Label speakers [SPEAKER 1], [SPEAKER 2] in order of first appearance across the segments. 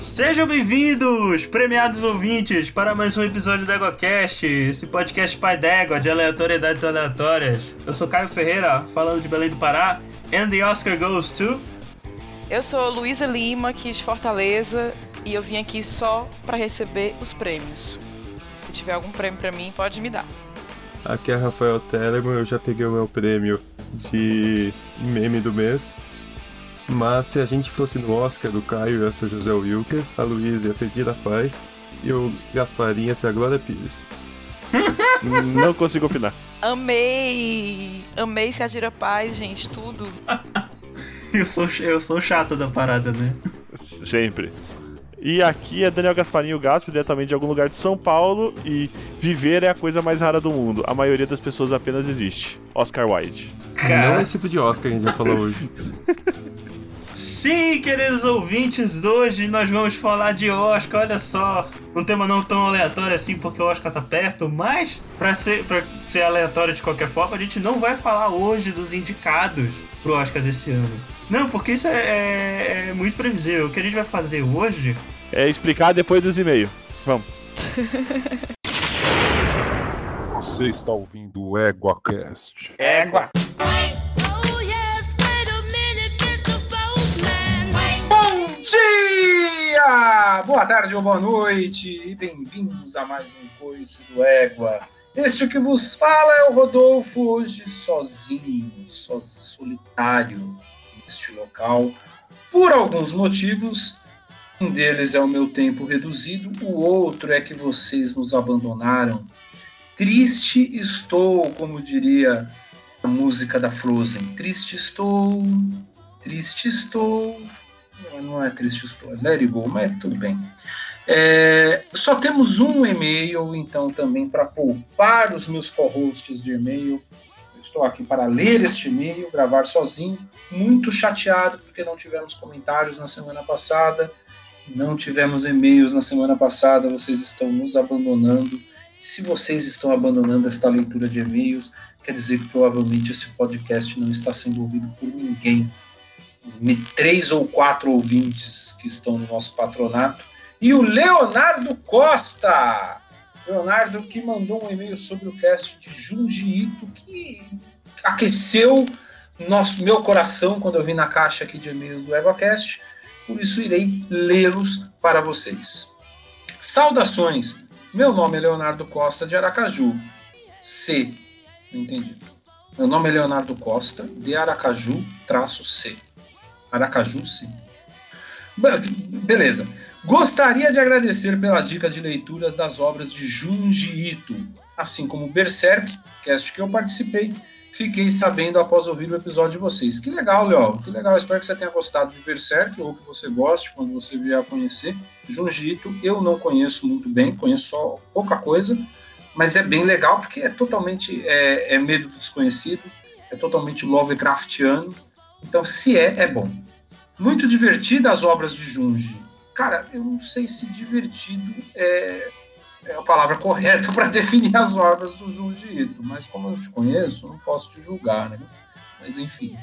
[SPEAKER 1] Sejam bem-vindos, premiados ouvintes, para mais um episódio do EgoCast, esse podcast pai d'égua de aleatoriedades aleatórias. Eu sou Caio Ferreira, falando de Belém do Pará, and the Oscar goes to...
[SPEAKER 2] Eu sou Luísa Lima, aqui de Fortaleza, e eu vim aqui só pra receber os prêmios. Se tiver algum prêmio pra mim, pode me dar.
[SPEAKER 3] Aqui é Rafael Telemann, eu já peguei o meu prêmio de meme do mês. Mas se a gente fosse no Oscar, do Caio ia ser o José Wilker, a Luísa ia ser Guida Paz e o Gasparinho ia ser a Glória Pires.
[SPEAKER 4] Não consigo opinar.
[SPEAKER 2] Amei! Amei se adira paz, gente, tudo.
[SPEAKER 1] Eu sou, eu sou o chato da parada, né?
[SPEAKER 4] Sempre. E aqui é Daniel Gasparinho Gaspo, diretamente de algum lugar de São Paulo. E viver é a coisa mais rara do mundo. A maioria das pessoas apenas existe. Oscar Wilde.
[SPEAKER 3] Não
[SPEAKER 1] Cara,
[SPEAKER 3] esse tipo de Oscar que a gente já falou hoje.
[SPEAKER 1] sim, queridos ouvintes, hoje nós vamos falar de Oscar, olha só. Um tema não tão aleatório assim, porque o Oscar tá perto, mas pra ser, pra ser aleatório de qualquer forma, a gente não vai falar hoje dos indicados pro Oscar desse ano. Não, porque isso é, é- é muito previsível. O que a gente vai fazer hoje
[SPEAKER 4] É explicar depois dos e-mails. Vamos.
[SPEAKER 5] Você está ouvindo o EguaCast.
[SPEAKER 6] Wait, oh yes, wait a minute, Mr. Postman. Wait.
[SPEAKER 7] Bom dia! Boa tarde ou boa noite e bem-vindos a mais um Coice do Égua. Este que vos fala é o Rodolfo, hoje sozinho, so- solitário neste local, por alguns motivos. Um deles é o meu tempo reduzido, o outro é que vocês nos abandonaram. Triste estou, como diria a música da Frozen. Triste estou, triste estou, não, não é triste estou, é let it go, mas tudo bem. É, só temos um e-mail, então, também para poupar os meus co-hosts de e-mail. Eu estou aqui para ler este e-mail, gravar sozinho, muito chateado porque não tivemos comentários na semana passada, não tivemos e-mails na semana passada, vocês estão nos abandonando. E se vocês estão abandonando esta leitura de e-mails, quer dizer que provavelmente esse podcast não está sendo ouvido por ninguém me- três ou quatro ouvintes que estão no nosso patronato. E o Leonardo Costa! Leonardo que mandou um e-mail sobre o cast de Junji Ito, que aqueceu nosso, meu coração quando eu vi na caixa aqui de e-mails do EgoCast. Por isso irei lê-los para vocês. Saudações! Meu nome é Leonardo Costa de Aracaju. C. Não entendi. Meu nome é Leonardo Costa de Aracaju, traço C. Aracaju, sim. Be- Beleza. Gostaria de agradecer pela dica de leituras das obras de Junji Ito, assim como Berserk, cast que eu participei, fiquei sabendo após ouvir o episódio de vocês. Que legal, Léo, que legal. Espero que você tenha gostado de Berserk ou que você goste quando você vier a conhecer. Junji Ito eu não conheço muito bem, conheço só pouca coisa, mas é bem legal porque é totalmente é, é medo do desconhecido, é totalmente Lovecraftiano. Então, se é, é bom. Muito divertida as obras de Junji. Cara, eu não sei se divertido é, é a palavra correta para definir as obras do Junji Ito, mas como eu te conheço, eu não posso te julgar, né? Mas enfim.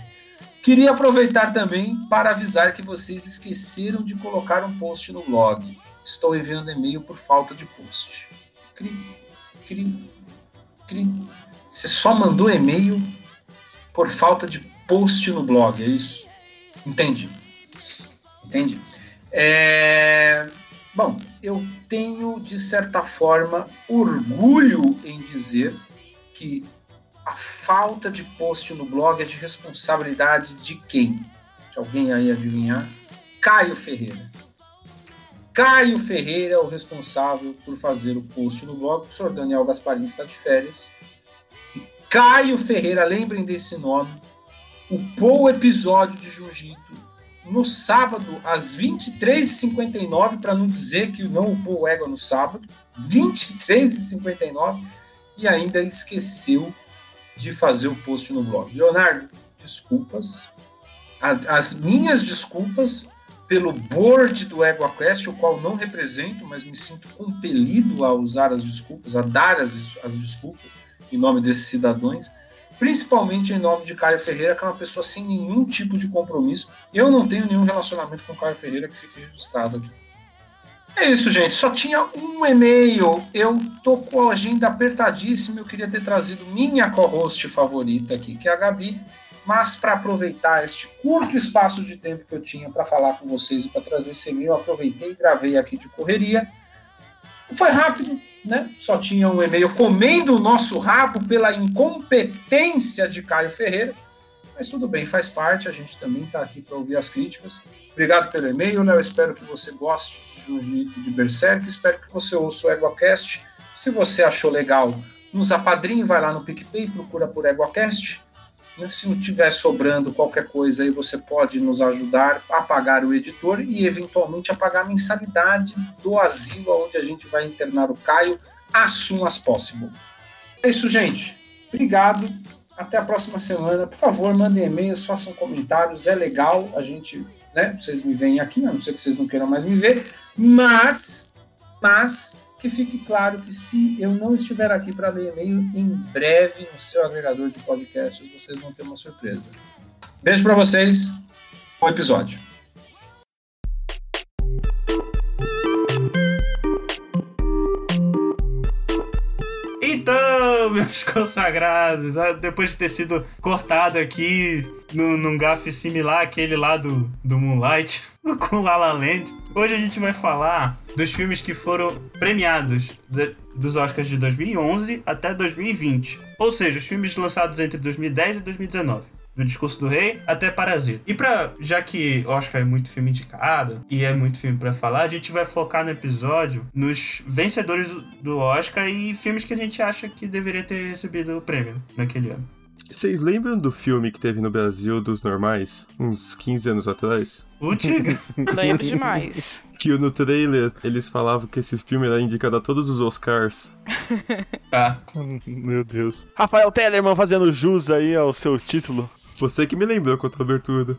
[SPEAKER 7] Queria aproveitar também para avisar que vocês esqueceram de colocar um post no blog. Estou enviando e-mail por falta de post. Cri, cri, cri. Você só mandou e-mail por falta de post no blog, é isso? Entendi. Entendi. É, Bom, eu tenho, de certa forma, orgulho em dizer que a falta de post no blog é de responsabilidade de quem? Se alguém aí adivinhar, Caio Ferreira. Caio Ferreira é o responsável por fazer o post no blog. O senhor Daniel Gasparini está de férias. E Caio Ferreira, lembrem desse nome, upou o episódio de Jiu-Jitsu no sábado, às 23h59, para não dizer que não upou o Ego no sábado, 23h59, e ainda esqueceu de fazer o post no blog. Leonardo, desculpas. A- As minhas desculpas pelo board do EgoQuest, o qual não represento, mas me sinto compelido a usar as desculpas, a dar as, as desculpas em nome desses cidadãos principalmente em nome de Caio Ferreira, que é uma pessoa sem nenhum tipo de compromisso. Eu não tenho nenhum relacionamento com Caio Ferreira que fique registrado aqui. É isso, gente. Só tinha um e-mail. Eu tô com a agenda apertadíssima. Eu queria ter trazido minha co-host favorita aqui, que é a Gabi. Mas para aproveitar este curto espaço de tempo que eu tinha para falar com vocês e para trazer esse e-mail, eu aproveitei e gravei aqui de correria. Foi rápido, né? Só tinha um e-mail comendo o nosso rabo pela incompetência de Caio Ferreira. Mas tudo bem, faz parte. A gente também está aqui para ouvir as críticas. Obrigado pelo e-mail, Léo. Espero que você goste de Junji de Berserk. Espero que você ouça o EgoCast. Se você achou legal, nos apadrinhe, vai lá no PicPay, procura por EgoCast. E se não tiver sobrando qualquer coisa aí, você pode nos ajudar a pagar o editor e eventualmente a pagar a mensalidade do asilo onde a gente vai internar o Caio, as soon as possible. É isso, gente. Obrigado. Até a próxima semana. Por favor, mandem e-mails, façam comentários. É legal. A gente, né? Vocês me veem aqui, a não ser que vocês não queiram mais me ver. Mas, mas que fique claro que se eu não estiver aqui para ler e-mail, em breve no seu agregador de podcasts vocês vão ter uma surpresa. Beijo para vocês. Bom episódio.
[SPEAKER 1] Então, meus consagrados, ah, depois de ter sido cortado aqui num, num gafe similar àquele lá do, do Moonlight com La La Land, hoje a gente vai falar dos filmes que foram premiados de- dos Oscars de 2011 até 2020, ou seja, os filmes lançados entre 2010 e 2019 do Discurso do Rei até Parasita. E para já que Oscar é muito filme indicado e é muito filme para falar, a gente vai focar no episódio nos vencedores do, do Oscar e filmes que a gente acha que deveria ter recebido o prêmio naquele ano.
[SPEAKER 3] Vocês lembram do filme que teve no Brasil dos normais, uns 15 anos atrás?
[SPEAKER 1] O Tigre.
[SPEAKER 2] Lembro demais.
[SPEAKER 3] Que no trailer eles falavam que esse filme era indicado a todos os Oscars.
[SPEAKER 1] tá.
[SPEAKER 4] Meu Deus. Rafael Tellerman fazendo jus aí ao seu título.
[SPEAKER 3] Você que me lembrou com a tua abertura.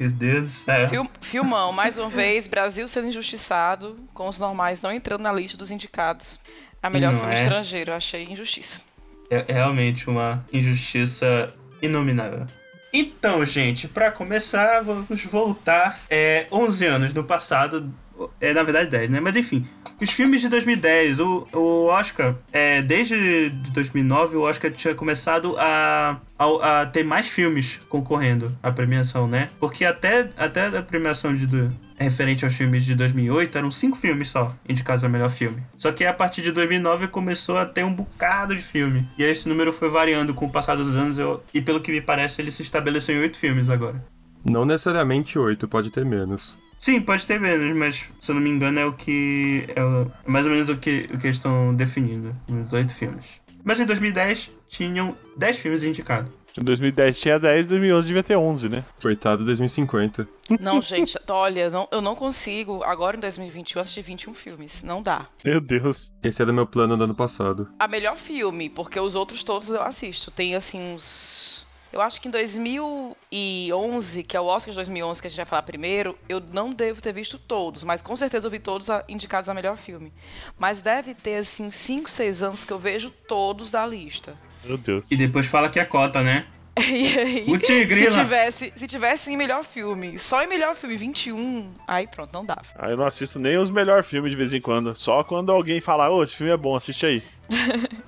[SPEAKER 1] Meu Deus do céu.
[SPEAKER 2] Fil- filmão, mais uma vez, Brasil sendo injustiçado, com os normais não entrando na lista dos indicados. A melhor
[SPEAKER 1] não
[SPEAKER 2] filme
[SPEAKER 1] é?
[SPEAKER 2] estrangeiro, eu achei injustiça.
[SPEAKER 1] É realmente uma injustiça inominável. Então, gente, pra começar, vamos voltar é, 11 anos no passado. É, na verdade, 10, né? Mas enfim, os filmes de 2010, o, o Oscar, é, desde 2009, o Oscar tinha começado a, a, a ter mais filmes concorrendo à premiação, né? Porque até, até a premiação de, do- referente aos filmes de 2008, eram cinco filmes só indicados ao melhor filme. Só que a partir de 2009 começou a ter um bocado de filme. E aí esse número foi variando com o passar dos anos eu- e pelo que me parece ele se estabeleceu em oito filmes agora.
[SPEAKER 3] Não necessariamente oito, pode ter menos.
[SPEAKER 1] Sim, pode ter menos, mas se eu não me engano é o que. É o- é mais ou menos o que, o que eles estão definindo, uns oito filmes. Mas em 2010 tinham 10 filmes indicados.
[SPEAKER 4] Em 2010 tinha 10, em 2011 devia ter 11, né?
[SPEAKER 3] Coitado 2050.
[SPEAKER 2] Não, gente, olha, não- eu não consigo, agora em 2021, assistir 21 filmes. Não dá.
[SPEAKER 4] Meu Deus.
[SPEAKER 3] Esse era meu plano do ano passado.
[SPEAKER 2] A melhor filme, porque os outros todos eu assisto. Tem, assim, uns. Eu acho que em 2011, que é o Oscar de 2011, que a gente vai falar primeiro, eu não devo ter visto todos, mas com certeza eu vi todos a- indicados a melhor filme. Mas deve ter, assim, 5, 6 anos que eu vejo todos da lista.
[SPEAKER 4] Meu Deus.
[SPEAKER 1] E depois fala que é cota, né?
[SPEAKER 2] E aí,
[SPEAKER 1] O Tigrila.
[SPEAKER 2] se tivesse, se tivesse em melhor filme, só em melhor filme 21, aí pronto, não dava.
[SPEAKER 4] Ah, eu não assisto nem os melhores filmes de vez em quando. Só quando alguém falar, ô, esse filme é bom, assiste aí.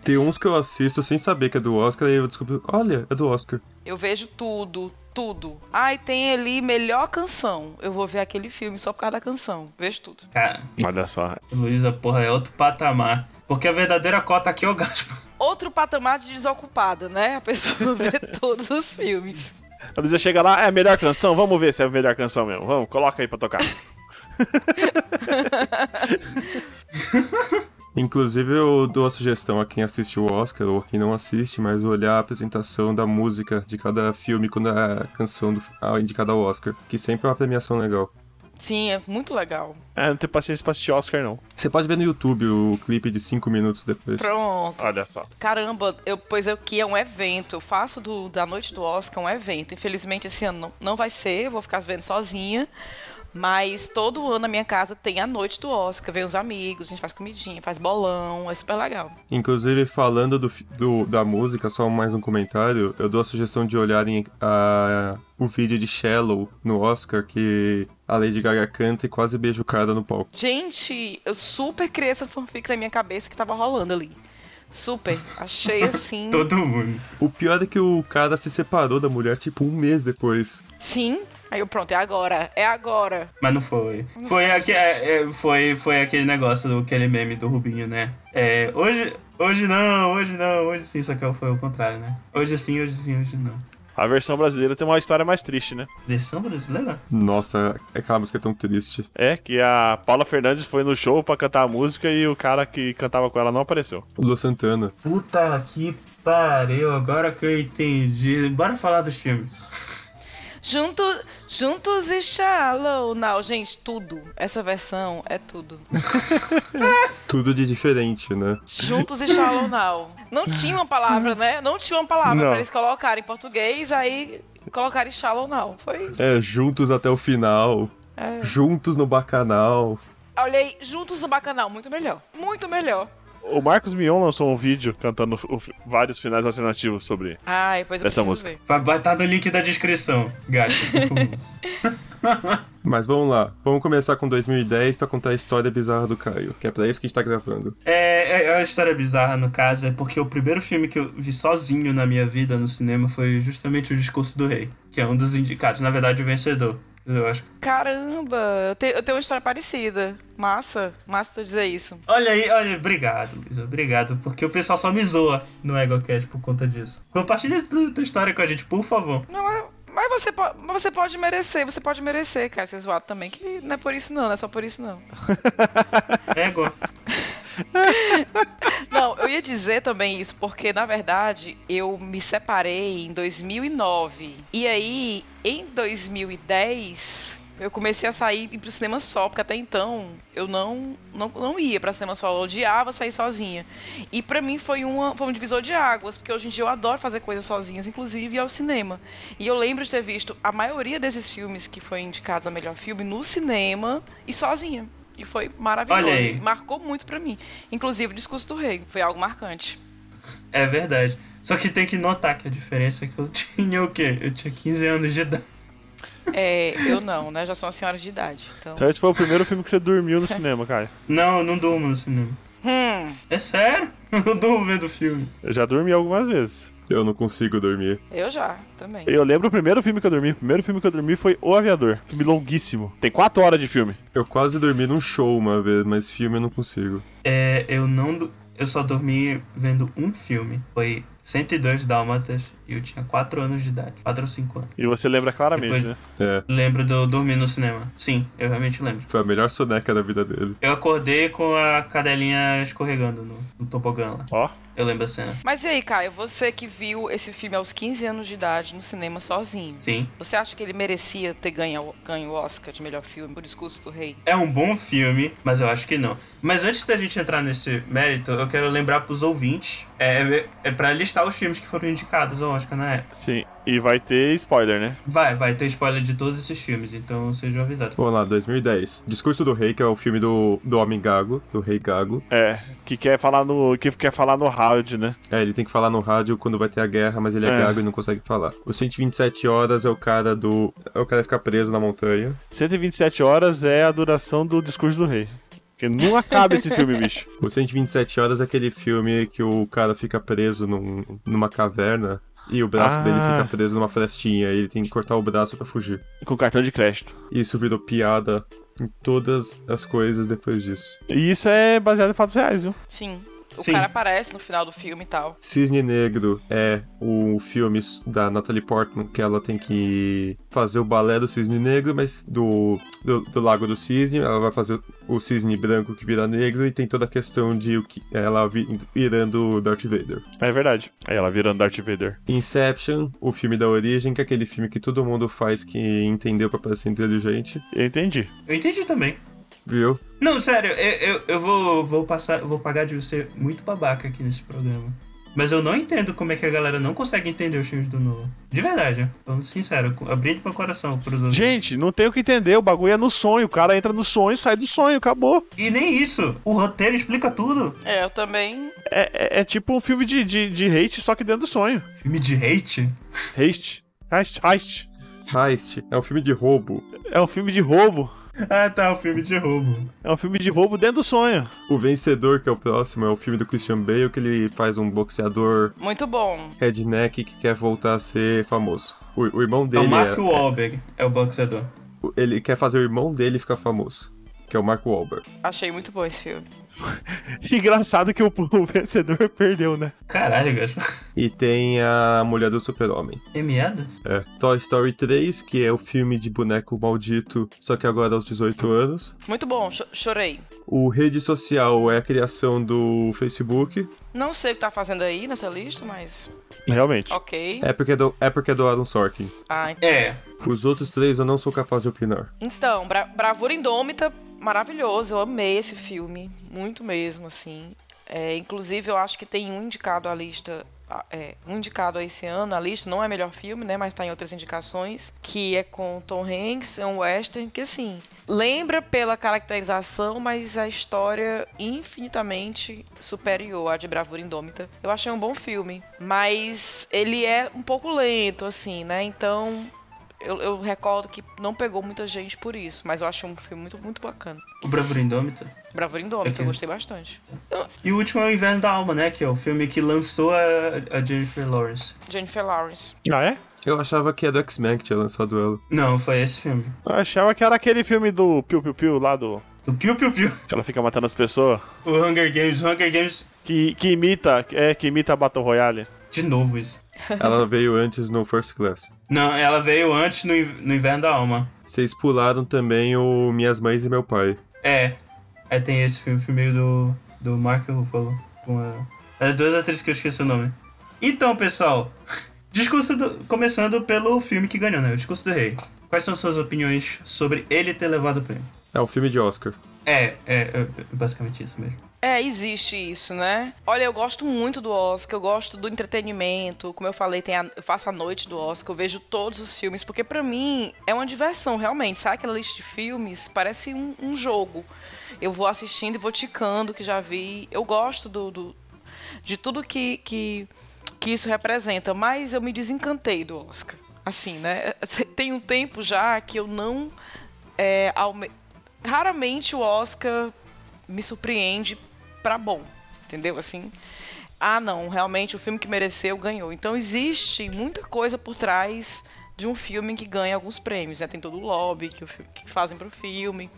[SPEAKER 3] Tem uns que eu assisto sem saber que é do Oscar, e eu descubro, olha, é do Oscar.
[SPEAKER 2] Eu vejo tudo, tudo. Ai, tem ali melhor canção. Eu vou ver aquele filme só por causa da canção. Vejo tudo.
[SPEAKER 1] Cara,
[SPEAKER 4] Olha só.
[SPEAKER 1] Luísa, porra, é outro patamar. Porque a verdadeira cota aqui é o Gaspar.
[SPEAKER 2] Outro patamar de desocupada, né? A pessoa vê todos os filmes.
[SPEAKER 4] A Luísa chega lá, é a melhor canção, vamos ver se é a melhor canção mesmo. Vamos, coloca aí pra tocar.
[SPEAKER 3] Inclusive, eu dou a sugestão a quem assiste o Oscar ou quem não assiste, mas olhar a apresentação da música de cada filme quando é a canção do, ah, indicada ao Oscar, que sempre é uma premiação legal.
[SPEAKER 2] Sim, é muito legal.
[SPEAKER 4] Ah, não tem paciência pra assistir Oscar, não.
[SPEAKER 3] Você pode ver no YouTube o clipe de 5 minutos depois.
[SPEAKER 2] Pronto.
[SPEAKER 4] Olha só.
[SPEAKER 2] Caramba, eu, pois eu que é um evento. Eu faço do, da noite do Oscar um evento. Infelizmente, esse ano não, não vai ser, eu vou ficar vendo sozinha. Mas todo ano na minha casa tem a noite do Oscar. Vem os amigos, a gente faz comidinha, faz bolão, é super legal.
[SPEAKER 3] Inclusive, falando do, fi- do- da música, só mais um comentário, eu dou a sugestão de olharem a, o vídeo de Shallow no Oscar, que a Lady Gaga canta e quase beija o cara no palco.
[SPEAKER 2] Gente, eu super criei essa fanfic na minha cabeça que tava rolando ali. Super. Achei assim.
[SPEAKER 1] Todo mundo.
[SPEAKER 3] O pior é que o cara se separou da mulher, tipo, um mês depois.
[SPEAKER 2] Sim. Aí eu, pronto, é agora. É agora.
[SPEAKER 1] Mas não foi. Foi, aque- é, é, foi, foi aquele negócio, do- aquele meme do Rubinho, né? É, hoje, hoje não, hoje não, hoje sim, só que foi o contrário, né? Hoje sim, hoje sim, hoje não.
[SPEAKER 4] A versão brasileira tem uma história mais triste, né?
[SPEAKER 1] Versão brasileira?
[SPEAKER 3] Nossa, aquela música é tão triste.
[SPEAKER 4] É, que a Paula Fernandes foi no show pra cantar a música e o cara que cantava com ela não apareceu.
[SPEAKER 3] Lu Santana.
[SPEAKER 1] Puta que pariu, agora que eu entendi. Bora falar dos filmes.
[SPEAKER 2] Junto, juntos e shallow. Não, gente, tudo. Essa versão é tudo.
[SPEAKER 3] Tudo de diferente, né?
[SPEAKER 2] Juntos e Shallow Now. Não tinha uma palavra, né? Não tinha uma palavra
[SPEAKER 4] Não.
[SPEAKER 2] pra eles colocarem em português, aí colocarem Shallow Now. Foi.
[SPEAKER 3] É, juntos até o final.
[SPEAKER 2] É.
[SPEAKER 3] Juntos no bacanal.
[SPEAKER 2] Olhei Juntos no Bacanal, muito melhor. Muito melhor.
[SPEAKER 4] O Marcos Mion lançou um vídeo cantando o fi- vários finais alternativos sobre.
[SPEAKER 2] Ai, pois eu
[SPEAKER 4] Essa
[SPEAKER 2] preciso
[SPEAKER 4] música.
[SPEAKER 2] ver.
[SPEAKER 1] Vai botar no link da descrição, gato.
[SPEAKER 3] Mas vamos lá, vamos começar com 2010 pra contar a história bizarra do Caio, que é pra isso que a gente tá gravando.
[SPEAKER 1] É, é, é uma história bizarra, no caso, é porque o primeiro filme que eu vi sozinho na minha vida no cinema foi justamente O Discurso do Rei, que é um dos indicados, na verdade, o vencedor. Eu acho.
[SPEAKER 2] Caramba, eu, te- eu tenho uma história parecida. Massa, massa tu dizer isso.
[SPEAKER 1] Olha aí, olha, obrigado, Luiz, obrigado, porque o pessoal só me zoa no EgoCast por conta disso. Compartilha tu- tua história com a gente, por favor.
[SPEAKER 2] Não, mas- mas você, po- mas você pode merecer, você pode merecer, cara, ser zoado também, que não é por isso não, não é só por isso não.
[SPEAKER 1] Ego.
[SPEAKER 2] Não, eu ia dizer também isso, porque na verdade eu me separei em 2009. E aí, em 2010, eu comecei a sair e ir pro cinema só, porque até então eu não não, não ia pra cinema só, eu odiava sair sozinha. E pra mim foi, uma, foi um divisor de águas, porque hoje em dia eu adoro fazer coisas sozinhas, inclusive ir ao cinema. E eu lembro de ter visto a maioria desses filmes que foi indicados a melhor filme no cinema e sozinha. E foi maravilhoso.
[SPEAKER 1] Olha aí.
[SPEAKER 2] Marcou muito pra mim. Inclusive o discurso do rei. Foi algo marcante.
[SPEAKER 1] É verdade. Só que tem que notar que a diferença é que eu tinha o quê? Eu tinha 15 anos de idade.
[SPEAKER 2] É, eu não, né? Já sou uma senhora de idade. Então.
[SPEAKER 4] Então esse foi o primeiro filme que você dormiu no cinema, cara.
[SPEAKER 1] Não, eu não durmo no cinema.
[SPEAKER 2] Hum,
[SPEAKER 1] É sério? Eu não durmo vendo filme.
[SPEAKER 4] Eu já dormi algumas vezes.
[SPEAKER 3] Eu não consigo dormir.
[SPEAKER 2] eu já também.
[SPEAKER 4] Eu lembro o primeiro filme que eu dormi. O primeiro filme que eu dormi foi O Aviador. Filme longuíssimo. Tem quatro horas de filme.
[SPEAKER 3] Eu quase dormi num show uma vez, mas filme eu não consigo.
[SPEAKER 1] É, eu não. du- Eu só dormi vendo um filme. Foi 102 Dálmatas e eu tinha 4 anos de idade. 4 ou 5 anos.
[SPEAKER 4] E você lembra claramente, né?
[SPEAKER 1] Depois-
[SPEAKER 3] É,
[SPEAKER 1] Lembro do dormir no cinema. Sim, eu realmente lembro.
[SPEAKER 3] foi a melhor soneca da vida dele.
[SPEAKER 1] Eu acordei com a cadelinha escorregando no, no tobogã lá.
[SPEAKER 4] Ó.
[SPEAKER 1] Eu lembro a cena.
[SPEAKER 2] Mas e aí, Caio, você que viu esse filme aos 15 anos de idade no cinema sozinho,
[SPEAKER 1] Sim.
[SPEAKER 2] você acha que ele merecia ter ganho, ganho o Oscar de melhor filme por discurso do rei?
[SPEAKER 1] É um bom filme, mas eu acho que não. Mas antes da gente entrar nesse mérito, eu quero lembrar pros ouvintes. É, é pra listar os filmes que foram indicados ao Oscar na época.
[SPEAKER 4] Sim. E vai ter spoiler, né?
[SPEAKER 1] Vai, vai ter spoiler de todos esses filmes, então sejam avisados.
[SPEAKER 3] Vamos lá, 2010. Discurso do Rei, que é o filme do, do Homem Gago, do Rei Gago.
[SPEAKER 4] É. Que quer falar no. Que quer falar no round, né?
[SPEAKER 3] É, ele tem que falar no rádio quando vai ter a guerra, mas ele é,
[SPEAKER 4] É.
[SPEAKER 3] gago e não consegue falar. O 127 horas é o cara do. É o cara que fica preso na montanha.
[SPEAKER 4] 127 horas é a duração do discurso do rei. Porque não acaba esse filme, bicho.
[SPEAKER 3] O 127 horas é aquele filme que o cara fica preso num- numa caverna e o braço
[SPEAKER 4] Ah.
[SPEAKER 3] dele fica preso numa frestinha e ele tem que cortar o braço pra fugir.
[SPEAKER 4] Com cartão de crédito.
[SPEAKER 3] Isso virou piada em todas as coisas depois disso.
[SPEAKER 4] E isso é baseado em fatos reais, viu?
[SPEAKER 2] Sim. O
[SPEAKER 1] Sim.
[SPEAKER 2] cara aparece no final do filme e tal.
[SPEAKER 3] Cisne Negro é o filme s- da Natalie Portman que ela tem que fazer o balé do Cisne Negro, mas do, do, do Lago do Cisne, ela vai fazer o Cisne Branco que vira negro e tem toda a questão de o que ela vi- virando Darth Vader.
[SPEAKER 4] É verdade. Aí ela virando Darth Vader.
[SPEAKER 3] Inception, o filme da origem, que é aquele filme que todo mundo faz que entendeu pra parecer inteligente,
[SPEAKER 4] Eu entendi.
[SPEAKER 1] Eu entendi também.
[SPEAKER 3] viu?
[SPEAKER 1] Não, sério, eu, eu, eu vou, vou passar. Vou pagar de você muito babaca aqui nesse programa. Mas eu não entendo como é que a galera não consegue entender os filmes do Nolan. De verdade, né? vamos sincero, abrindo meu coração pros outros.
[SPEAKER 4] Gente, não tem o que entender, o bagulho é no sonho. O cara entra no sonho, sai do sonho, acabou.
[SPEAKER 1] E nem isso, o roteiro explica tudo.
[SPEAKER 2] É, eu também.
[SPEAKER 4] É, é- é tipo um filme de, de, de hate, só que dentro do sonho.
[SPEAKER 1] Filme de hate?
[SPEAKER 4] Haste. Haste, haste.
[SPEAKER 3] Heist é um filme de roubo.
[SPEAKER 4] É um filme de roubo.
[SPEAKER 1] Ah tá, o filme de roubo.
[SPEAKER 4] É um filme de roubo dentro do sonho.
[SPEAKER 3] O Vencedor, que é o próximo, é o filme do Christian Bale, que ele faz um boxeador
[SPEAKER 2] Muito bom.
[SPEAKER 3] redneck que quer voltar a ser famoso. O, o irmão
[SPEAKER 1] É
[SPEAKER 3] dele.
[SPEAKER 1] o Mark
[SPEAKER 3] é-
[SPEAKER 1] Wahlberg, é o boxeador.
[SPEAKER 3] ele quer fazer o irmão dele ficar famoso, que é o Mark Wahlberg.
[SPEAKER 2] Achei muito bom esse filme.
[SPEAKER 4] Engraçado que o, o vencedor perdeu, né?
[SPEAKER 1] Caralho, gajo.
[SPEAKER 3] E tem a Mulher do Super-Homem.
[SPEAKER 1] É meadas?
[SPEAKER 3] É. Toy Story 3, que é o filme de boneco maldito, só que agora aos 18 anos.
[SPEAKER 2] Muito bom, cho- chorei.
[SPEAKER 3] O Rede Social é a criação do Facebook.
[SPEAKER 2] Não sei o que tá fazendo aí nessa lista, mas.
[SPEAKER 4] Realmente.
[SPEAKER 2] Ok.
[SPEAKER 3] É porque é do, é porque é do Aaron Sorkin.
[SPEAKER 2] Ah, ent-
[SPEAKER 1] É,
[SPEAKER 3] Os outros três eu não sou capaz de opinar.
[SPEAKER 2] então, Bra- Bravura Indômita, maravilhoso. Eu amei esse filme. Muito mesmo, assim. É, inclusive, eu acho que tem um indicado à lista. a- É, um indicado a esse ano, a lista não é melhor filme, né? Mas tá em outras indicações. Que é com Tom Hanks, é um western que, assim, lembra pela caracterização, mas a história infinitamente superior à de Bravura Indômita. Eu achei um bom filme, mas ele é um pouco lento, assim, né? Então, eu, eu recordo que não pegou muita gente por isso, mas eu achei um filme muito, muito bacana.
[SPEAKER 1] o Bravura Indômita.
[SPEAKER 2] Bravura Indômita,
[SPEAKER 1] Ok.
[SPEAKER 2] eu gostei bastante.
[SPEAKER 1] E o último é o Inverno da Alma, né? Que é o filme que lançou a, a Jennifer Lawrence.
[SPEAKER 2] Jennifer Lawrence.
[SPEAKER 4] Ah, é?
[SPEAKER 3] Eu achava que é do X-Men que tinha lançado ela.
[SPEAKER 1] Não, foi esse filme.
[SPEAKER 4] Eu achava que era aquele filme do Piu Piu Piu lá do.
[SPEAKER 1] Do Piu Piu Piu.
[SPEAKER 4] Que ela fica matando as pessoas.
[SPEAKER 1] O Hunger Games, o Hunger Games.
[SPEAKER 4] Que, que imita. É, que imita a Battle Royale.
[SPEAKER 1] De novo isso.
[SPEAKER 3] Ela veio antes no First Class.
[SPEAKER 1] Não, ela veio antes no, In- no Inverno da Alma.
[SPEAKER 3] Vocês pularam também o Minhas Mães e Meu Pai.
[SPEAKER 1] É. Aí tem esse filme, filme meio do, do Mark Ruffalo. Com a... As duas atrizes que eu esqueci o nome. Então, pessoal. Discurso do... Começando pelo filme que ganhou, né? O Discurso do Rei. Quais são suas opiniões sobre ele ter levado o prêmio?
[SPEAKER 3] É um filme de Oscar.
[SPEAKER 1] É, é, é basicamente isso mesmo.
[SPEAKER 2] É, existe isso, né? Olha, eu gosto muito do Oscar, eu gosto do entretenimento. Como eu falei, tem a- eu faço a noite do Oscar, eu vejo todos os filmes, porque pra mim é uma diversão, realmente. Sabe aquela lista de filmes? Parece um, um jogo. Eu vou assistindo e vou ticando o que já vi. Eu gosto do, do- de tudo que, que, que isso representa, mas eu me desencantei do Oscar. Assim, né? Tem um tempo já que eu não. é, alme- Raramente o Oscar me surpreende pra bom, entendeu? Assim, ah, não, realmente o filme que mereceu ganhou. Então existe muita coisa por trás de um filme que ganha alguns prêmios, né? Tem todo o lobby que, o fi- que fazem pro filme.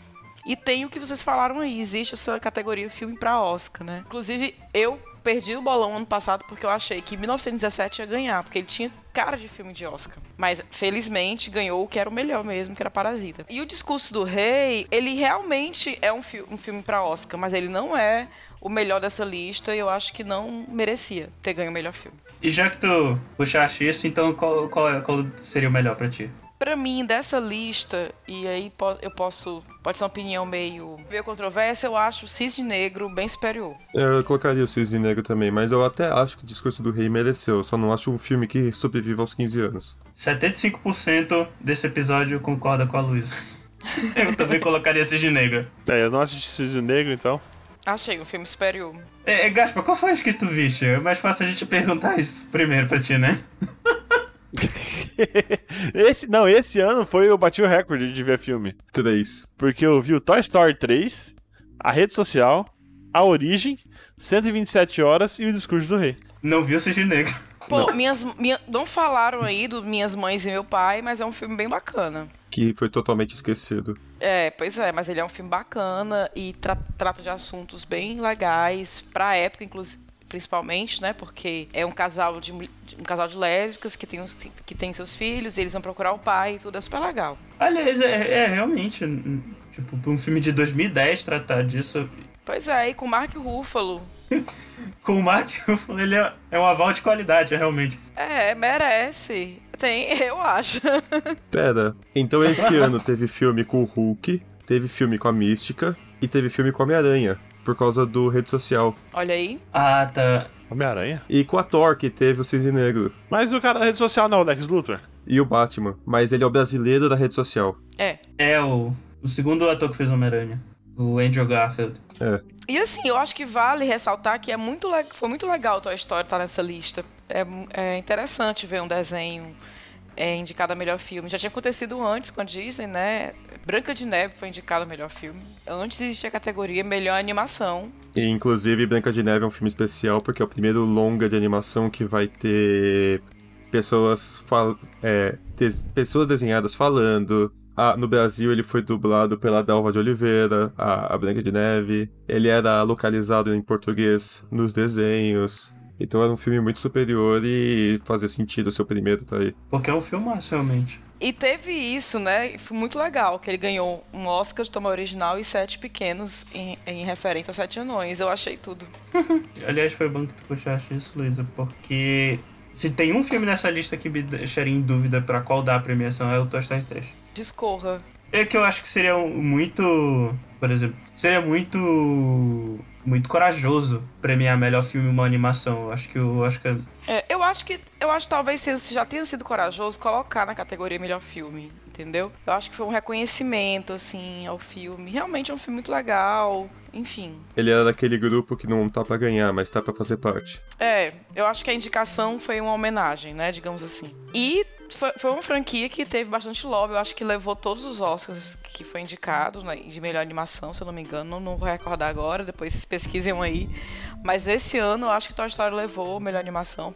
[SPEAKER 2] E tem o que vocês falaram aí, existe essa categoria filme pra Oscar, né? Inclusive, eu perdi o bolão ano passado porque eu achei que 1917 ia ganhar, porque ele tinha cara de filme de Oscar. Mas felizmente ganhou o que era o melhor mesmo, que era Parasita. E o discurso do rei, ele realmente é um, fi- um filme pra Oscar, mas ele não é o melhor dessa lista e eu acho que não merecia ter ganho o melhor filme.
[SPEAKER 1] E já que tu puxaste isso, então qual, qual, é- qual seria o melhor pra ti?
[SPEAKER 2] Pra mim, dessa lista, e aí po- eu posso. Pode ser uma opinião meio, meio controversa, eu acho o Cisne Negro bem superior.
[SPEAKER 3] Eu colocaria o Cisne Negro também, mas eu até acho que o Discurso do Rei mereceu. Só não acho um filme que sobreviva aos 15 anos.
[SPEAKER 1] 75% desse episódio concorda com a Luísa. Eu também colocaria Cisne Negra.
[SPEAKER 4] É, eu não assisti Cisne Negro, então.
[SPEAKER 2] Achei um filme superior.
[SPEAKER 1] É, é, Gaspa, qual foi o que tu viste? É mais fácil a gente perguntar isso primeiro pra ti, né?
[SPEAKER 4] esse, não, esse ano foi eu bati o recorde de ver filme.
[SPEAKER 3] 3.
[SPEAKER 4] Porque eu vi o Toy Story 3, a rede social, a origem, 127 horas e o discurso do rei.
[SPEAKER 1] Não viu Cisne Negra.
[SPEAKER 2] Pô, não. minhas. Minha, não falaram aí do Minhas Mães e Meu Pai, mas é um filme bem bacana.
[SPEAKER 3] Que foi totalmente esquecido.
[SPEAKER 2] É, pois é, mas ele é um filme bacana e tra- trata de assuntos bem legais pra época, inclusive principalmente, né? Porque é um casal de mul- de- um casal de lésbicas que tem, os- que, que tem seus filhos, e eles vão procurar o pai e tudo é super legal.
[SPEAKER 1] Aliás, é, é realmente. hum, Tipo, pra um filme de 2010 tratar disso.
[SPEAKER 2] Pois é, e com o Mark Ruffalo,
[SPEAKER 1] Com o Mark, Ruffalo, ele é, é um aval de qualidade, é realmente.
[SPEAKER 2] é, merece. Tem, eu acho.
[SPEAKER 3] Pera, então esse ano teve filme com o Hulk, teve filme com a Mística e teve filme com a Homem-Aranha, por causa do Rede Social.
[SPEAKER 2] Olha aí.
[SPEAKER 1] Ah, tá.
[SPEAKER 4] Homem-Aranha?
[SPEAKER 3] E com a Thor, que teve o Cisne Negro.
[SPEAKER 4] Mas o cara da rede social não, o Lex Luthor.
[SPEAKER 3] E o Batman. Mas ele é o brasileiro da rede social.
[SPEAKER 2] É.
[SPEAKER 1] É o, o segundo ator que fez Homem-Aranha. O Andrew Garfield.
[SPEAKER 2] E assim, eu acho que vale ressaltar que é muito le- foi muito legal Toy Story estar tá nessa lista. É, mu- é interessante ver um desenho é, indicado a melhor filme. Já tinha acontecido antes com a Disney, né? Branca de Neve foi indicado a melhor filme. Antes existia a categoria melhor animação.
[SPEAKER 3] E, inclusive, Branca de Neve é um filme especial porque é o primeiro longa de animação que vai ter pessoas, fal é, des- pessoas desenhadas falando. Ah, no Brasil, ele foi dublado pela Dalva de Oliveira, a, a Branca de Neve. Ele era localizado em português nos desenhos. Então era um filme muito superior e fazia sentido ser o primeiro tá aí.
[SPEAKER 1] Porque é um filmaço, realmente.
[SPEAKER 2] E teve isso, né? E foi muito legal, que ele ganhou um Oscar de tamanho original e sete pequenos em, em referência aos sete anões. Eu achei tudo.
[SPEAKER 1] Aliás, foi bom que tu puxaste isso, Luísa, porque se tem um filme nessa lista que me deixaria em dúvida pra qual dar a premiação é o Toy Story 3.
[SPEAKER 2] Discorra.
[SPEAKER 1] É que eu acho que seria um- muito. Por exemplo, seria muito. Muito corajoso premiar melhor filme uma animação. Eu acho que eu acho que é
[SPEAKER 2] É, eu acho que. Eu acho que talvez tenha- já tenha sido corajoso colocar na categoria melhor filme, entendeu? Eu acho que foi um reconhecimento, assim, ao filme. Realmente é um filme muito legal. Enfim.
[SPEAKER 3] Ele era daquele grupo que não tá pra ganhar, mas tá pra fazer parte.
[SPEAKER 2] É, eu acho que a indicação foi uma homenagem, né? Digamos assim. E foi, foi uma franquia que teve bastante lobby. Eu acho que levou todos os Oscars que foi indicado, né, de melhor animação, se eu não me engano. Não, não vou recordar agora, depois vocês pesquisem aí. Mas esse ano eu acho que Toy Story levou melhor animação.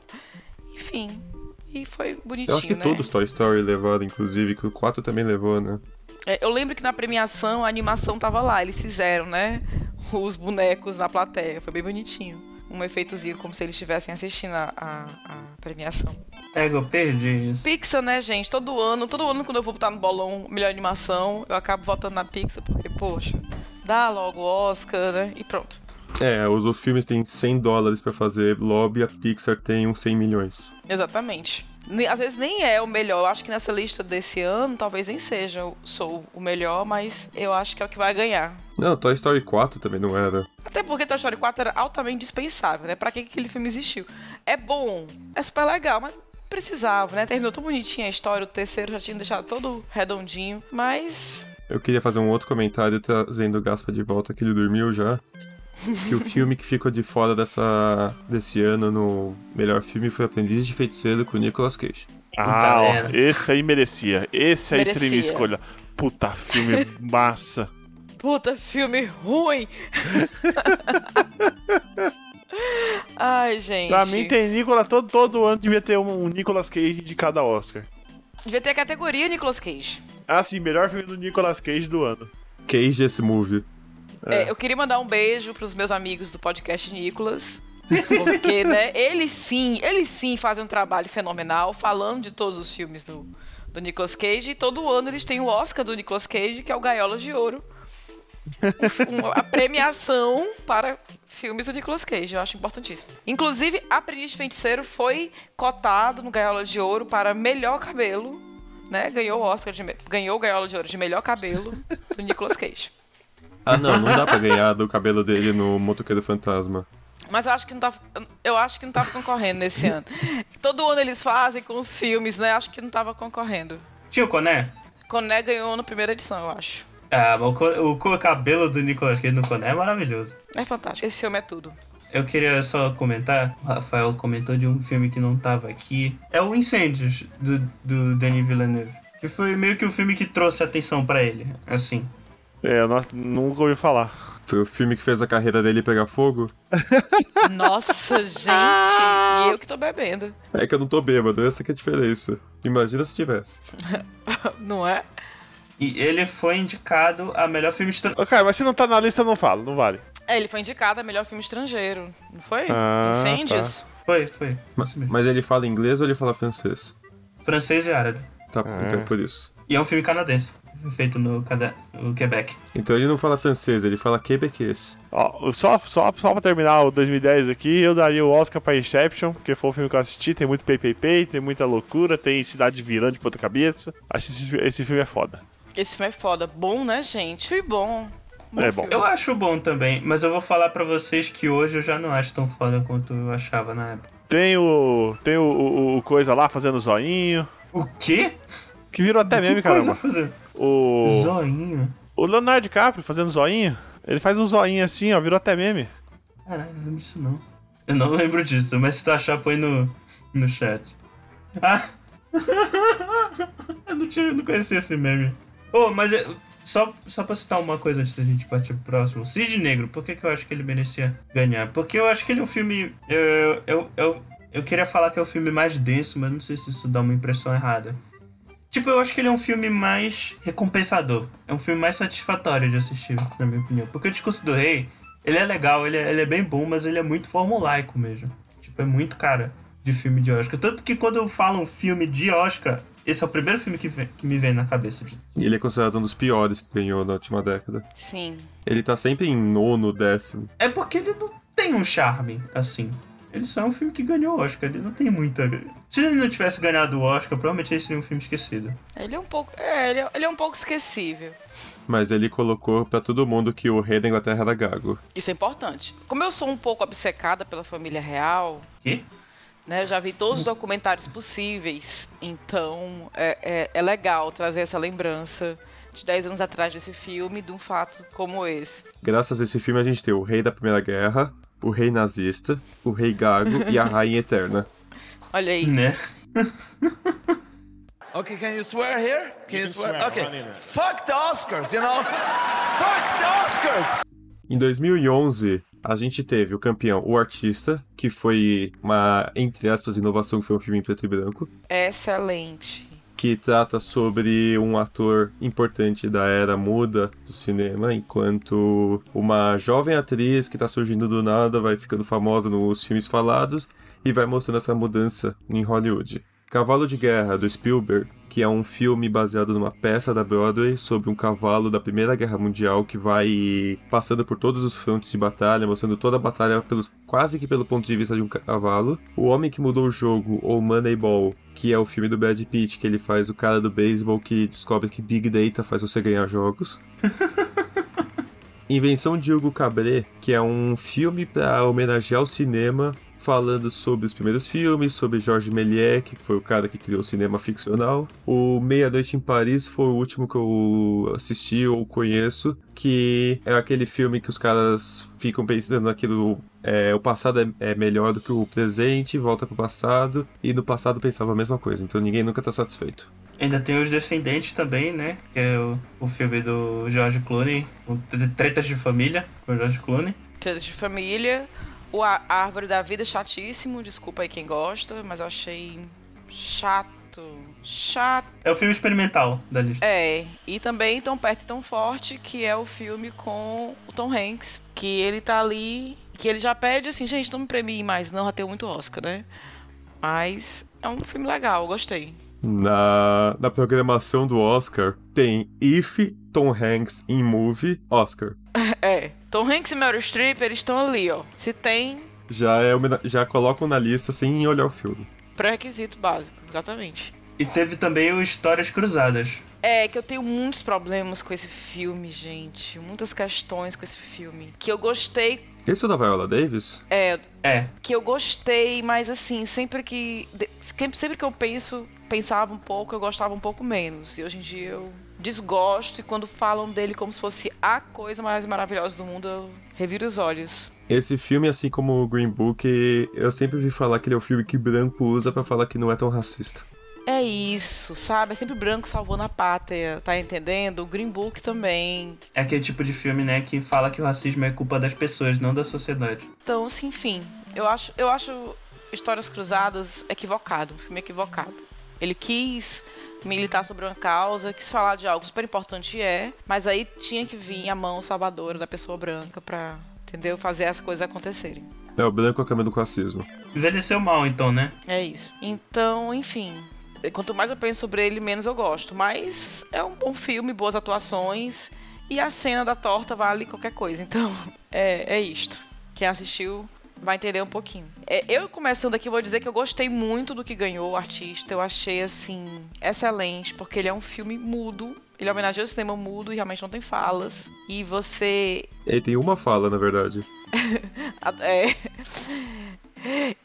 [SPEAKER 2] Enfim. E foi bonitinho,
[SPEAKER 3] Eu acho que
[SPEAKER 2] né?
[SPEAKER 3] todos Toy Story levaram, inclusive, que o 4 também levou, né?
[SPEAKER 2] É, eu lembro que na premiação a animação tava lá, eles fizeram, né? Os bonecos na plateia. Foi bem bonitinho. Um efeitozinho como se eles estivessem assistindo a- a- a premiação.
[SPEAKER 1] Ego, eu perdi isso.
[SPEAKER 2] Pixar, né, gente? Todo ano, todo ano quando eu vou botar no bolão melhor animação, eu acabo votando na Pixar, porque, poxa, dá logo o Oscar, né? E pronto.
[SPEAKER 3] É, os os filmes têm 100 dólares pra fazer lobby, a Pixar tem uns 100 milhões.
[SPEAKER 2] Exatamente. Ne- Às vezes nem é o melhor. Eu acho que nessa lista desse ano, talvez nem seja o- sou o melhor, mas eu acho que é o que vai ganhar.
[SPEAKER 3] Não, Toy Story 4 também não era.
[SPEAKER 2] Até porque Toy Story 4 era altamente dispensável, né? Pra que que aquele filme existiu? É bom, é super legal, mas não precisava, né? Terminou tão bonitinha a história, o terceiro já tinha deixado todo redondinho, mas
[SPEAKER 3] Eu queria fazer um outro comentário trazendo o Gaspa de volta, que ele dormiu já. Que o filme que ficou de fora dessa, desse ano no melhor filme foi Aprendiz de Feiticeiro com Nicolas Cage.
[SPEAKER 4] Ah, ó,
[SPEAKER 1] merda.
[SPEAKER 4] esse aí merecia. Esse aí seria
[SPEAKER 2] Merecia.
[SPEAKER 4] minha escolha. Puta, filme massa.
[SPEAKER 2] Puta, filme ruim! Ai, gente.
[SPEAKER 4] Pra mim tem Nicolas, todo, todo ano devia ter um, um Nicolas Cage de cada Oscar.
[SPEAKER 2] Devia ter a categoria Nicolas Cage.
[SPEAKER 4] Ah, sim, melhor filme do Nicolas Cage do ano.
[SPEAKER 3] Cage esse movie.
[SPEAKER 2] É, eu queria mandar um beijo pros meus amigos do podcast Nicolas. Porque, né, eles sim, eles sim fazem um trabalho fenomenal falando de todos os filmes do, do Nicolas Cage. E todo ano eles têm o Oscar do Nicolas Cage, que é o Gaiola de Ouro. Um, Uma- a premiação para filmes do Nicolas Cage, eu acho importantíssimo. Inclusive, Aprendiz de Feiticeiro foi cotado no Gaiola de Ouro para melhor cabelo, né? Ganhou o Oscar, de, me- ganhou o Gaiola de Ouro de melhor cabelo do Nicolas Cage.
[SPEAKER 3] Ah, não, não dá pra ganhar do cabelo dele no Motoqueiro Fantasma.
[SPEAKER 2] Mas eu acho que não tá, eu acho que não tava concorrendo nesse ano. Todo ano eles fazem com os filmes, né? Acho que não tava concorrendo.
[SPEAKER 1] Tio Coné?
[SPEAKER 2] Coné ganhou na primeira edição, eu acho.
[SPEAKER 1] Ah, mas o co- o, co- cabelo do Nicolas Cage no Coné é maravilhoso.
[SPEAKER 2] É fantástico. Esse filme é tudo.
[SPEAKER 1] Eu queria só comentar, o Rafael comentou de um filme que não tava aqui. É o Incêndios, do, do Denis Villeneuve. Que foi meio que o filme que trouxe atenção pra ele, assim.
[SPEAKER 4] É, eu não- nunca ouvi falar.
[SPEAKER 3] Foi o filme que fez a carreira dele pegar fogo?
[SPEAKER 2] Nossa, gente! E eu que tô bebendo,
[SPEAKER 3] É que eu não tô bêbado, essa que é a diferença. Imagina se tivesse.
[SPEAKER 2] não é?
[SPEAKER 1] E ele foi indicado a melhor filme estrangeiro.
[SPEAKER 4] Ô, Caio, mas se não tá na lista, não fala, não vale.
[SPEAKER 2] É, ele foi indicado a melhor filme estrangeiro, não foi?
[SPEAKER 4] Ah,
[SPEAKER 2] Incêndios?
[SPEAKER 1] Foi, foi.
[SPEAKER 3] Ma-
[SPEAKER 1] Isso mesmo.
[SPEAKER 3] Mas ele fala inglês ou ele fala francês?
[SPEAKER 1] Francês e árabe.
[SPEAKER 3] Tá, então é por isso.
[SPEAKER 1] E é um filme canadense, feito no, cada... no Quebec.
[SPEAKER 3] Então ele não fala francês, ele fala quebequês.
[SPEAKER 4] Ó, só, só, só pra terminar o 2010 aqui, eu daria o Oscar pra Inception, porque foi o filme que eu assisti, tem muito PPP, tem muita loucura, tem cidade virando de ponta cabeça. Acho que esse, esse filme é foda.
[SPEAKER 2] Esse filme é foda. Bom, né, gente? Foi bom. Bom
[SPEAKER 4] É bom.
[SPEAKER 2] filme.
[SPEAKER 1] Eu acho bom também, mas eu vou falar pra vocês que hoje eu já não acho tão foda quanto eu achava na época.
[SPEAKER 4] Tem o. Tem o, o- o coisa lá fazendo zoinho.
[SPEAKER 1] O quê?
[SPEAKER 4] Que virou até meme,
[SPEAKER 1] que coisa
[SPEAKER 4] É caramba.
[SPEAKER 1] fazer?
[SPEAKER 4] O.
[SPEAKER 1] Zoinho.
[SPEAKER 4] O Leonardo DiCaprio fazendo zoinho. Ele faz um zoinho assim, ó, virou até meme.
[SPEAKER 1] Caralho, não lembro disso não. Eu não lembro disso, mas se tu achar, põe no, no chat. Ah! eu não, tinha, eu não conhecia esse meme. Ô, mas eu- só, só pra citar uma coisa antes da gente partir pro próximo. Cid Negro, por que, que eu acho que ele merecia ganhar? Porque eu acho que ele é um filme. Eu, eu, eu, eu queria falar que é o filme mais denso, mas não sei se isso dá uma impressão errada. Tipo, eu acho que ele é um filme mais recompensador. É um filme mais satisfatório de assistir, na minha opinião. Porque o Discurso do Rei, ele é legal, ele é, ele é bem bom, mas ele é muito formulaico mesmo. Tipo, é muito cara de filme de Oscar. Tanto que quando eu falo um filme de Oscar, esse é o primeiro filme que, vem- que me vem na cabeça. de-
[SPEAKER 3] E ele é considerado um dos piores que ganhou na última década.
[SPEAKER 2] Sim.
[SPEAKER 3] Ele tá sempre em nono, décimo.
[SPEAKER 1] É porque ele não tem um charme, assim. Ele só é um filme que ganhou Oscar, ele não tem muita. Se ele não tivesse ganhado o Oscar, provavelmente ele seria um filme esquecido.
[SPEAKER 2] Ele é um pouco. É, ele é, ele é um pouco esquecível.
[SPEAKER 3] Mas ele colocou pra todo mundo que o rei da Inglaterra era gago.
[SPEAKER 2] Isso é importante. Como eu sou um pouco obcecada pela família real,
[SPEAKER 1] Quê?
[SPEAKER 2] né? Eu já vi todos os documentários possíveis. Então é, é, é legal trazer essa lembrança de 10 anos atrás desse filme, de um fato como esse.
[SPEAKER 3] Graças a esse filme a gente tem o rei da Primeira Guerra, o rei nazista, o rei gago e a rainha eterna.
[SPEAKER 2] Olha aí.
[SPEAKER 1] Né?
[SPEAKER 8] Okay, can you swear here? Can you, swear? Okay. Fuck the Oscars, you know? Fuck the Oscars!
[SPEAKER 3] Em 2011, a gente teve o campeão O Artista, que foi uma, entre aspas, inovação, que foi um filme em preto e branco,
[SPEAKER 2] Excelente.
[SPEAKER 3] que trata sobre um ator importante da era muda do cinema, enquanto uma jovem atriz que tá surgindo do nada vai ficando famosa nos filmes falados e vai mostrando essa mudança em Hollywood. Cavalo de Guerra, do Spielberg, que é um filme baseado numa peça da Broadway sobre um cavalo da Primeira Guerra Mundial que vai passando por todos os frontes de batalha, mostrando toda a batalha pelos, quase que pelo ponto de vista de um cavalo. O Homem que Mudou o Jogo, ou Moneyball, que é o filme do Brad Pitt, que ele faz o cara do beisebol que descobre que Big Data faz você ganhar jogos. Invenção de Hugo Cabret, que é um filme para homenagear o cinema, falando sobre os primeiros filmes, sobre Georges Méliès, que foi o cara que criou o cinema ficcional. O Meia Noite em Paris foi o último que eu assisti ou conheço, que é aquele filme que os caras ficam pensando naquilo. é, o passado é, é melhor do que o presente, volta pro passado, e no passado pensava a mesma coisa, então ninguém nunca tá satisfeito.
[SPEAKER 1] Ainda tem Os Descendentes também, né? Que é o, o filme do George Clooney, o Tre- Tretas de Família com o George Clooney.
[SPEAKER 2] Tretas de família. O A a Árvore da Vida, chatíssimo. Desculpa aí quem gosta, mas eu achei chato. Chato.
[SPEAKER 1] É o filme experimental da lista.
[SPEAKER 2] É, e também Tão Perto e Tão Forte, que é o filme com o Tom Hanks, que ele tá ali, que ele já pede assim, gente, não me premie mais, não, já tem muito Oscar, né? Mas é um filme legal, eu gostei.
[SPEAKER 3] Na, na programação do Oscar tem If, Tom Hanks in Movie, Oscar.
[SPEAKER 2] É, Tom Hanks e Meryl Streep, eles estão ali, ó. Se tem,
[SPEAKER 3] Já, é, homena- já colocam na lista sem olhar o filme.
[SPEAKER 2] pré-requisito básico, exatamente.
[SPEAKER 1] E teve também o Histórias Cruzadas.
[SPEAKER 2] É, que eu tenho muitos problemas com esse filme, gente. Muitas questões com esse filme. Que eu gostei.
[SPEAKER 3] Esse é da Viola Davis?
[SPEAKER 2] É,
[SPEAKER 1] É,
[SPEAKER 2] que eu gostei, mas assim, sempre que. de- Sempre, sempre que eu penso, pensava um pouco, eu gostava um pouco menos. E hoje em dia eu desgosto, e quando falam dele como se fosse a coisa mais maravilhosa do mundo, eu reviro os olhos.
[SPEAKER 3] Esse filme, assim como o Green Book, eu sempre vi falar que ele é o filme que branco usa pra falar que não é tão racista.
[SPEAKER 2] É isso, sabe? É sempre branco salvando a pátria, tá entendendo? O Green Book também.
[SPEAKER 1] é aquele tipo de filme, né, que fala que o racismo é culpa das pessoas, não da sociedade.
[SPEAKER 2] Então, assim, enfim, eu acho, eu acho Histórias Cruzadas equivocado, um filme equivocado. Ele quis militar sobre uma causa, quis falar de algo super importante é, mas aí tinha que vir a mão salvadora da pessoa branca pra, entendeu, fazer as coisas acontecerem.
[SPEAKER 3] É, o branco é o caminho do racismo.
[SPEAKER 1] Envelheceu mal, então, né?
[SPEAKER 2] É isso. Então, enfim, quanto mais eu penso sobre ele, menos eu gosto, mas é um bom filme, boas atuações e a cena da torta vale qualquer coisa. Então, é, é isto. Quem assistiu vai entender um pouquinho. É, eu começando aqui, vou dizer que eu gostei muito do que ganhou o artista. Eu achei, assim, excelente, porque ele é um filme mudo. Ele homenageia o cinema mudo e realmente não tem falas. E você
[SPEAKER 3] Ele tem uma fala, na verdade.
[SPEAKER 2] a- é.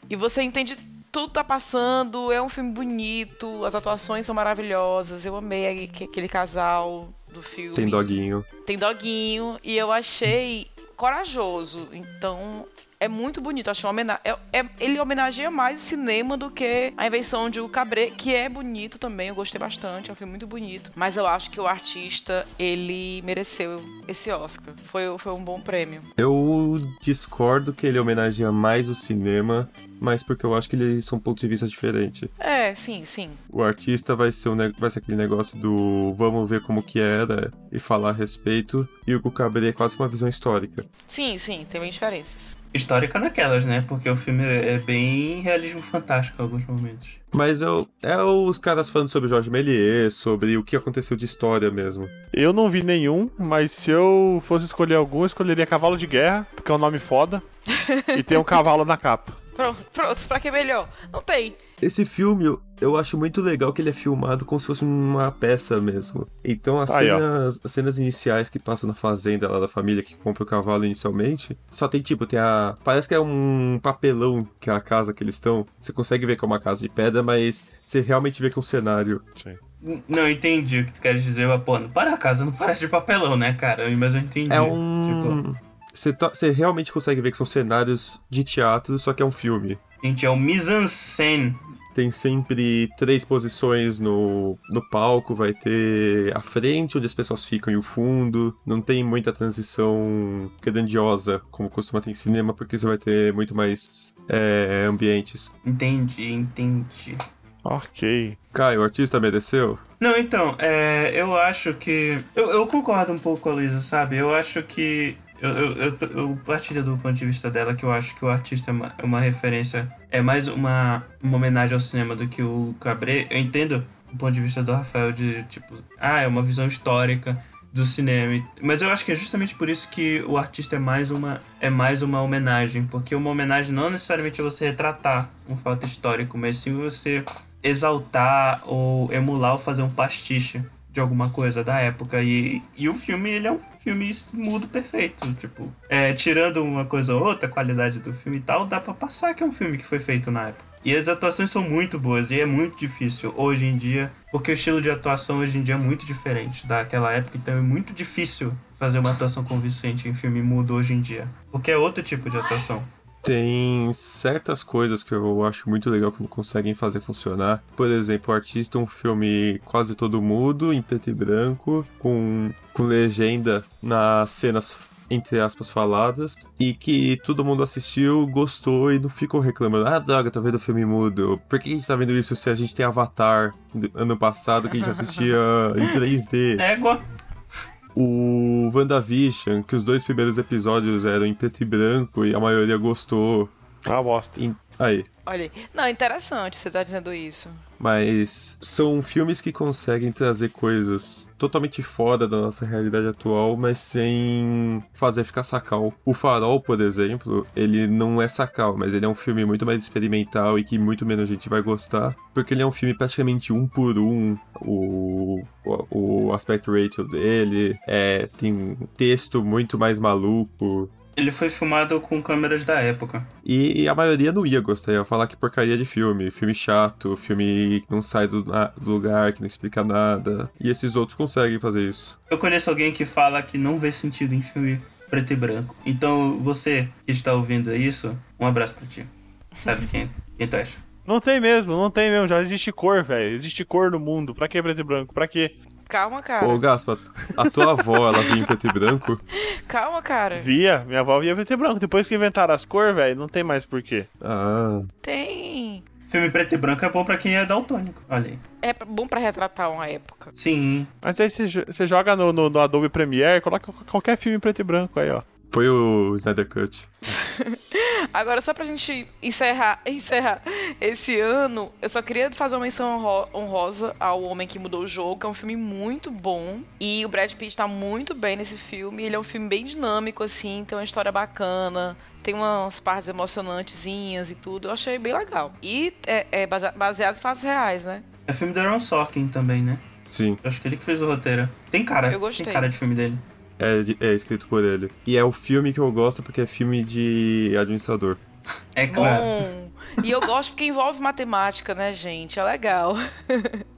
[SPEAKER 2] E você entende tudo tá passando, é um filme bonito, as atuações são maravilhosas, eu amei aque- aquele casal do filme.
[SPEAKER 3] Tem doguinho.
[SPEAKER 2] Tem doguinho, e eu achei corajoso, então é muito bonito, eu achei uma homena- é- é- ele homenageia mais o cinema do que a invenção de O Cabré, que é bonito também, eu gostei bastante, é um filme muito bonito, mas eu acho que o artista, ele mereceu esse Oscar, foi, foi um bom prêmio.
[SPEAKER 3] Eu discordo que ele homenageia mais o cinema, mas porque eu acho que eles são pontos de vista diferentes.
[SPEAKER 2] É, sim, sim.
[SPEAKER 3] O artista vai ser, um ne- vai ser aquele negócio do vamos ver como que era e falar a respeito, e o Cucabre é quase uma visão histórica.
[SPEAKER 2] Sim, sim, tem bem diferenças.
[SPEAKER 1] Histórica naquelas, né? Porque o filme é bem realismo fantástico em alguns momentos.
[SPEAKER 3] Mas é, o- é os caras falando sobre Jorge Méliès, sobre o que aconteceu de história mesmo.
[SPEAKER 4] Eu não vi nenhum, mas se eu fosse escolher algum, eu escolheria Cavalo de Guerra, porque é um nome foda. e tem um cavalo na capa.
[SPEAKER 2] Pronto, pronto, pra que melhor? Não tem.
[SPEAKER 3] Esse filme, eu, eu acho muito legal que ele é filmado como se fosse uma peça mesmo. Então as,
[SPEAKER 4] Aí, ó.
[SPEAKER 3] cenas, as cenas iniciais que passam na fazenda lá da família que compra o cavalo inicialmente, só tem tipo, tem a. Parece que é um papelão que é a casa que eles estão. Você consegue ver que é uma casa de pedra, mas você realmente vê que é um cenário.
[SPEAKER 1] N- Não, entendi o que tu queres dizer, mas, pô, não para a casa, não parece de papelão, né, cara? Mas eu entendi.
[SPEAKER 4] Uhum.
[SPEAKER 3] É
[SPEAKER 4] Tipo,
[SPEAKER 3] um. Você, to- você realmente consegue ver que são cenários de teatro, só que é um filme.
[SPEAKER 1] Tipo, gente, é um mise-en-scène.
[SPEAKER 3] Tem sempre três posições no, no palco, vai ter a frente, onde as pessoas ficam, e o fundo. Não tem muita transição grandiosa, como costuma ter em cinema, porque você vai ter muito mais é, ambientes.
[SPEAKER 1] Entendi, entendi.
[SPEAKER 4] Ok.
[SPEAKER 3] Caio, o artista mereceu?
[SPEAKER 1] Não, então, é, eu acho que. Eu, eu concordo um pouco com a Luísa, sabe? Eu acho que. Eu, eu, eu, t- eu partilho do ponto de vista dela que eu acho que o artista é uma, é uma referência. É mais uma, uma homenagem ao cinema do que o Cabré. Eu entendo o ponto de vista do Rafael de, tipo, ah, é uma visão histórica do cinema. Mas eu acho que é justamente por isso que o artista é mais uma é mais uma homenagem, porque uma homenagem não necessariamente é você retratar um fato histórico, mas sim você exaltar ou emular ou fazer um pastiche de alguma coisa da época e, e o filme ele é um filme mudo perfeito tipo é, tirando uma coisa ou outra a qualidade do filme e tal dá pra passar que é um filme que foi feito na época e as atuações são muito boas e é muito difícil hoje em dia porque o estilo de atuação hoje em dia é muito diferente daquela época então é muito difícil fazer uma atuação convincente em filme mudo hoje em dia porque é outro tipo de atuação
[SPEAKER 3] Tem certas coisas que eu acho muito legal que não conseguem fazer funcionar. Por exemplo, o artista é um filme quase todo mudo, em preto e branco, com, com legenda nas cenas, entre aspas, faladas, e que todo mundo assistiu, gostou e não ficou reclamando. Ah, droga, tô vendo filme mudo. Por que a gente tá vendo isso se a gente tem Avatar do ano passado que a gente assistia em 3D?
[SPEAKER 1] égua
[SPEAKER 3] O WandaVision, que os dois primeiros episódios eram em preto e branco e a maioria gostou.
[SPEAKER 4] Ah, bosta.
[SPEAKER 3] Em- Aí.
[SPEAKER 2] Olha aí. Não, interessante você tá dizendo isso.
[SPEAKER 3] Mas são filmes que conseguem trazer coisas totalmente fora da nossa realidade atual, mas sem fazer ficar sacal. O Farol, por exemplo, ele não é sacal, mas ele é um filme muito mais experimental e que muito menos gente vai gostar, porque ele é um filme praticamente um por um. O, o, o aspect ratio dele é, tem um texto muito mais maluco.
[SPEAKER 1] ele foi filmado com câmeras da época
[SPEAKER 3] E a maioria não ia gostar, ia falar que porcaria de filme, filme chato, filme que não sai do, na- do lugar, que não explica nada. E esses outros conseguem fazer isso.
[SPEAKER 1] Eu conheço alguém que fala que não vê sentido em filme preto e branco. Então, você que está ouvindo isso, um abraço pra ti. Sabe quem, quem tu acha?
[SPEAKER 4] Não tem mesmo, não tem mesmo. Já existe cor, velho. Existe cor no mundo. Pra que preto e branco? Pra quê?
[SPEAKER 2] Calma, cara.
[SPEAKER 3] Ô, Gaspa, a tua avó, ela vinha em preto e branco?
[SPEAKER 2] Calma, cara.
[SPEAKER 4] Via, minha avó via preto e branco. Depois que inventaram as cores, velho, não tem mais porquê.
[SPEAKER 3] Ah,
[SPEAKER 2] Tem.
[SPEAKER 1] Filme preto e branco é bom pra quem é daltônico. Olha aí.
[SPEAKER 2] É bom pra retratar uma época.
[SPEAKER 1] Sim.
[SPEAKER 4] Mas aí você jo- você joga no, no- no Adobe Premiere, coloca qualquer filme em preto e branco aí, ó.
[SPEAKER 3] foi o Snyder Cut.
[SPEAKER 2] Agora, só pra gente encerrar, encerrar esse ano, eu só queria fazer uma menção honro- honrosa ao Homem que Mudou o Jogo, que é um filme muito bom. E o Brad Pitt tá muito bem nesse filme. Ele é um filme bem dinâmico, assim, tem uma história bacana, tem umas partes emocionantezinhas e tudo. Eu achei bem legal. E é, é base- baseado em fatos reais, né?
[SPEAKER 1] É filme do Aaron Sorkin também, né?
[SPEAKER 3] Sim,
[SPEAKER 1] Eu acho que ele que fez o roteiro. Tem cara.
[SPEAKER 2] Eu gostei.
[SPEAKER 1] Tem cara de filme dele.
[SPEAKER 3] é, de- é escrito por ele. E é o filme que eu gosto porque é filme de administrador.
[SPEAKER 1] É
[SPEAKER 2] Bom.
[SPEAKER 1] claro.
[SPEAKER 2] E eu gosto porque envolve matemática, né, gente? É legal.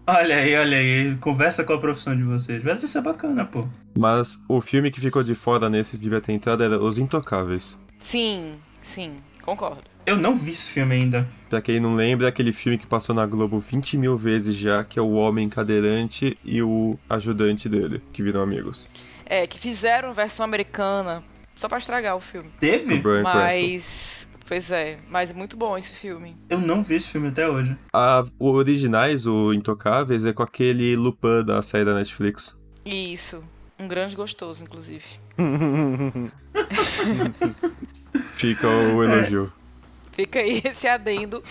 [SPEAKER 1] Olha aí, olha aí. Conversa com a profissão de vocês. Mas isso é bacana, pô.
[SPEAKER 3] Mas o filme que ficou de fora nesse devia ter entrado era Os Intocáveis.
[SPEAKER 2] Sim, sim, concordo.
[SPEAKER 1] Eu não vi esse filme ainda.
[SPEAKER 3] Pra quem não lembra, é aquele filme que passou na Globo 20 mil vezes já, que é o homem cadeirante e o ajudante dele, que viram amigos.
[SPEAKER 2] É, que fizeram versão americana só pra estragar o filme.
[SPEAKER 3] O
[SPEAKER 1] Teve?
[SPEAKER 3] Brian Cranston.
[SPEAKER 2] Mas. Pois é, mas é muito bom esse filme.
[SPEAKER 1] Eu não vi esse filme até hoje.
[SPEAKER 3] A, o originais, o Intocáveis, é com aquele Lupin da série da Netflix.
[SPEAKER 2] E isso. Um grande gostoso, inclusive.
[SPEAKER 3] Fica o elogio.
[SPEAKER 2] Fica aí esse adendo.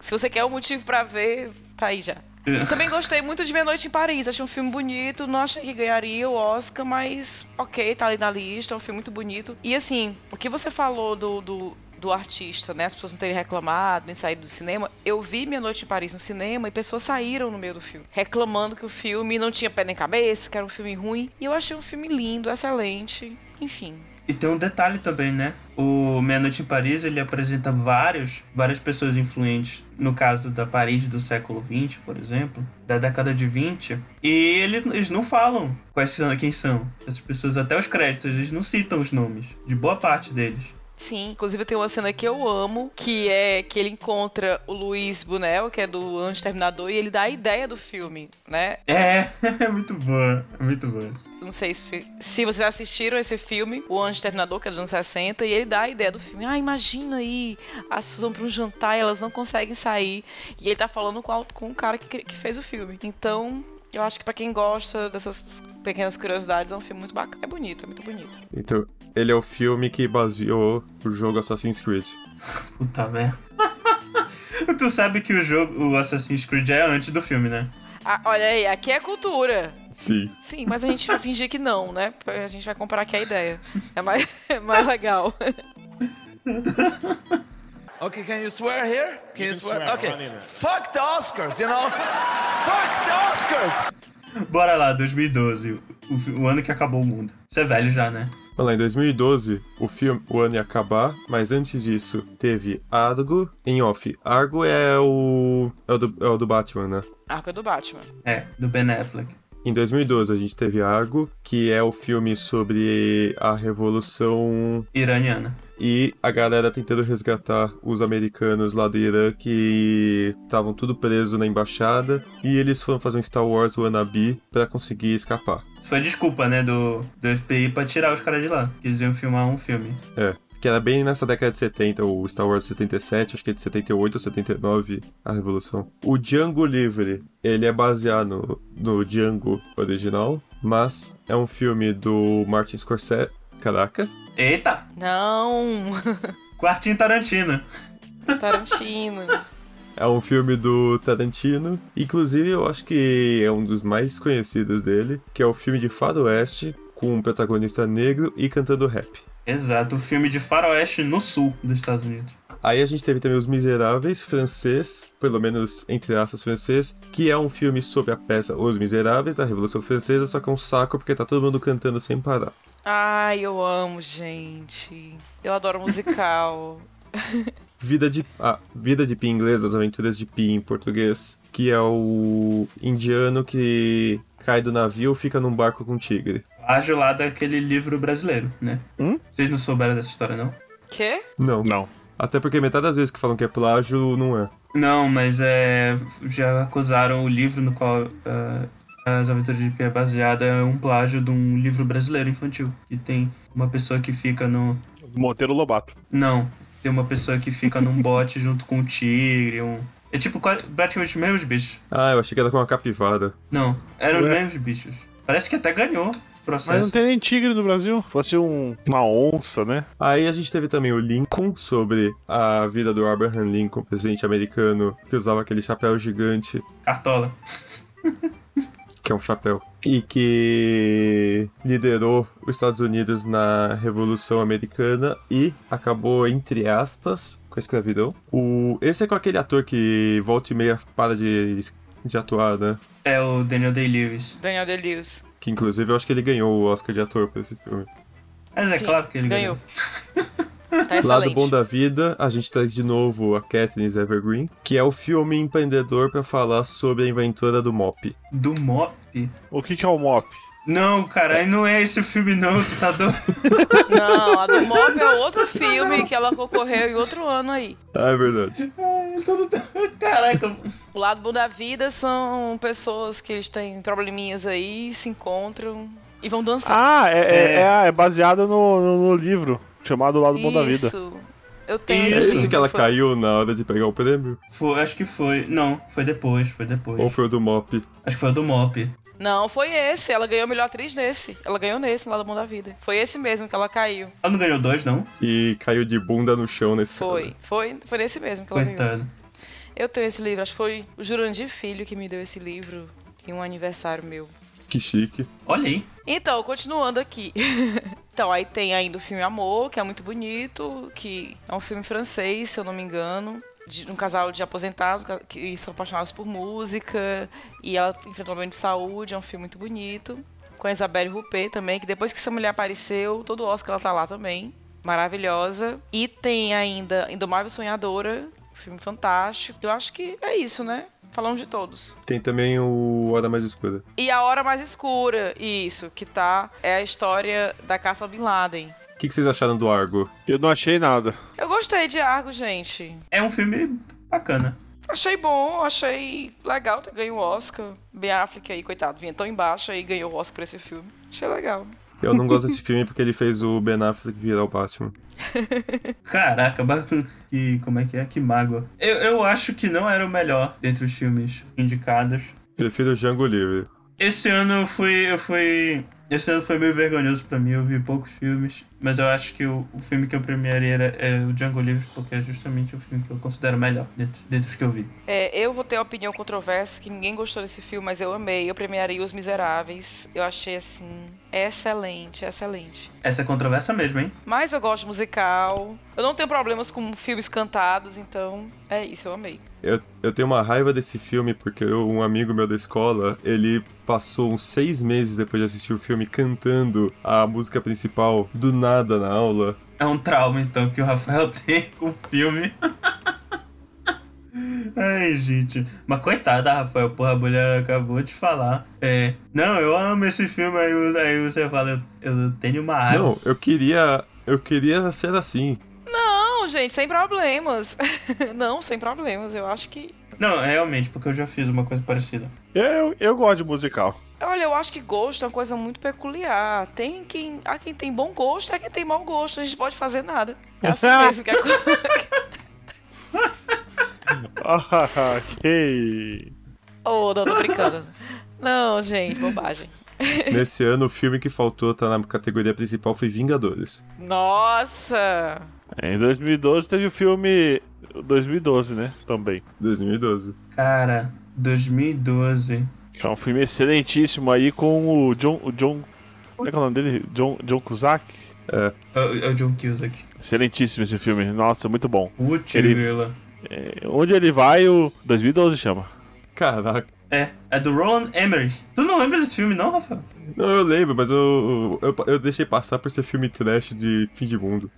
[SPEAKER 2] Se você quer um motivo pra ver, tá aí já. Eu também gostei muito de Meia Noite em Paris. Achei um filme bonito. Não achei que ganharia o Oscar, mas ok, tá ali na lista. É um filme muito bonito. E assim, o que você falou do. do do artista, né? As pessoas não terem reclamado, nem saído do cinema. Eu vi Meia Noite em Paris no cinema e pessoas saíram no meio do filme, reclamando que o filme não tinha pé nem cabeça, que era um filme ruim. E eu achei um filme lindo, excelente. Enfim,
[SPEAKER 1] E tem um detalhe também, né? O Meia Noite em Paris, ele apresenta vários, várias pessoas influentes, no caso da Paris do século XX, por exemplo, da década de 20, e ele, eles não falam quais são, quem são. Essas pessoas, até os créditos, eles não citam os nomes, de boa parte deles.
[SPEAKER 2] Sim, inclusive tem uma cena que eu amo, que é que ele encontra o Luiz Bunel, que é do Anjo Terminador, e ele dá a ideia do filme, né?
[SPEAKER 1] É, é muito boa, é muito boa.
[SPEAKER 2] Não sei se, se vocês assistiram esse filme, O Anjo Terminador, que é dos anos 60, e ele dá a ideia do filme. Ah, imagina aí, as pessoas vão pra um jantar e elas não conseguem sair. E ele tá falando com, a- com o cara que, cri- que fez o filme. Então, eu acho que pra quem gosta dessas pequenas curiosidades, é um filme muito bacana. É bonito, é muito bonito.
[SPEAKER 3] Então, ele é o filme que baseou o jogo Assassin's Creed.
[SPEAKER 1] Puta merda. tu sabe que o jogo, o Assassin's Creed é antes do filme, né?
[SPEAKER 2] Ah, olha aí, aqui é cultura.
[SPEAKER 3] Sim.
[SPEAKER 2] Sim, mas a gente vai fingir que não, né? A gente vai comprar aqui a ideia. É mais, é mais legal.
[SPEAKER 8] Okay, can you swear here? Can you, swear? Okay. Fuck the Oscars, you know? Fuck the Oscars!
[SPEAKER 1] Bora lá, 2012, o, fi- o ano que acabou o mundo. Você é velho já, né?
[SPEAKER 3] Olha lá, em 2012, o filme O Ano ia acabar, mas antes disso, teve Argo em off. Argo é o. É o do, é o do Batman, né?
[SPEAKER 2] Arco do Batman.
[SPEAKER 1] É, do Ben Affleck.
[SPEAKER 3] Em 2012 a gente teve Argo, que é o filme sobre a revolução
[SPEAKER 1] Iraniana.
[SPEAKER 3] e a galera tentando resgatar os americanos lá do Irã que estavam tudo preso na embaixada e eles foram fazer um Star Wars wannabe pra conseguir escapar.
[SPEAKER 1] Isso foi desculpa, né, do, do FBI pra tirar os caras de lá. que Eles iam filmar um filme.
[SPEAKER 3] É, que era bem nessa década de 70, o Star Wars 77, acho que é de 78 ou 79, a Revolução. O Django Livre, ele é baseado no, no Django original, mas é um filme do Martin Scorsese. Caraca,
[SPEAKER 1] Eita!
[SPEAKER 2] Não!
[SPEAKER 1] Quartinho Tarantino.
[SPEAKER 2] Tarantino.
[SPEAKER 3] É um filme do Tarantino. Inclusive, eu acho que é um dos mais conhecidos dele, que é o filme de faroeste com um protagonista negro e cantando rap.
[SPEAKER 1] Exato, o filme de faroeste no sul dos Estados Unidos.
[SPEAKER 3] Aí a gente teve também Os Miseráveis, francês, pelo menos entre aspas francês, que é um filme sobre a peça Os Miseráveis da Revolução Francesa, só que é um saco porque tá todo mundo cantando sem parar.
[SPEAKER 2] Ai, eu amo, gente. Eu adoro musical.
[SPEAKER 3] Vida de, ah, Vida de Pi em inglês, As Aventuras de Pi em português, que é o indiano que cai do navio, fica num barco com um tigre.
[SPEAKER 1] Ágio lá daquele livro brasileiro, né?
[SPEAKER 4] Hum?
[SPEAKER 1] Vocês não souberam dessa história, não?
[SPEAKER 2] Quê?
[SPEAKER 3] Não.
[SPEAKER 4] Não.
[SPEAKER 3] Até porque metade das vezes que falam que é plágio, não é.
[SPEAKER 1] Não, mas é. Já acusaram o livro no qual. ah, as Aventuras de Pi é baseada é um plágio de um livro brasileiro infantil. E tem uma pessoa que fica no.
[SPEAKER 4] Do Monteiro Lobato.
[SPEAKER 1] Não. Tem uma pessoa que fica num bote junto com um tigre, um. É tipo quase- praticamente os mesmos bichos.
[SPEAKER 3] Ah, eu achei que era com uma capivara.
[SPEAKER 1] Não, eram os
[SPEAKER 4] Ué?
[SPEAKER 1] mesmos bichos. Parece que até ganhou. processo.
[SPEAKER 4] Mas não tem nem tigre no Brasil. Fosse um- uma onça, né?
[SPEAKER 3] Aí a gente teve também o Lincoln sobre a vida do Abraham Lincoln, presidente americano, que usava aquele chapéu gigante,
[SPEAKER 1] Cartola.
[SPEAKER 3] que é um chapéu, e que liderou os Estados Unidos na Revolução Americana e acabou, entre aspas, com a escravidão. O... Esse é com aquele ator que volta e meia para de, de atuar, né?
[SPEAKER 1] É o Daniel Day-Lewis.
[SPEAKER 2] Daniel Day-Lewis.
[SPEAKER 3] Que inclusive eu acho que ele ganhou o Oscar de ator por esse filme.
[SPEAKER 1] Mas é
[SPEAKER 2] Sim,
[SPEAKER 1] claro que ele ganhou.
[SPEAKER 2] ganhou. Tá excelente.
[SPEAKER 3] Lado Bom da Vida, a gente traz de novo a Katniss Evergreen, que é o filme empreendedor pra falar sobre a inventora do MOP.
[SPEAKER 1] Do Mop?
[SPEAKER 4] O que, que é o mop?
[SPEAKER 1] Não, cara, aí não é esse filme não, tu tá doido.
[SPEAKER 2] Não, a do Mob é outro filme que ela concorreu em outro ano aí.
[SPEAKER 3] Ah, é verdade.
[SPEAKER 1] Ai, todo- Caraca.
[SPEAKER 2] O lado bom da vida são pessoas que eles têm probleminhas aí, se encontram e vão dançar.
[SPEAKER 4] Ah, é, é,
[SPEAKER 1] É.
[SPEAKER 4] é- é baseado no, no- no livro chamado Lado Bom da Vida.
[SPEAKER 2] Isso. Eu tenho
[SPEAKER 3] É
[SPEAKER 1] Isso.
[SPEAKER 2] filme,
[SPEAKER 3] esse que ela
[SPEAKER 2] foi.
[SPEAKER 3] caiu na hora de pegar o prêmio?
[SPEAKER 1] Foi, acho que foi. Não, foi depois, foi depois.
[SPEAKER 3] Ou foi o do MOP?
[SPEAKER 1] Acho que foi o do Mop.
[SPEAKER 2] Não, foi esse. Ela ganhou a melhor atriz nesse. Ela ganhou nesse, no Lado Bom da Vida. Foi esse mesmo que ela caiu.
[SPEAKER 1] Ela não ganhou dois, não?
[SPEAKER 3] E caiu de bunda no chão nesse
[SPEAKER 2] Foi. Foi, foi nesse mesmo que ela ganhou.
[SPEAKER 1] Coitado.
[SPEAKER 2] Eu tenho esse livro. Acho que foi o Jurandir Filho que me deu esse livro em um aniversário meu.
[SPEAKER 3] Que chique.
[SPEAKER 1] Olha aí.
[SPEAKER 2] Então, continuando aqui. então, aí tem ainda o filme Amor, que é muito bonito, que é um filme francês, se eu não me engano, de um casal de aposentados ca- que são apaixonados por música e ela enfrenta um problema de saúde, é um filme muito bonito. Com a Isabelle Huppert também, que depois que essa mulher apareceu, todo o Oscar ela tá lá também. Maravilhosa. E tem ainda Indomável Sonhadora, um filme fantástico. Eu acho que é isso, né? Falamos de todos.
[SPEAKER 3] Tem também o Hora Mais Escura.
[SPEAKER 2] E a Hora Mais Escura, isso, que tá. É a história da caça ao Bin Laden.
[SPEAKER 3] O que, que vocês acharam do Argo?
[SPEAKER 4] Eu não achei nada.
[SPEAKER 2] Eu gostei de Argo, gente.
[SPEAKER 1] É um filme bacana.
[SPEAKER 2] Achei bom, achei legal ter ganho o Oscar. Ben Affleck aí, coitado, vinha tão embaixo aí ganhou o Oscar pra esse filme. Achei legal.
[SPEAKER 3] Eu não gosto desse filme porque ele fez o Ben Affleck virar o Batman.
[SPEAKER 1] Caraca, bacana. E como é que é? Que mágoa. Eu, eu acho que não era o melhor dentre os filmes indicados.
[SPEAKER 3] Prefiro o Django Livre.
[SPEAKER 1] Esse ano eu fui. Eu fui. Esse ano foi meio vergonhoso pra mim, eu vi poucos filmes, mas eu acho que o, o filme que eu premiaria era, era o Django Livre, porque é justamente o filme que eu considero melhor dentro, dentre os que eu vi.
[SPEAKER 2] É, eu vou ter uma opinião controversa, que ninguém gostou desse filme, mas eu amei. Eu premiaria Os Miseráveis. Eu achei, assim, excelente, excelente.
[SPEAKER 1] Essa é controversa mesmo, hein?
[SPEAKER 2] Mas eu gosto de musical. Eu não tenho problemas com filmes cantados, então é isso, eu amei.
[SPEAKER 3] Eu, eu tenho uma raiva desse filme porque eu- um amigo meu da escola, ele passou uns seis meses depois de assistir o filme cantando a música principal do nada na aula.
[SPEAKER 1] É um trauma, então, que o Rafael tem com o filme. Ai, gente. Mas coitada, Rafael, porra, a mulher acabou de falar. É. Não, eu amo esse filme, aí, o- aí você fala, eu, eu tenho uma raiva.
[SPEAKER 3] Não, eu queria. Eu queria ser assim.
[SPEAKER 2] Não, gente, sem problemas. não, sem problemas. Eu acho que.
[SPEAKER 1] Não, é realmente, porque eu já fiz uma coisa parecida.
[SPEAKER 4] Eu, eu gosto de musical.
[SPEAKER 2] Olha, eu acho que gosto é uma coisa muito peculiar. Tem quem. Há quem tem bom gosto, há quem tem mau gosto. A gente pode fazer nada. É assim mesmo que a coisa.
[SPEAKER 4] Ah, ok.
[SPEAKER 2] Oh, não, tô brincando. Não, gente, bobagem.
[SPEAKER 3] Nesse ano, o filme que faltou tá na categoria principal foi Vingadores.
[SPEAKER 2] Nossa!
[SPEAKER 4] É, Em 2012 teve o filme. 2012, né? Também.
[SPEAKER 3] 2012.
[SPEAKER 1] Cara, 2012.
[SPEAKER 4] Que é um filme excelentíssimo aí com o John. O John como é que é o nome dele? John, John Cusack?
[SPEAKER 1] É o- é o John Cusack.
[SPEAKER 4] Excelentíssimo esse filme. Nossa, muito bom.
[SPEAKER 1] Putz,
[SPEAKER 4] Ele-
[SPEAKER 1] grila.
[SPEAKER 4] É, onde ele vai, o. 2012 chama.
[SPEAKER 3] Caraca.
[SPEAKER 1] É, é do Roland Emmerich. Tu não lembra desse filme, não, Rafael?
[SPEAKER 3] Não, eu lembro, mas eu, eu, eu deixei passar por ser filme trash de fim de mundo.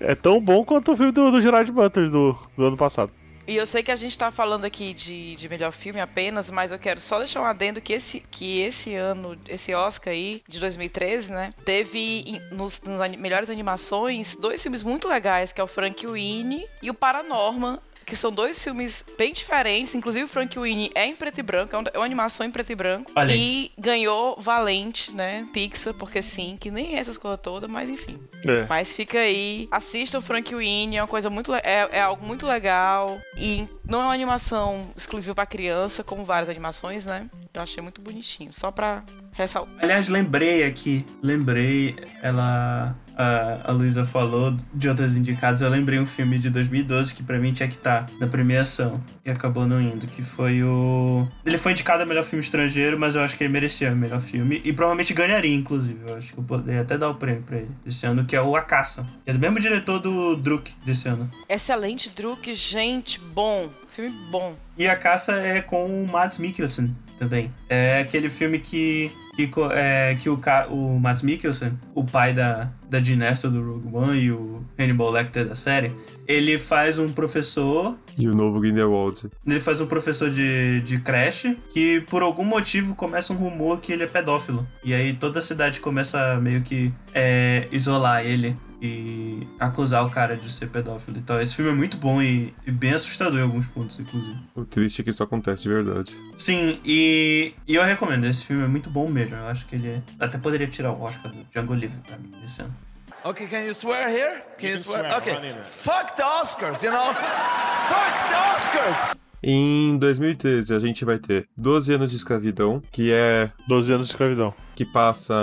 [SPEAKER 4] É tão bom quanto o filme do, do Gerard Butler do, do ano passado.
[SPEAKER 2] E eu sei que a gente tá falando aqui de, de melhor filme apenas, mas eu quero só deixar um adendo que esse, que esse ano, esse Oscar aí, de 2013, né? Teve em- nos, nos ani- melhores animações dois filmes muito legais, que é o Frank Winnie e o Paranorman. Que são dois filmes bem diferentes, inclusive o Frank Winnie é em preto e branco, é um- é uma animação em preto e branco.
[SPEAKER 1] Olha
[SPEAKER 2] E ganhou Valente, né? Pixar, porque sim, que nem é essas coisas todas, mas enfim.
[SPEAKER 4] É.
[SPEAKER 2] Mas fica aí, assista o Frank Winnie, é uma coisa muito le- é, é algo muito legal e não é uma animação exclusiva pra criança, como várias animações, né? Eu achei muito bonitinho, só pra Ressal...
[SPEAKER 1] Aliás, lembrei aqui, lembrei, ela. A, a Luísa falou de outras indicadas. Eu lembrei um filme de 2012 que pra mim tinha que estar na premiação e acabou não indo, que foi o. Ele foi indicado a melhor filme estrangeiro, mas eu acho que ele merecia o melhor filme e provavelmente ganharia, inclusive. Eu acho que eu poderia até dar o prêmio pra ele esse ano, que é o A Caça, que é do mesmo diretor do Druk desse ano.
[SPEAKER 2] Excelente, Druk, gente, bom. Filme bom.
[SPEAKER 1] E a caça é com o Mads Mikkelsen também. É aquele filme que que, co- é, que o, ca- o Mads Mikkelsen, o pai da, da dinastia do Rogue One e o Hannibal Lecter da série, ele faz um professor
[SPEAKER 3] E o novo Grindelwald.
[SPEAKER 1] ele faz um professor de, de creche que, por algum motivo, começa um rumor que ele é pedófilo. E aí toda a cidade começa a meio que é, isolar ele e acusar o cara de ser pedófilo. Então, esse filme é muito bom e, e bem assustador em alguns pontos, inclusive.
[SPEAKER 3] O triste é que isso acontece de verdade.
[SPEAKER 1] Sim, e, e eu recomendo. Esse filme é muito bom mesmo. Eu acho que ele é- até poderia tirar o Oscar do Django Livre pra mim nesse ano.
[SPEAKER 8] Okay, can you swear here? Can you, swear? Okay. Fuck the Oscars, you know? Fuck the Oscars!
[SPEAKER 3] Em 2013, a gente vai ter 12 anos de escravidão, que é
[SPEAKER 4] 12 anos de escravidão.
[SPEAKER 3] que passa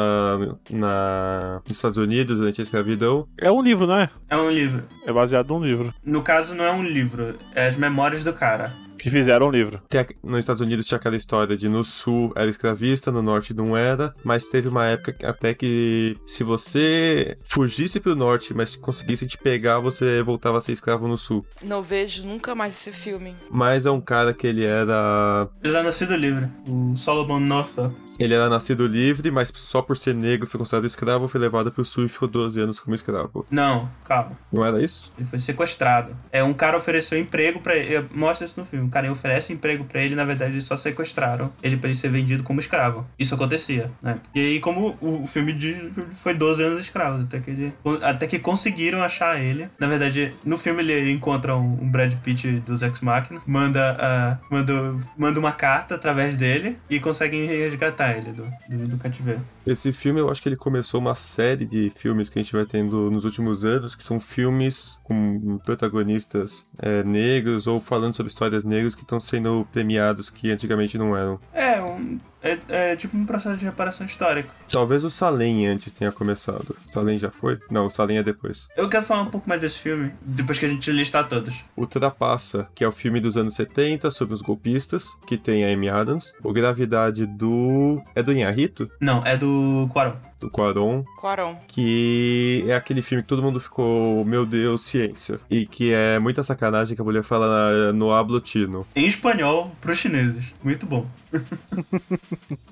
[SPEAKER 3] na, nos Estados Unidos durante a escravidão.
[SPEAKER 4] É um livro, não é?
[SPEAKER 1] É um livro.
[SPEAKER 4] É baseado num livro.
[SPEAKER 1] No caso, não é um livro, é as memórias do cara.
[SPEAKER 4] Que fizeram um livro.
[SPEAKER 3] Tem a- nos Estados Unidos tinha aquela história de no sul era escravista, no norte não era, mas teve uma época que- até que se você fugisse pro norte, mas conseguisse te pegar, você voltava a ser escravo no sul.
[SPEAKER 2] Não vejo nunca mais esse filme.
[SPEAKER 3] Mas é um cara que ele era
[SPEAKER 1] Ele é nascido livre, o Solomon Northup.
[SPEAKER 3] Ele era nascido livre, mas só por ser negro foi considerado escravo, foi levado pro sul e ficou 12 anos como escravo.
[SPEAKER 1] Não, calma.
[SPEAKER 3] Não era isso?
[SPEAKER 1] Ele foi sequestrado. É, um cara ofereceu emprego para ele. Mostra isso no filme. Um cara oferece emprego para ele, na verdade, eles só sequestraram ele para ele ser vendido como escravo. Isso acontecia, né? E aí, como o o filme diz, foi 12 anos escravo, até que ele. Até que conseguiram achar ele. Na verdade, no filme ele encontra um, um Brad Pitt dos Ex Machina, manda, a- manda, manda uma carta através dele e conseguem resgatar ele do, do, do cativeiro.
[SPEAKER 3] Esse filme, eu acho que ele começou uma série de filmes que a gente vai tendo nos últimos anos, que são filmes com protagonistas é, negros ou falando sobre histórias negras que estão sendo premiados que antigamente não eram.
[SPEAKER 1] É, um, é, é tipo um processo de reparação histórica.
[SPEAKER 3] Talvez o Salem antes tenha começado. O Salem já foi? Não, o Salem é depois.
[SPEAKER 1] Eu quero falar um pouco mais desse filme, depois que a gente listar todos.
[SPEAKER 3] O Trapaça, que é o filme dos anos 70 sobre os golpistas, que tem a Amy Adams. O Gravidade do. É do Inharito?
[SPEAKER 1] Não, é do Quaron.
[SPEAKER 3] do Quaron,
[SPEAKER 2] Quaron.
[SPEAKER 3] que é aquele filme que todo mundo ficou, meu Deus, ciência. E que é muita sacanagem que a mulher fala eh, no hablo chino.
[SPEAKER 1] Em espanhol, pros chineses. Muito bom.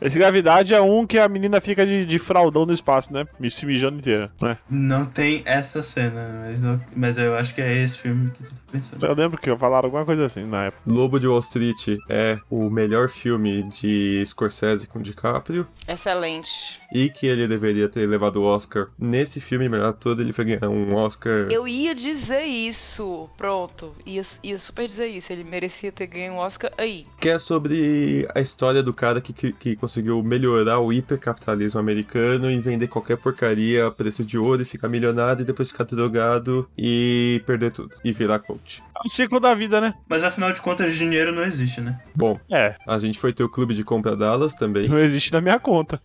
[SPEAKER 4] Esse Gravidade é um que a menina fica de, de fraldão no espaço, né? Me- Se mijando inteira, né?
[SPEAKER 1] Não tem essa cena, mas, não- mas eu acho que é esse filme que tu tá pensando.
[SPEAKER 4] Eu lembro que falaram alguma coisa assim na época.
[SPEAKER 3] Lobo de Wall Street é o melhor filme de Scorsese com DiCaprio.
[SPEAKER 2] Excelente.
[SPEAKER 3] E que ele deveria ter levado o Oscar. Nesse filme, melhor ator, ele foi ganhar um Oscar.
[SPEAKER 2] Eu ia dizer isso. Pronto. Ia, ia super dizer isso. Ele merecia ter ganho o Oscar aí.
[SPEAKER 3] Que é sobre a história do cara que, que, que conseguiu melhorar o hipercapitalismo americano e vender qualquer porcaria a preço de ouro e ficar milionário e depois ficar drogado e perder tudo. E virar coach.
[SPEAKER 4] É o ciclo da vida, né?
[SPEAKER 1] Mas afinal de contas, dinheiro não existe, né?
[SPEAKER 3] Bom,
[SPEAKER 4] É,
[SPEAKER 3] a gente foi ter o clube de compra Dallas também.
[SPEAKER 4] não existe na minha conta.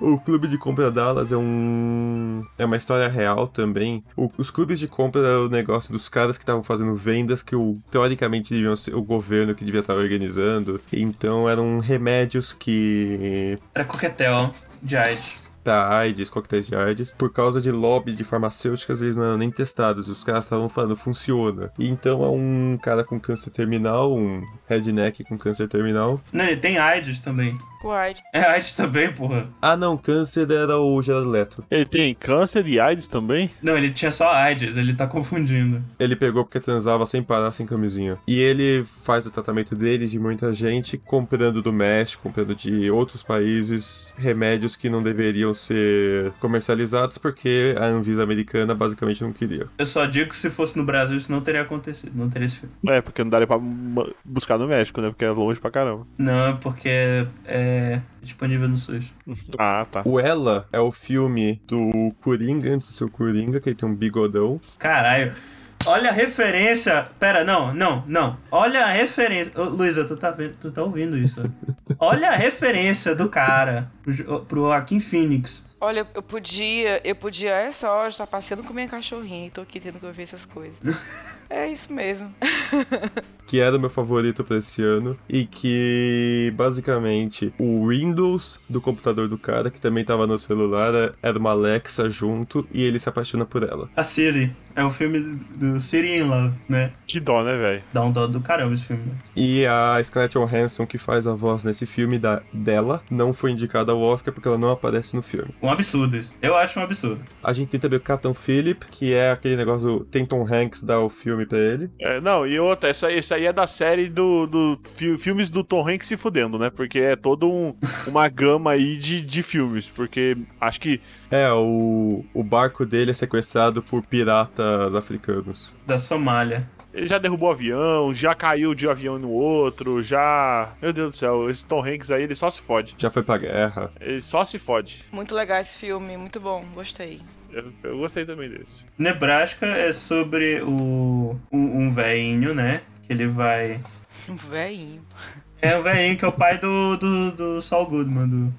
[SPEAKER 3] O clube de compra Dallas é um. É uma história real também. O- os clubes de compra é o negócio dos caras que estavam fazendo vendas que o- teoricamente deviam ser o governo que devia estar organizando. Então eram remédios que
[SPEAKER 1] Era coquetel de AIDS.
[SPEAKER 3] da AIDS, coquetéis de AIDS, por causa de lobby de farmacêuticas, eles não eram nem testados. Os caras estavam falando, funciona. E então é um cara com câncer terminal, um redneck com câncer terminal.
[SPEAKER 1] Não, ele tem AIDS também.
[SPEAKER 2] Guarde.
[SPEAKER 1] É AIDS também, porra.
[SPEAKER 3] Ah não, câncer era o Gerard Leto.
[SPEAKER 4] Ele tem câncer e AIDS também?
[SPEAKER 1] Não, ele tinha só AIDS, ele tá confundindo.
[SPEAKER 3] Ele pegou porque transava sem parar, sem camisinha. E ele faz o tratamento dele de muita gente, comprando do México, comprando de outros países, remédios que não deveriam ser comercializados porque a Anvisa americana basicamente não queria.
[SPEAKER 1] Eu só digo que se fosse no Brasil, isso não teria acontecido. Não teria esse filme.
[SPEAKER 4] É, porque não daria pra ma- buscar no México, né? Porque é longe pra caramba.
[SPEAKER 1] Não, é porque é disponível no SUS.
[SPEAKER 4] Ah, tá.
[SPEAKER 3] O Ela é o filme do Coringa, antes do seu Coringa, que ele tem um bigodão.
[SPEAKER 1] Caralho. Olha a referência. Pera, não, não, não. Olha a referência. Ô, Luísa, tu tá, vendo, tu tá ouvindo isso. Olha a referência do cara pro, Jo- pro Joaquim Phoenix.
[SPEAKER 2] Olha, eu podia, eu podia a essa hora estar passeando com minha cachorrinha e tô aqui tendo que ouvir essas coisas. é isso mesmo.
[SPEAKER 3] que era o meu favorito pra esse ano e que basicamente o Windows do computador do cara, que também tava no celular, é- era uma Alexa junto e ele se apaixona por ela.
[SPEAKER 1] A Siri. É o filme do Siri in Love, né?
[SPEAKER 4] Que dó, né, velho?
[SPEAKER 1] Dá um dó do caramba esse filme.
[SPEAKER 3] E a Scarlett Johansson, que faz a voz nesse filme da, dela, não foi indicada ao Oscar porque ela não aparece no filme.
[SPEAKER 1] Um absurdo isso. Eu acho um absurdo.
[SPEAKER 3] A gente tem também o Capitão Philip, que é aquele negócio do tem Tom Hanks dar o filme pra ele.
[SPEAKER 4] É, não, e outra, essa, esse aí é da série do, do fi- filmes do Tom Hanks se fudendo, né? Porque é toda um, uma gama aí de, de filmes. Porque acho que
[SPEAKER 3] É, o, o barco dele é sequestrado por piratas africanos.
[SPEAKER 1] Da Somália.
[SPEAKER 4] ele já derrubou avião, já caiu de um avião no outro, já. Meu Deus do céu, esse Tom Hanks aí, ele só se fode.
[SPEAKER 3] Já foi pra guerra.
[SPEAKER 4] Ele só se fode.
[SPEAKER 2] Muito legal esse filme, muito bom, gostei.
[SPEAKER 4] Eu, eu gostei também desse.
[SPEAKER 1] Nebraska é sobre o um, um velhinho, né? Que ele vai.
[SPEAKER 2] Um Velhinho.
[SPEAKER 1] É o velhinho que é o pai do, do, do Saul Goodman, do,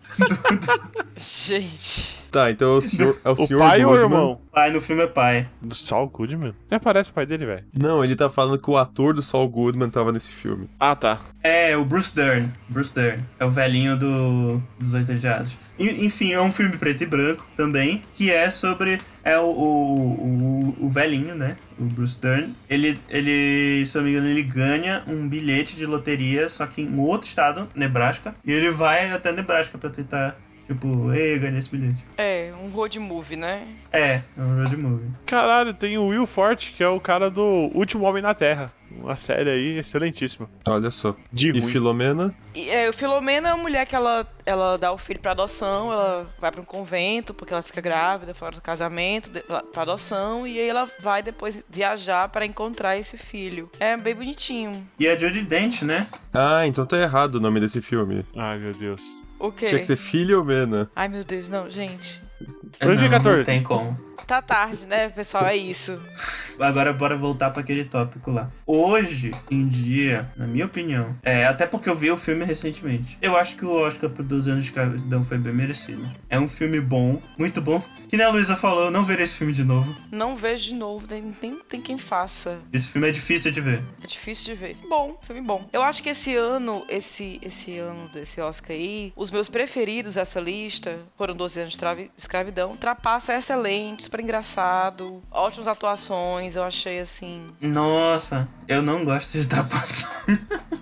[SPEAKER 2] Gente.
[SPEAKER 3] Tá, então é o senhor. É o,
[SPEAKER 4] O
[SPEAKER 3] senhor
[SPEAKER 4] pai ou o
[SPEAKER 3] Goodman.
[SPEAKER 4] irmão?
[SPEAKER 1] Pai no filme é pai.
[SPEAKER 4] Do Saul Goodman? Nem aparece o pai dele, velho.
[SPEAKER 3] Não, ele tá falando que o ator do Saul Goodman tava nesse filme.
[SPEAKER 4] Ah, tá.
[SPEAKER 1] É, o Bruce Dern. Bruce Dern. É o velhinho do, dos Oito Odiados. En- Enfim, é um filme preto e branco também, que é sobre... É o, o, o, o velhinho, né? O Bruce Dern. Ele, ele, se eu não me engano, ele ganha um bilhete de loteria, só que em um outro estado, Nebraska. E ele vai até Nebraska pra tentar, tipo, ei, ganhei esse bilhete.
[SPEAKER 2] É, um road movie, né?
[SPEAKER 1] É, é um road movie.
[SPEAKER 4] Caralho, tem o Will Forte, que é o cara do Último Homem na Terra. Uma série aí excelentíssima.
[SPEAKER 3] Olha só.
[SPEAKER 4] De
[SPEAKER 3] e
[SPEAKER 4] ruim.
[SPEAKER 3] Filomena?
[SPEAKER 2] E é, o Filomena é uma mulher que ela, ela dá o filho pra adoção, ela vai pra um convento, porque ela fica grávida, fora do casamento, de, pra pra adoção, e aí ela vai depois viajar pra encontrar esse filho. É bem bonitinho.
[SPEAKER 1] E a Jodie Dent, né?
[SPEAKER 3] Ah, então tá errado o nome desse filme.
[SPEAKER 4] Ai, meu Deus.
[SPEAKER 2] O quê?
[SPEAKER 3] Tinha que ser Filomena.
[SPEAKER 2] Ai, meu Deus, não, gente.
[SPEAKER 1] É, não,
[SPEAKER 4] 2014.
[SPEAKER 1] não tem como.
[SPEAKER 2] Tá tarde, né, pessoal? É isso.
[SPEAKER 1] Agora bora voltar pra aquele tópico lá. Hoje em dia, na minha opinião, é até porque eu vi o filme recentemente. Eu acho que o Oscar por 12 anos de escravidão foi bem merecido. É um filme bom, muito bom. Que nem a Luísa falou, eu não verei esse filme de novo.
[SPEAKER 2] Não vejo de novo, nem, nem tem quem faça.
[SPEAKER 1] Esse filme é difícil de ver.
[SPEAKER 2] É difícil de ver. Bom, filme bom. Eu acho que esse ano, esse, esse ano desse Oscar aí, os meus preferidos dessa lista foram 12 anos de Travi- escravidão. Trapaça é excelente, super engraçado, ótimas atuações, eu achei assim.
[SPEAKER 1] Nossa, eu não gosto de trapaça.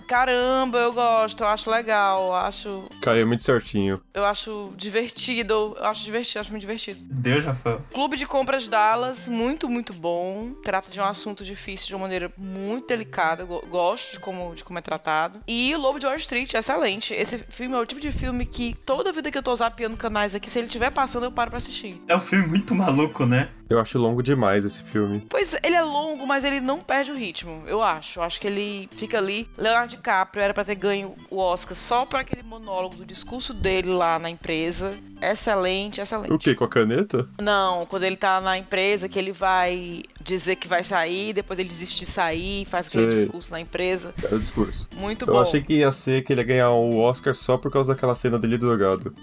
[SPEAKER 2] Caramba, eu gosto, eu acho legal, eu acho,
[SPEAKER 3] Caiu muito certinho.
[SPEAKER 2] eu acho divertido, eu acho divertido, eu acho muito divertido.
[SPEAKER 1] Deus, Rafael.
[SPEAKER 2] Clube de Compras Dallas, muito, muito bom. Trata de um assunto difícil de uma maneira muito delicada. Eu go- gosto de como, de como é tratado. E o Lobo de Wall Street, excelente. Esse filme é o tipo de filme que toda vida que eu tô zapeando canais aqui, se ele estiver passando, eu paro pra assistir.
[SPEAKER 1] É um filme muito maluco, né?
[SPEAKER 3] Eu acho longo demais esse filme.
[SPEAKER 2] Pois é, ele é longo, mas ele não perde o ritmo, eu acho. Eu acho que ele fica ali. Leonardo DiCaprio era pra ter ganho o Oscar só pra aquele monólogo do discurso dele lá na empresa. Excelente, excelente.
[SPEAKER 3] O quê? Com a caneta?
[SPEAKER 2] Não, quando ele tá na empresa, que ele vai dizer que vai sair, depois ele desiste de sair, faz aquele
[SPEAKER 3] Sei.
[SPEAKER 2] discurso na empresa.
[SPEAKER 3] Era o discurso.
[SPEAKER 2] Muito
[SPEAKER 3] Eu
[SPEAKER 2] bom.
[SPEAKER 3] achei que ia ser que ele ia ganhar o Oscar só por causa daquela cena dele drogado.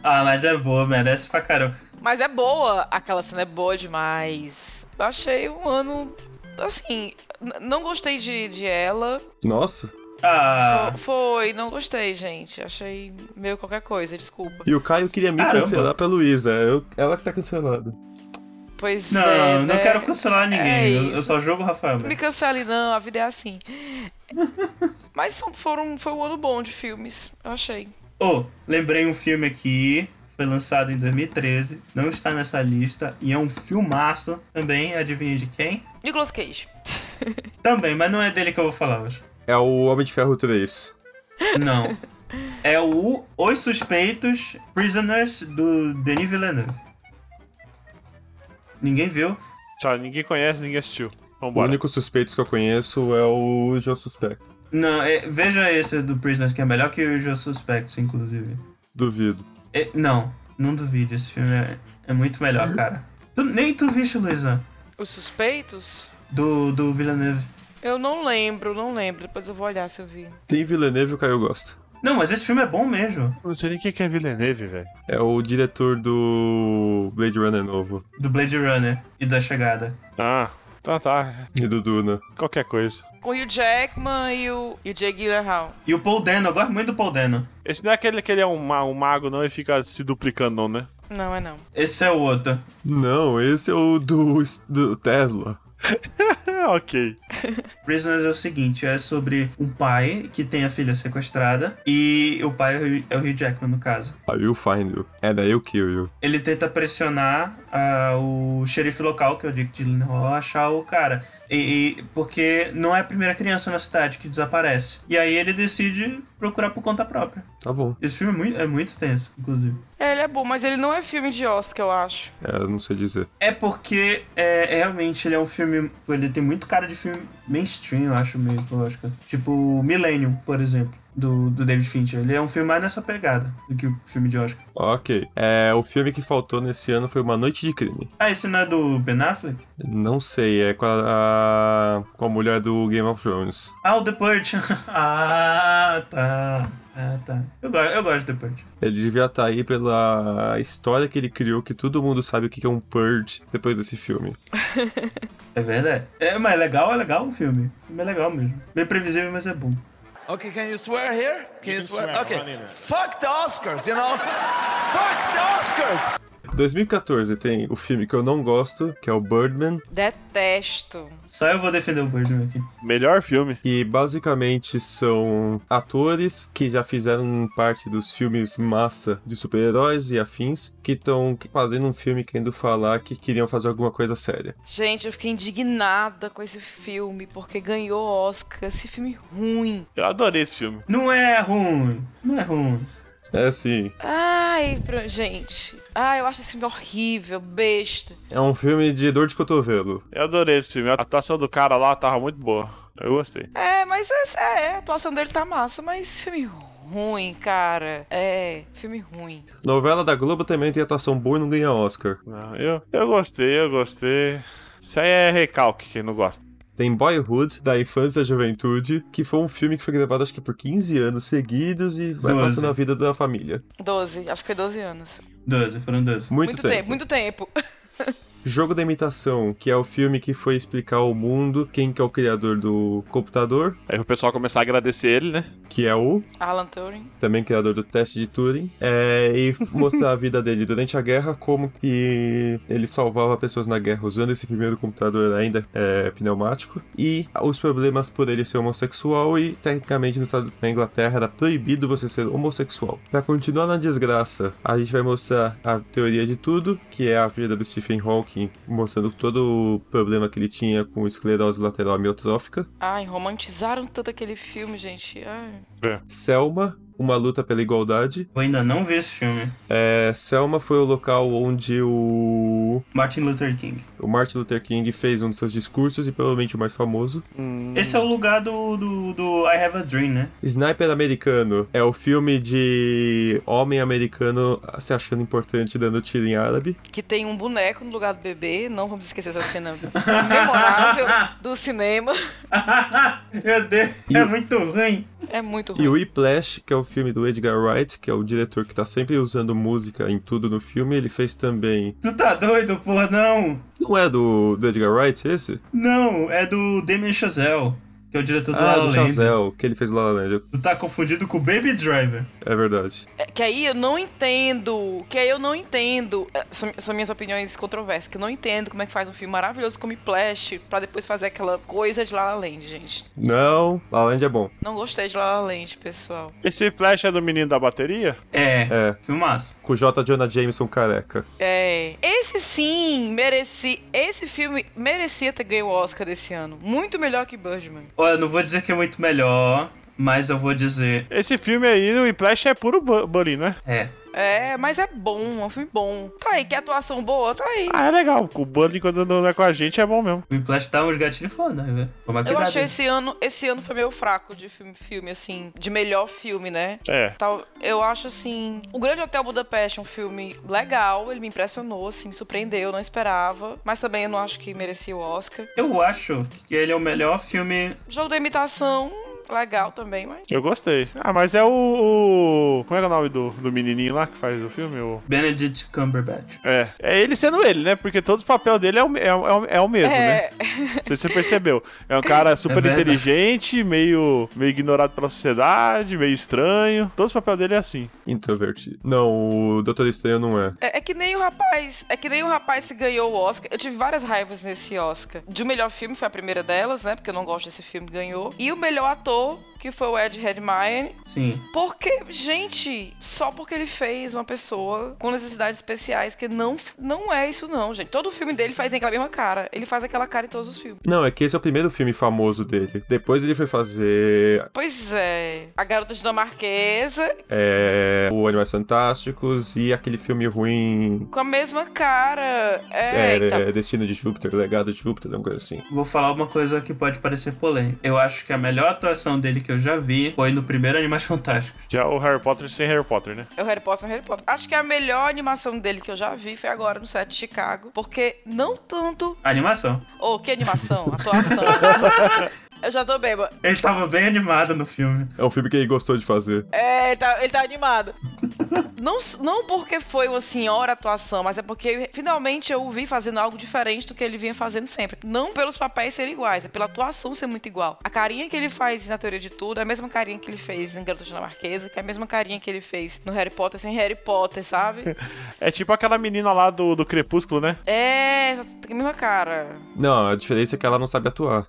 [SPEAKER 1] Ah, mas é boa, merece pra caramba.
[SPEAKER 2] Mas é boa, aquela cena é boa demais. Eu achei um ano. Assim, n- não gostei de, de ela.
[SPEAKER 3] Nossa!
[SPEAKER 1] Ah,
[SPEAKER 2] Fo- Foi, não gostei, gente. Achei meio qualquer coisa, desculpa.
[SPEAKER 3] E o Caio queria me
[SPEAKER 1] Caramba.
[SPEAKER 3] cancelar pra Luísa. Eu- Ela que tá cancelada.
[SPEAKER 2] Pois
[SPEAKER 1] não,
[SPEAKER 2] é.
[SPEAKER 1] não
[SPEAKER 2] né?
[SPEAKER 1] quero cancelar
[SPEAKER 2] É
[SPEAKER 1] ninguém. Eu- eu,
[SPEAKER 2] isso.
[SPEAKER 1] só jogo o Rafael.
[SPEAKER 2] Não
[SPEAKER 1] mesmo.
[SPEAKER 2] me cancele, não, a vida é assim. Mas são, foram, foi um ano bom de filmes, eu achei.
[SPEAKER 1] Oh, lembrei um filme aqui, foi lançado em 2013, não está nessa lista, e é um filmaço também, adivinha de quem?
[SPEAKER 2] Nicolas Cage.
[SPEAKER 1] Também, mas não é dele que eu vou falar hoje.
[SPEAKER 3] É o Homem de Ferro 3.
[SPEAKER 1] Não. É o Os Suspeitos Prisoners do Denis Villeneuve. Ninguém viu?
[SPEAKER 4] Tchau, ninguém conhece, ninguém assistiu.
[SPEAKER 3] O
[SPEAKER 4] Vambora.
[SPEAKER 3] único suspeito que eu conheço é o John Suspect.
[SPEAKER 1] Não, é- veja esse do Prisoners, que é melhor que o Joe Suspects, inclusive.
[SPEAKER 3] Duvido.
[SPEAKER 1] É- não, não duvide, esse filme é, é muito melhor, cara. Tu- nem tu viste, Luizão.
[SPEAKER 2] Os suspeitos?
[SPEAKER 1] Do, do Villeneuve.
[SPEAKER 2] Eu não lembro, não lembro. Depois eu vou olhar se eu vi.
[SPEAKER 3] Tem Villeneuve, o Caio gosta.
[SPEAKER 1] Não, mas esse filme é bom mesmo.
[SPEAKER 4] Não sei nem quem que é Villeneuve, velho.
[SPEAKER 3] É o diretor do Blade Runner novo
[SPEAKER 1] Do Blade Runner e da Chegada.
[SPEAKER 4] Ah, tá, tá.
[SPEAKER 3] e do Duna.
[SPEAKER 4] Qualquer coisa.
[SPEAKER 2] Com o Hugh Jackman e o, e o Jay Gyllenhaal.
[SPEAKER 1] E o Paul Dano, eu gosto muito do Paul Dano.
[SPEAKER 4] Esse não é aquele que ele é um, ma- um mago, não, e fica se duplicando, não, né?
[SPEAKER 2] Não, é não.
[SPEAKER 1] Esse é o outro.
[SPEAKER 3] Não, esse é o do, do Tesla.
[SPEAKER 4] É, ok.
[SPEAKER 1] Prisoners é o seguinte, é sobre um pai que tem a filha sequestrada e o pai é o Hugh- é o Hugh Jackman, no caso.
[SPEAKER 3] I will find you. And I will kill you.
[SPEAKER 1] Ele tenta pressionar ah, o xerife local, que é o Dick Gyllenhaal, a achar o cara. E, e- porque não é a primeira criança na cidade que desaparece. E aí ele decide procurar por conta própria.
[SPEAKER 3] Tá bom.
[SPEAKER 1] Esse filme é muito, é muito tenso, inclusive.
[SPEAKER 2] É, ele é bom, mas ele não é filme de Oscar, eu acho.
[SPEAKER 3] É, eu não sei dizer.
[SPEAKER 1] É porque é, realmente ele é um filme. Ele tem muito cara de filme mainstream, eu acho meio que eu acho que- Tipo Millennium, por exemplo, do, do David Fincher. Ele é um filme mais nessa pegada do que o filme de Oscar.
[SPEAKER 3] Ok. É, o filme que faltou nesse ano foi Uma Noite de Crime.
[SPEAKER 1] Ah, esse não é do Ben Affleck?
[SPEAKER 3] Não sei, é com a, a- com a mulher do Game of Thrones.
[SPEAKER 1] Ah, o The Purge. ah, tá. Ah, tá. Eu, go- eu gosto de The Purge.
[SPEAKER 3] Ele devia estar aí pela história que ele criou, que todo mundo sabe o que que é um Purge depois desse filme.
[SPEAKER 1] É verdade. É, mas é legal, é legal o filme. O filme é legal mesmo. Meio previsível, mas é bom.
[SPEAKER 8] Okay, can you swear here? Can you, swear? Okay. Fuck the Oscars, you know? Fuck the Oscars!
[SPEAKER 3] 2014 tem o filme que eu não gosto, que é o Birdman,
[SPEAKER 2] Detesto.
[SPEAKER 1] Só eu vou defender o Birdman aqui.
[SPEAKER 4] Melhor filme.
[SPEAKER 3] e basicamente são atores que já fizeram parte dos filmes massa de super-heróis e afins, que estão fazendo um filme querendo falar que queriam fazer alguma coisa séria.
[SPEAKER 2] Gente, eu fiquei indignada com esse filme, porque ganhou Oscar. Esse filme ruim.
[SPEAKER 4] Eu adorei esse filme.
[SPEAKER 1] Não é ruim. Não é ruim.
[SPEAKER 3] É assim,
[SPEAKER 2] Ai, pra- gente. Ai, eu acho esse filme horrível, besta.
[SPEAKER 3] é um filme de dor de cotovelo.
[SPEAKER 4] Eu adorei esse filme. A atuação do cara lá tava muito boa. Eu gostei.
[SPEAKER 2] É, mas é, é, a atuação dele tá massa, mas filme ruim, cara. É, filme ruim.
[SPEAKER 3] Novela da Globo também tem atuação boa e não ganha Oscar.
[SPEAKER 4] Não, eu, eu gostei, eu gostei. Isso aí é recalque, quem não gosta.
[SPEAKER 3] Tem Boyhood, da Infância à Juventude, que foi um filme que foi gravado acho que por 15 anos seguidos e vai
[SPEAKER 1] Doze.
[SPEAKER 3] passando a vida da família.
[SPEAKER 2] 12, acho que foi 12 anos.
[SPEAKER 1] 12, foram 12.
[SPEAKER 3] Muito, tempo.
[SPEAKER 2] muito tempo.
[SPEAKER 3] Jogo da Imitação, que é o filme que foi explicar ao mundo quem que é o criador do computador,
[SPEAKER 4] Aí o pessoal começar a agradecer ele, né?
[SPEAKER 3] que é o
[SPEAKER 2] Alan Turing.
[SPEAKER 3] também criador do teste de Turing, é, e mostrar a vida dele durante a guerra, como que ele salvava pessoas na guerra usando esse primeiro computador ainda é, pneumático, e os problemas por ele ser homossexual e tecnicamente no estado, na Inglaterra era proibido você ser homossexual. Pra continuar na desgraça, a gente vai mostrar a teoria de tudo, que é a vida do Stephen Hawking, mostrando todo o problema que ele tinha com esclerose lateral amiotrófica,
[SPEAKER 2] Ai, romantizaram tanto aquele filme, gente. Ai.
[SPEAKER 3] Selma, uma luta pela igualdade,
[SPEAKER 1] Eu ainda não vi esse filme.
[SPEAKER 3] É, Selma foi o local onde o,
[SPEAKER 1] Martin Luther King.
[SPEAKER 3] o Martin Luther King fez um dos seus discursos e provavelmente o mais famoso.
[SPEAKER 1] Esse é o lugar do, do, do I Have a Dream, né?
[SPEAKER 3] Sniper Americano é o filme de homem americano se achando importante dando tiro em árabe.
[SPEAKER 2] Que tem um boneco no lugar do bebê. Não vamos esquecer essa cena memorável do cinema.
[SPEAKER 1] Meu Deus, é muito ruim.
[SPEAKER 2] É muito ruim.
[SPEAKER 3] E o Whiplash, que é o filme do Edgar Wright, que é o diretor que tá sempre usando música em tudo no filme. Ele fez também.
[SPEAKER 1] Tu tá doido, porra? Não!
[SPEAKER 3] Não é do, do Edgar Wright esse?
[SPEAKER 1] Não, é do Damien Chazelle, que é o diretor do
[SPEAKER 3] ah,
[SPEAKER 1] La La
[SPEAKER 3] do
[SPEAKER 1] Land.
[SPEAKER 3] Chazelle, que ele fez La La Land.
[SPEAKER 1] Tu tá confundido com o Baby Driver.
[SPEAKER 3] É verdade.
[SPEAKER 2] É, Que aí eu não entendo. Que aí eu não entendo. É, São, são minhas opiniões controversas. Que eu não entendo como é que faz um filme maravilhoso como Plash pra depois fazer aquela coisa de La La Land, gente.
[SPEAKER 3] Não, La La Land é bom.
[SPEAKER 2] Não gostei de La La Land, pessoal.
[SPEAKER 4] Esse flash é do menino da bateria?
[SPEAKER 1] É,
[SPEAKER 3] É,
[SPEAKER 1] filmaço.
[SPEAKER 3] com o J. Jonah Jameson careca.
[SPEAKER 2] É. Esse sim merecia. Esse filme merecia ter ganho o Oscar desse ano. Muito melhor que Birdman.
[SPEAKER 1] Olha, não vou dizer que é muito melhor, mas eu vou dizer.
[SPEAKER 4] Esse filme aí, o Flash é puro bu- bullying, né?
[SPEAKER 1] É.
[SPEAKER 2] É, mas é bom, é um filme bom. Tá aí, que atuação boa, tá aí.
[SPEAKER 4] Ah, é legal. O Bunny quando anda com a gente é bom mesmo.
[SPEAKER 1] Me emprestar uns gatilhos foda, né? Toma
[SPEAKER 2] Eu
[SPEAKER 1] cuidado.
[SPEAKER 2] achei esse ano, esse ano foi meio fraco de filme, filme assim, de melhor filme, né?
[SPEAKER 4] É.
[SPEAKER 2] Tal- eu acho assim. O Grande Hotel Budapeste é um filme legal, ele me impressionou, assim, me surpreendeu, não esperava. Mas também eu não acho que merecia o Oscar.
[SPEAKER 1] Eu acho que ele é o melhor filme.
[SPEAKER 2] Jogo da imitação, legal também, mas.
[SPEAKER 4] Eu gostei. Ah, mas é o. o- Como é que é o nome do, do menininho lá que faz o filme? O...
[SPEAKER 1] Benedict Cumberbatch.
[SPEAKER 4] É. É ele sendo ele, né? Porque todos os papéis dele é o, me- é, o- é o- é o mesmo, né?
[SPEAKER 2] é,
[SPEAKER 4] Não sei se você percebeu. É um cara super
[SPEAKER 1] verdade.
[SPEAKER 4] inteligente, meio, meio ignorado pela sociedade, meio estranho. Todos os papéis dele é assim.
[SPEAKER 3] Introvertido. Não, o Doutor Estranho não é.
[SPEAKER 2] é, é que nem o rapaz. É que nem o rapaz que ganhou o Oscar. Eu tive várias raivas nesse Oscar. De o melhor filme, foi a primeira delas, né? Porque eu não gosto desse filme, ganhou. E o melhor ator, que foi o Ed Redmayne,
[SPEAKER 1] Sim.
[SPEAKER 2] Porque, gente, só porque ele fez uma pessoa com necessidades especiais, porque não, não é isso não, gente. Todo filme dele faz, tem aquela mesma cara. Ele faz aquela cara em todos os filmes.
[SPEAKER 3] Não, é que esse é o primeiro filme famoso dele. Depois ele foi fazer
[SPEAKER 2] Pois é. A Garota Dinamarquesa,
[SPEAKER 3] é, o Animais Fantásticos e aquele filme ruim.
[SPEAKER 2] com a mesma cara. É,
[SPEAKER 3] É,
[SPEAKER 2] eita.
[SPEAKER 3] é, Destino de Júpiter, Legado de Júpiter, alguma coisa assim.
[SPEAKER 1] Vou falar uma coisa que pode parecer polêmica. Eu acho que a melhor atuação dele que eu já vi foi no primeiro Animais Fantásticos.
[SPEAKER 4] Já o Harry Potter sem Harry Potter, né?
[SPEAKER 2] É o Harry Potter, é o Harry Potter. Acho que a melhor animação dele que eu já vi foi agora no set de Chicago. Porque não tanto...
[SPEAKER 1] A animação.
[SPEAKER 2] Oh, que animação, atuação. eu já tô bêbada.
[SPEAKER 1] Ele tava bem animado no filme.
[SPEAKER 3] É um filme que ele gostou de fazer.
[SPEAKER 2] É, ele tá, ele tá animado. não, não porque foi uma senhora atuação, mas é porque finalmente eu o vi fazendo algo diferente do que ele vinha fazendo sempre. Não pelos papéis serem iguais, é pela atuação ser muito igual. A carinha que ele faz na teoria de tudo é a mesma carinha que ele fez em Garota Dinamarquesa, que é a mesma carinha que ele fez no Harry Potter sem Harry Potter, sabe?
[SPEAKER 4] É tipo aquela menina lá do, do Crepúsculo, né?
[SPEAKER 2] é, tem a mesma cara.
[SPEAKER 3] Não, a diferença é que ela não sabe atuar.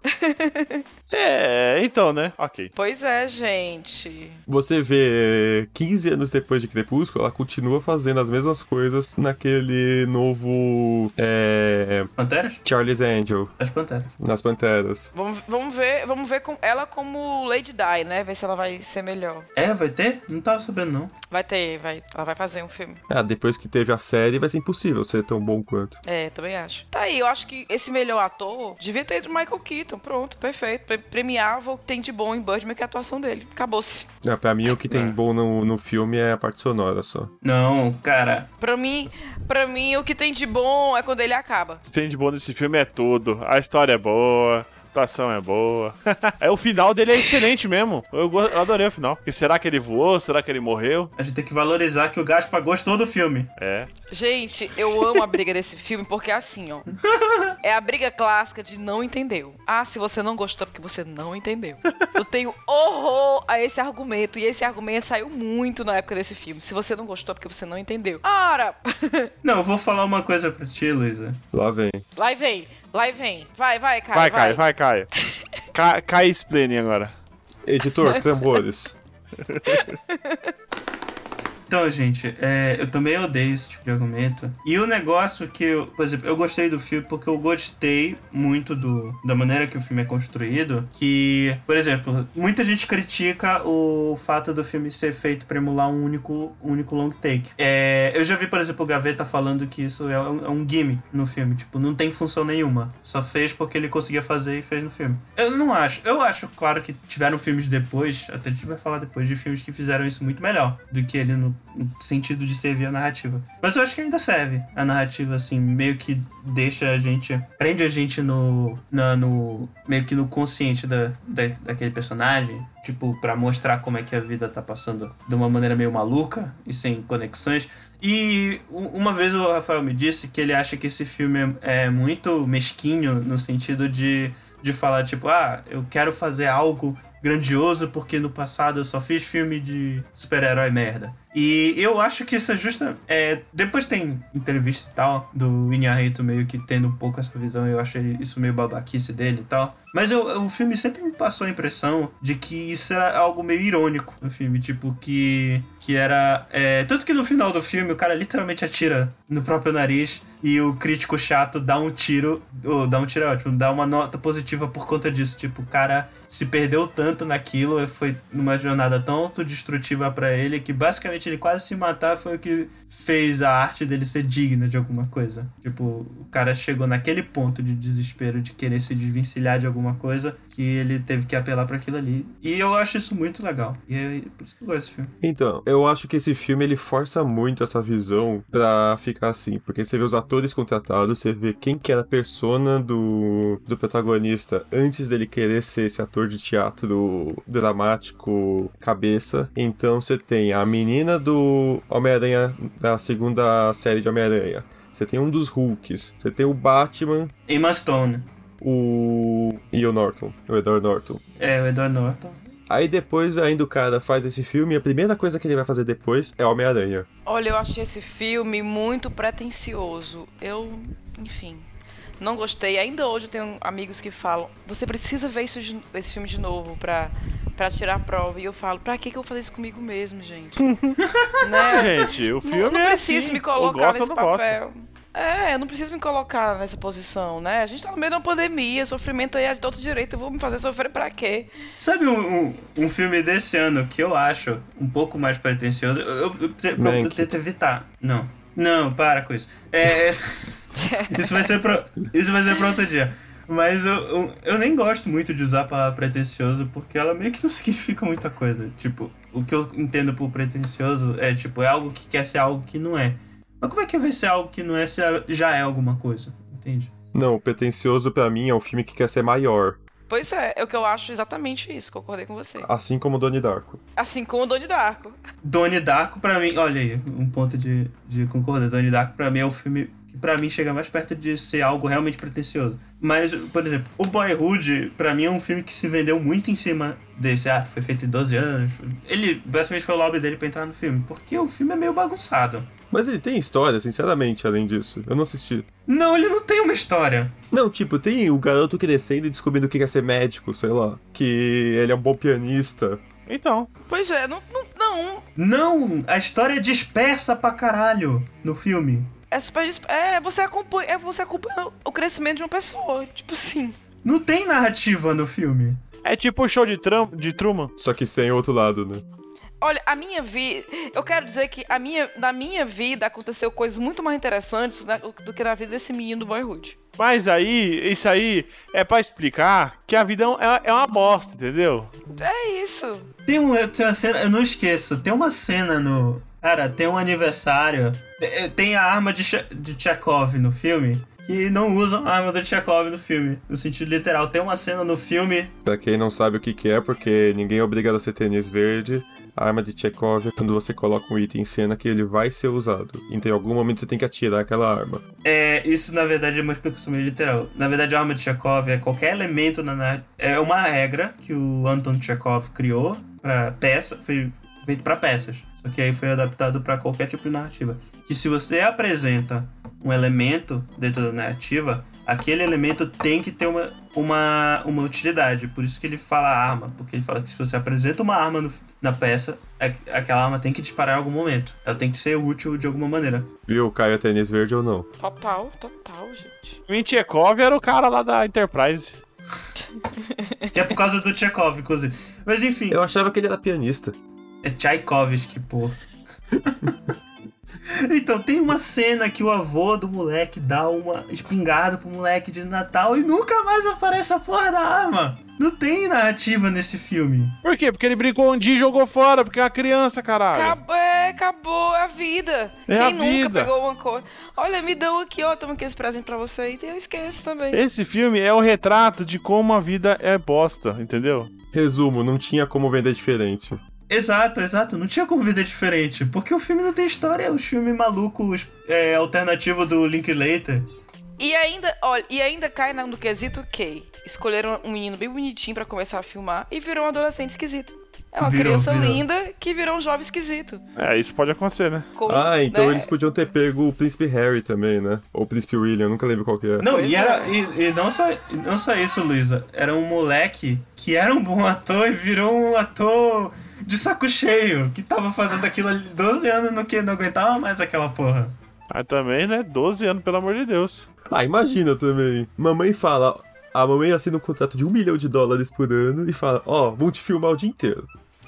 [SPEAKER 4] É, então, né? Ok.
[SPEAKER 2] Pois é, gente.
[SPEAKER 3] Você vê 15 anos depois de Crepúsculo, ela continua fazendo as mesmas coisas naquele novo é,
[SPEAKER 1] Panteras?
[SPEAKER 3] Charles Angel,
[SPEAKER 1] As Panteras.
[SPEAKER 3] nas Panteras.
[SPEAKER 2] Vamos, vamos ver, vamos ver com ela como Lady Di, né? Ver se ela vai ser melhor.
[SPEAKER 1] É, vai ter? Não tava sabendo, não.
[SPEAKER 2] Vai ter, vai. Ela vai fazer um filme.
[SPEAKER 3] Ah, depois que teve a série, vai ser impossível ser tão bom quanto.
[SPEAKER 2] É, também acho. Tá aí, eu acho que esse melhor ator devia ter ido Michael Keaton. Pronto, perfeito. Pre- premiava o que tem de bom em Birdman, que é a atuação dele. Acabou-se.
[SPEAKER 3] Ah, pra mim, o que tem bom no, no filme é a parte sonora só.
[SPEAKER 1] Não, cara.
[SPEAKER 2] Pra mim, pra mim, o que tem de bom é quando ele acaba.
[SPEAKER 4] O que tem de bom nesse filme é tudo. A história é boa. a Atuação é boa. é, o final dele é excelente mesmo. Eu, go- eu adorei o final. Porque será que ele voou? Será que ele morreu?
[SPEAKER 1] A gente tem que valorizar que o Gaspar gostou do filme.
[SPEAKER 4] É.
[SPEAKER 2] Gente, eu amo a briga desse filme porque é assim, ó. É a briga clássica de não entendeu. Ah, se você não gostou, é porque você não entendeu. Eu tenho horror a esse argumento. E esse argumento saiu muito na época desse filme. Se você não gostou, é porque você não entendeu. Ora!
[SPEAKER 1] Não, eu vou falar uma coisa pra ti, Luísa.
[SPEAKER 3] Lá vem.
[SPEAKER 2] Lá vem, lá vem. Vai, vai, Caio.
[SPEAKER 4] Vai, Caio, vai, Caio. Ca Caio explaining agora.
[SPEAKER 3] Editor, tambores.
[SPEAKER 1] Então, gente, é, eu também odeio esse tipo de argumento. E o negócio que, eu, por exemplo, eu gostei do filme porque eu gostei muito do, da maneira que o filme é construído. Que, por exemplo, muita gente critica o fato do filme ser feito pra emular um único, um único long take. É, eu já vi, por exemplo, o Gaveta falando que isso é um, é um gimmick no filme. Tipo, não tem função nenhuma. Só fez porque ele conseguia fazer e fez no filme. Eu não acho. Eu acho, claro, que tiveram filmes depois, até a gente vai falar depois, de filmes que fizeram isso muito melhor do que ele no, no sentido de servir a narrativa. Mas eu acho que ainda serve a narrativa, assim, meio que deixa a gente. prende a gente no. na- no meio que no consciente da, da, daquele personagem. Tipo, pra mostrar como é que a vida tá passando de uma maneira meio maluca e sem conexões. E u- uma vez o Rafael me disse que ele acha que esse filme é é muito mesquinho no sentido de, de falar, tipo, ah, eu quero fazer algo grandioso porque no passado eu só fiz filme de super-herói merda. E eu acho que isso é justa. É, depois tem entrevista e tal do Inharito meio que tendo um pouco essa visão, eu acho ele- isso meio babaquice dele e tal. Mas eu- eu- o filme sempre me passou a impressão de que isso era algo meio irônico no filme. Tipo, que. Que era. é, tanto que no final do filme o cara literalmente atira no próprio nariz e o crítico chato dá um tiro. Ou dá um tiro é ótimo, dá uma nota positiva por conta disso. Tipo, o cara se perdeu tanto naquilo, foi numa jornada tão autodestrutiva pra ele que basicamente basicamente ele quase se matar foi o que fez a arte dele ser digna de alguma coisa. Tipo, o cara chegou naquele ponto de desespero de querer se desvencilhar de alguma coisa que ele teve que apelar pra aquilo ali. E eu acho isso muito legal. E é por isso que eu gosto desse filme.
[SPEAKER 3] Então, eu acho que esse filme ele força muito essa visão pra ficar assim, porque você vê os atores contratados, você vê quem que era a persona do, do protagonista antes dele querer ser esse ator de teatro dramático cabeça. Então você tem a menina do Homem-Aranha, da segunda série de Homem-Aranha. Você tem um dos Hulks, você tem o Batman,
[SPEAKER 1] Emma Stone. né?
[SPEAKER 3] o. e o Norton, o Edward Norton.
[SPEAKER 1] É, o Edward Norton.
[SPEAKER 3] Aí depois ainda o cara faz esse filme e a primeira coisa que ele vai fazer depois é Homem-Aranha.
[SPEAKER 2] Olha, eu achei esse filme muito pretencioso. Eu, enfim, não gostei. Ainda hoje eu tenho amigos que falam: você precisa ver isso de- esse filme de novo pra, pra tirar a prova. E eu falo: pra que, que eu vou fazer isso comigo mesmo, gente? né?
[SPEAKER 4] Gente, o
[SPEAKER 2] Não-
[SPEAKER 4] filme
[SPEAKER 2] eu não
[SPEAKER 4] é
[SPEAKER 2] preciso
[SPEAKER 4] assim.
[SPEAKER 2] me
[SPEAKER 4] ou
[SPEAKER 2] colocar
[SPEAKER 4] gosta, ou
[SPEAKER 2] nesse
[SPEAKER 4] não gosta.
[SPEAKER 2] papel. É, eu não preciso me colocar nessa posição, né? A gente tá no meio de uma pandemia, sofrimento aí é de todo direito, eu vou me fazer sofrer pra quê?
[SPEAKER 1] Sabe um, um, um filme desse ano que eu acho um pouco mais pretencioso? Eu, eu, eu, te- eu,
[SPEAKER 3] Mank.
[SPEAKER 1] tento evitar. Não. Não, para com isso. É. isso, vai ser pro, isso vai ser pra outro dia. Mas eu, eu, eu nem gosto muito de usar a palavra pretencioso porque ela meio que não significa muita coisa. Tipo, o que eu entendo por pretencioso é tipo, é algo que quer ser algo que não é. Mas como é que vai ser algo que não é se já é alguma coisa? Entende?
[SPEAKER 3] Não, o pretencioso pra mim é um filme que quer ser maior,
[SPEAKER 2] Pois é, é o que eu acho exatamente isso, concordei com você.
[SPEAKER 3] assim como Donnie Darko.
[SPEAKER 2] Assim como o Doni Darko.
[SPEAKER 1] Donnie Darko pra mim, olha aí, um ponto de, de concordância. Donnie Darko pra mim é o filme que pra mim chega mais perto de ser algo realmente pretencioso. Mas, por exemplo, o Boyhood pra mim é um filme que se vendeu muito em cima desse, ah, foi feito em 12 anos. Ele basicamente foi o lobby dele pra entrar no filme, porque o filme é meio bagunçado.
[SPEAKER 3] Mas ele tem história, sinceramente, além disso. Eu não assisti.
[SPEAKER 1] Não, ele não tem uma história.
[SPEAKER 3] Não, tipo, tem o garoto crescendo e descobrindo que quer ser médico, sei lá. Que ele é um bom pianista.
[SPEAKER 4] Então,
[SPEAKER 2] Pois é, não, não, não.
[SPEAKER 1] Não, a história é dispersa pra caralho no filme.
[SPEAKER 2] É super. dis- É, você acompanha, é você acompanha o crescimento de uma pessoa. Tipo assim.
[SPEAKER 1] Não tem narrativa no filme.
[SPEAKER 4] é tipo o show de, Tram- de Truman.
[SPEAKER 3] Só que sem o outro lado, né?
[SPEAKER 2] Olha, a minha vida. Eu quero dizer que a minha, na minha vida aconteceu coisas muito mais interessantes na- do que na vida desse menino do boyhood.
[SPEAKER 4] Mas aí, isso aí é pra explicar que a vida é um- é, é uma bosta, entendeu?
[SPEAKER 2] É isso.
[SPEAKER 1] Tem, um, tem uma cena, eu não esqueço, tem uma cena no. Cara, tem um aniversário. te- Tem a arma de, Che- de Chekhov no filme. E não usam a arma do Chekhov no filme, no sentido literal. Tem uma cena no filme.
[SPEAKER 3] Pra quem não sabe o que, que é, porque ninguém é obrigado a ser tênis verde, a arma de Chekhov é quando você coloca um item em cena que ele vai ser usado. Então em algum momento você tem que atirar aquela arma.
[SPEAKER 1] É, isso na verdade é uma explicação meio literal. Na verdade, a arma de Chekhov é qualquer elemento na. na- É uma regra que o Anton Chekhov criou pra peça. Foi feito pra peças. Só que aí foi adaptado pra qualquer tipo de narrativa. Que se você apresenta um elemento dentro da narrativa, aquele elemento tem que ter uma, uma, uma utilidade. Por isso que ele fala arma. Porque ele fala que se você apresenta uma arma no- na peça, a- aquela arma tem que disparar em algum momento. Ela tem que ser útil de alguma maneira.
[SPEAKER 3] Viu, Caio é tênis verde ou não?
[SPEAKER 2] Total, total, gente.
[SPEAKER 4] Mintiekov era o cara lá da Enterprise.
[SPEAKER 1] Que é por causa do Tchekov, inclusive. Mas enfim,
[SPEAKER 3] Eu achava que ele era pianista.
[SPEAKER 1] é Tchaikovsky, pô. então, tem uma cena que o avô do moleque dá uma espingarda pro moleque de Natal e nunca mais aparece a porra da arma. Não tem narrativa nesse filme.
[SPEAKER 4] Por quê? Porque ele brincou um dia e jogou fora, porque é uma criança, caralho.
[SPEAKER 2] Acabou, é, acabou a vida.
[SPEAKER 4] É
[SPEAKER 2] Quem
[SPEAKER 4] a
[SPEAKER 2] nunca
[SPEAKER 4] vida.
[SPEAKER 2] pegou uma coisa? Olha, me dão aqui, ó, toma aqui esse presente pra você e eu esqueço também.
[SPEAKER 4] Esse filme é o retrato de como a vida é bosta, entendeu?
[SPEAKER 3] Resumo, não tinha como vender diferente.
[SPEAKER 1] Exato, exato. Não tinha como vida diferente. Porque o filme não tem história. O filme maluco é, alternativo do Linklater.
[SPEAKER 2] E ainda, olha, e ainda cai na- no quesito que escolheram um menino bem bonitinho pra começar a filmar e virou um adolescente esquisito. É uma
[SPEAKER 1] Virou,
[SPEAKER 2] criança
[SPEAKER 1] virou.
[SPEAKER 2] linda que virou um jovem esquisito.
[SPEAKER 4] É, isso pode acontecer, né?
[SPEAKER 2] Com,
[SPEAKER 3] Ah, então
[SPEAKER 2] né,
[SPEAKER 3] eles podiam ter pego o Príncipe Harry também, né? Ou o Príncipe William, nunca lembro qual que é.
[SPEAKER 1] Não,
[SPEAKER 2] Pois
[SPEAKER 1] e,
[SPEAKER 2] é.
[SPEAKER 1] era, e, e não, só, e não só isso, Luísa. Era um moleque que era um bom ator e virou um ator de saco cheio, que tava fazendo aquilo ali 12 anos no que não aguentava mais aquela porra.
[SPEAKER 4] Mas também, né? 12 anos, pelo amor de Deus.
[SPEAKER 3] Ah, imagina também. Mamãe fala... A mamãe assina um contrato de um milhão de dólares por ano e fala, ó, vão te filmar o dia inteiro.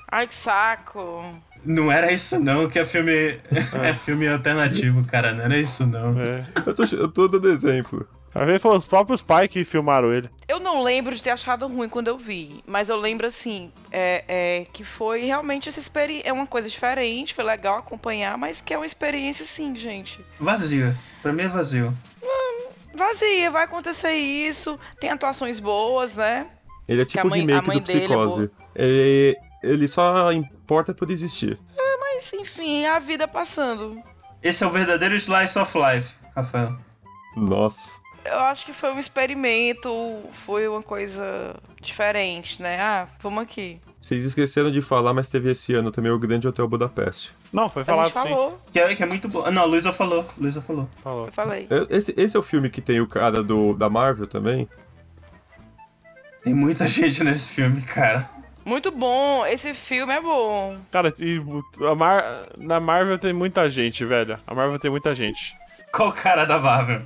[SPEAKER 2] Ai, que saco.
[SPEAKER 1] Não era isso não, que é filme. É, filme alternativo, cara. Não era isso não.
[SPEAKER 4] É.
[SPEAKER 3] Eu tô, eu tô dando exemplo.
[SPEAKER 4] Às vezes foram os próprios pais que filmaram ele.
[SPEAKER 2] Eu não lembro de ter achado ruim quando eu vi, mas eu lembro assim, é, é, que foi realmente essa experiência. É uma coisa diferente, foi legal acompanhar, mas que é uma experiência sim, gente.
[SPEAKER 1] Vazio. Pra mim é vazio.
[SPEAKER 2] Vazia, vai acontecer isso, tem atuações boas, né?
[SPEAKER 3] Ele é
[SPEAKER 2] a
[SPEAKER 3] tipo o
[SPEAKER 2] mãe- a
[SPEAKER 3] remake
[SPEAKER 2] mãe
[SPEAKER 3] do
[SPEAKER 2] dele, é
[SPEAKER 3] Psicose. Ele, ele só importa por existir.
[SPEAKER 2] Mas enfim, a vida passando.
[SPEAKER 1] Esse é o verdadeiro slice of life, Rafael.
[SPEAKER 3] Nossa.
[SPEAKER 2] Eu acho que foi um experimento, foi uma coisa diferente, né? Ah, vamos aqui.
[SPEAKER 3] Vocês esqueceram de falar, mas teve esse ano também o Grande Hotel Budapeste.
[SPEAKER 4] Não, foi
[SPEAKER 2] a
[SPEAKER 4] falado
[SPEAKER 2] gente
[SPEAKER 4] sim.
[SPEAKER 2] falou,
[SPEAKER 1] Que é, que é muito bom. Ah, Não, a Luísa falou. Luísa falou.
[SPEAKER 4] Falou.
[SPEAKER 2] eu falei.
[SPEAKER 3] É, Esse, esse é o filme que tem o cara do, da Marvel também?
[SPEAKER 1] Tem muita gente nesse filme, cara.
[SPEAKER 2] Muito bom, esse filme é bom.
[SPEAKER 4] Cara, e a Mar- na Marvel tem muita gente, velho. A Marvel tem muita gente.
[SPEAKER 1] Qual o cara da Marvel?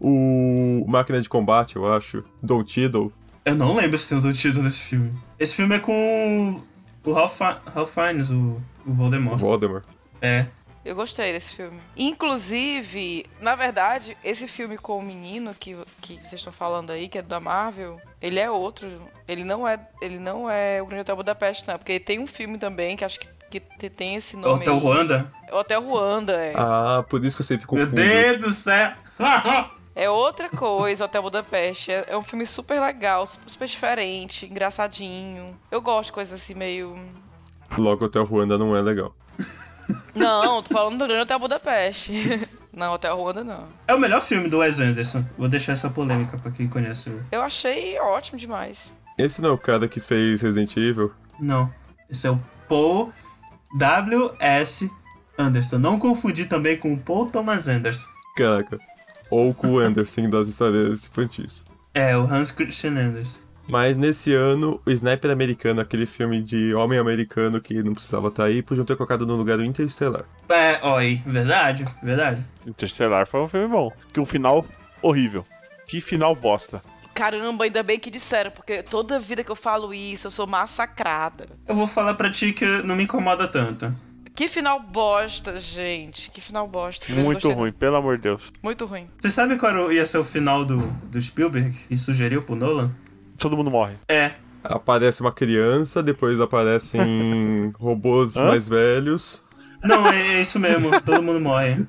[SPEAKER 3] O Máquina de Combate, eu acho. Don Tiddle.
[SPEAKER 1] Eu não lembro se tem o Don Tido nesse filme. Esse filme é com o Ralph, Fi- Ralph Fiennes, o, o Voldemort.
[SPEAKER 3] Voldemort.
[SPEAKER 1] É.
[SPEAKER 2] Eu gostei desse filme. Inclusive, na verdade, esse filme com o menino que, que vocês estão falando aí, que é da Marvel, ele é outro. Ele não é, ele não é o Grande Hotel Budapeste, não. Porque tem um filme também que acho que, que te- tem esse nome.
[SPEAKER 1] Hotel
[SPEAKER 2] aí.
[SPEAKER 1] Ruanda.
[SPEAKER 2] Hotel Ruanda, é.
[SPEAKER 3] Ah, por isso que eu sempre
[SPEAKER 1] Meu
[SPEAKER 3] confundo.
[SPEAKER 1] Deus do céu!
[SPEAKER 2] É outra coisa, Hotel Budapeste. É, é um filme super legal, su- super diferente, engraçadinho. Eu gosto de coisas assim meio.
[SPEAKER 3] Logo, Hotel Ruanda não é legal.
[SPEAKER 2] Não, tô falando do Grande Hotel Budapeste. Não, Hotel Ruanda não.
[SPEAKER 1] é o melhor filme do Wes Anderson. Vou deixar essa polêmica pra quem conhece. o-
[SPEAKER 2] Eu achei ótimo demais.
[SPEAKER 3] Esse não é o cara que fez Resident Evil?
[SPEAKER 1] Não. Esse é o Paul W.S. Anderson. Não confundir também com o Paul Thomas Anderson.
[SPEAKER 3] Caraca. Ou com o Anderson das histórias infantis.
[SPEAKER 1] É, o Hans Christian Andersen.
[SPEAKER 3] Mas nesse ano, o Sniper Americano, aquele filme de homem americano que não precisava estar aí, podiam ter colocado no lugar do Interestelar.
[SPEAKER 1] É, oi, verdade, verdade.
[SPEAKER 4] Interstellar foi um filme bom. Que um final horrível. Que final bosta.
[SPEAKER 2] Caramba, ainda bem que disseram, porque toda vida que eu falo isso, eu sou massacrada.
[SPEAKER 1] Eu vou falar pra ti que não me incomoda tanto.
[SPEAKER 2] Que final bosta, gente. Que final bosta. Eu
[SPEAKER 4] Muito
[SPEAKER 2] gostei-
[SPEAKER 4] ruim, pelo amor de Deus.
[SPEAKER 2] Muito ruim.
[SPEAKER 1] Você sabe qual era o- ia ser o final do, do Spielberg e sugeriu pro Nolan?
[SPEAKER 4] Todo mundo morre.
[SPEAKER 1] É,
[SPEAKER 3] Aparece uma criança, depois aparecem robôs
[SPEAKER 4] Hã?
[SPEAKER 3] mais velhos.
[SPEAKER 1] não, é, é isso mesmo, todo mundo morre.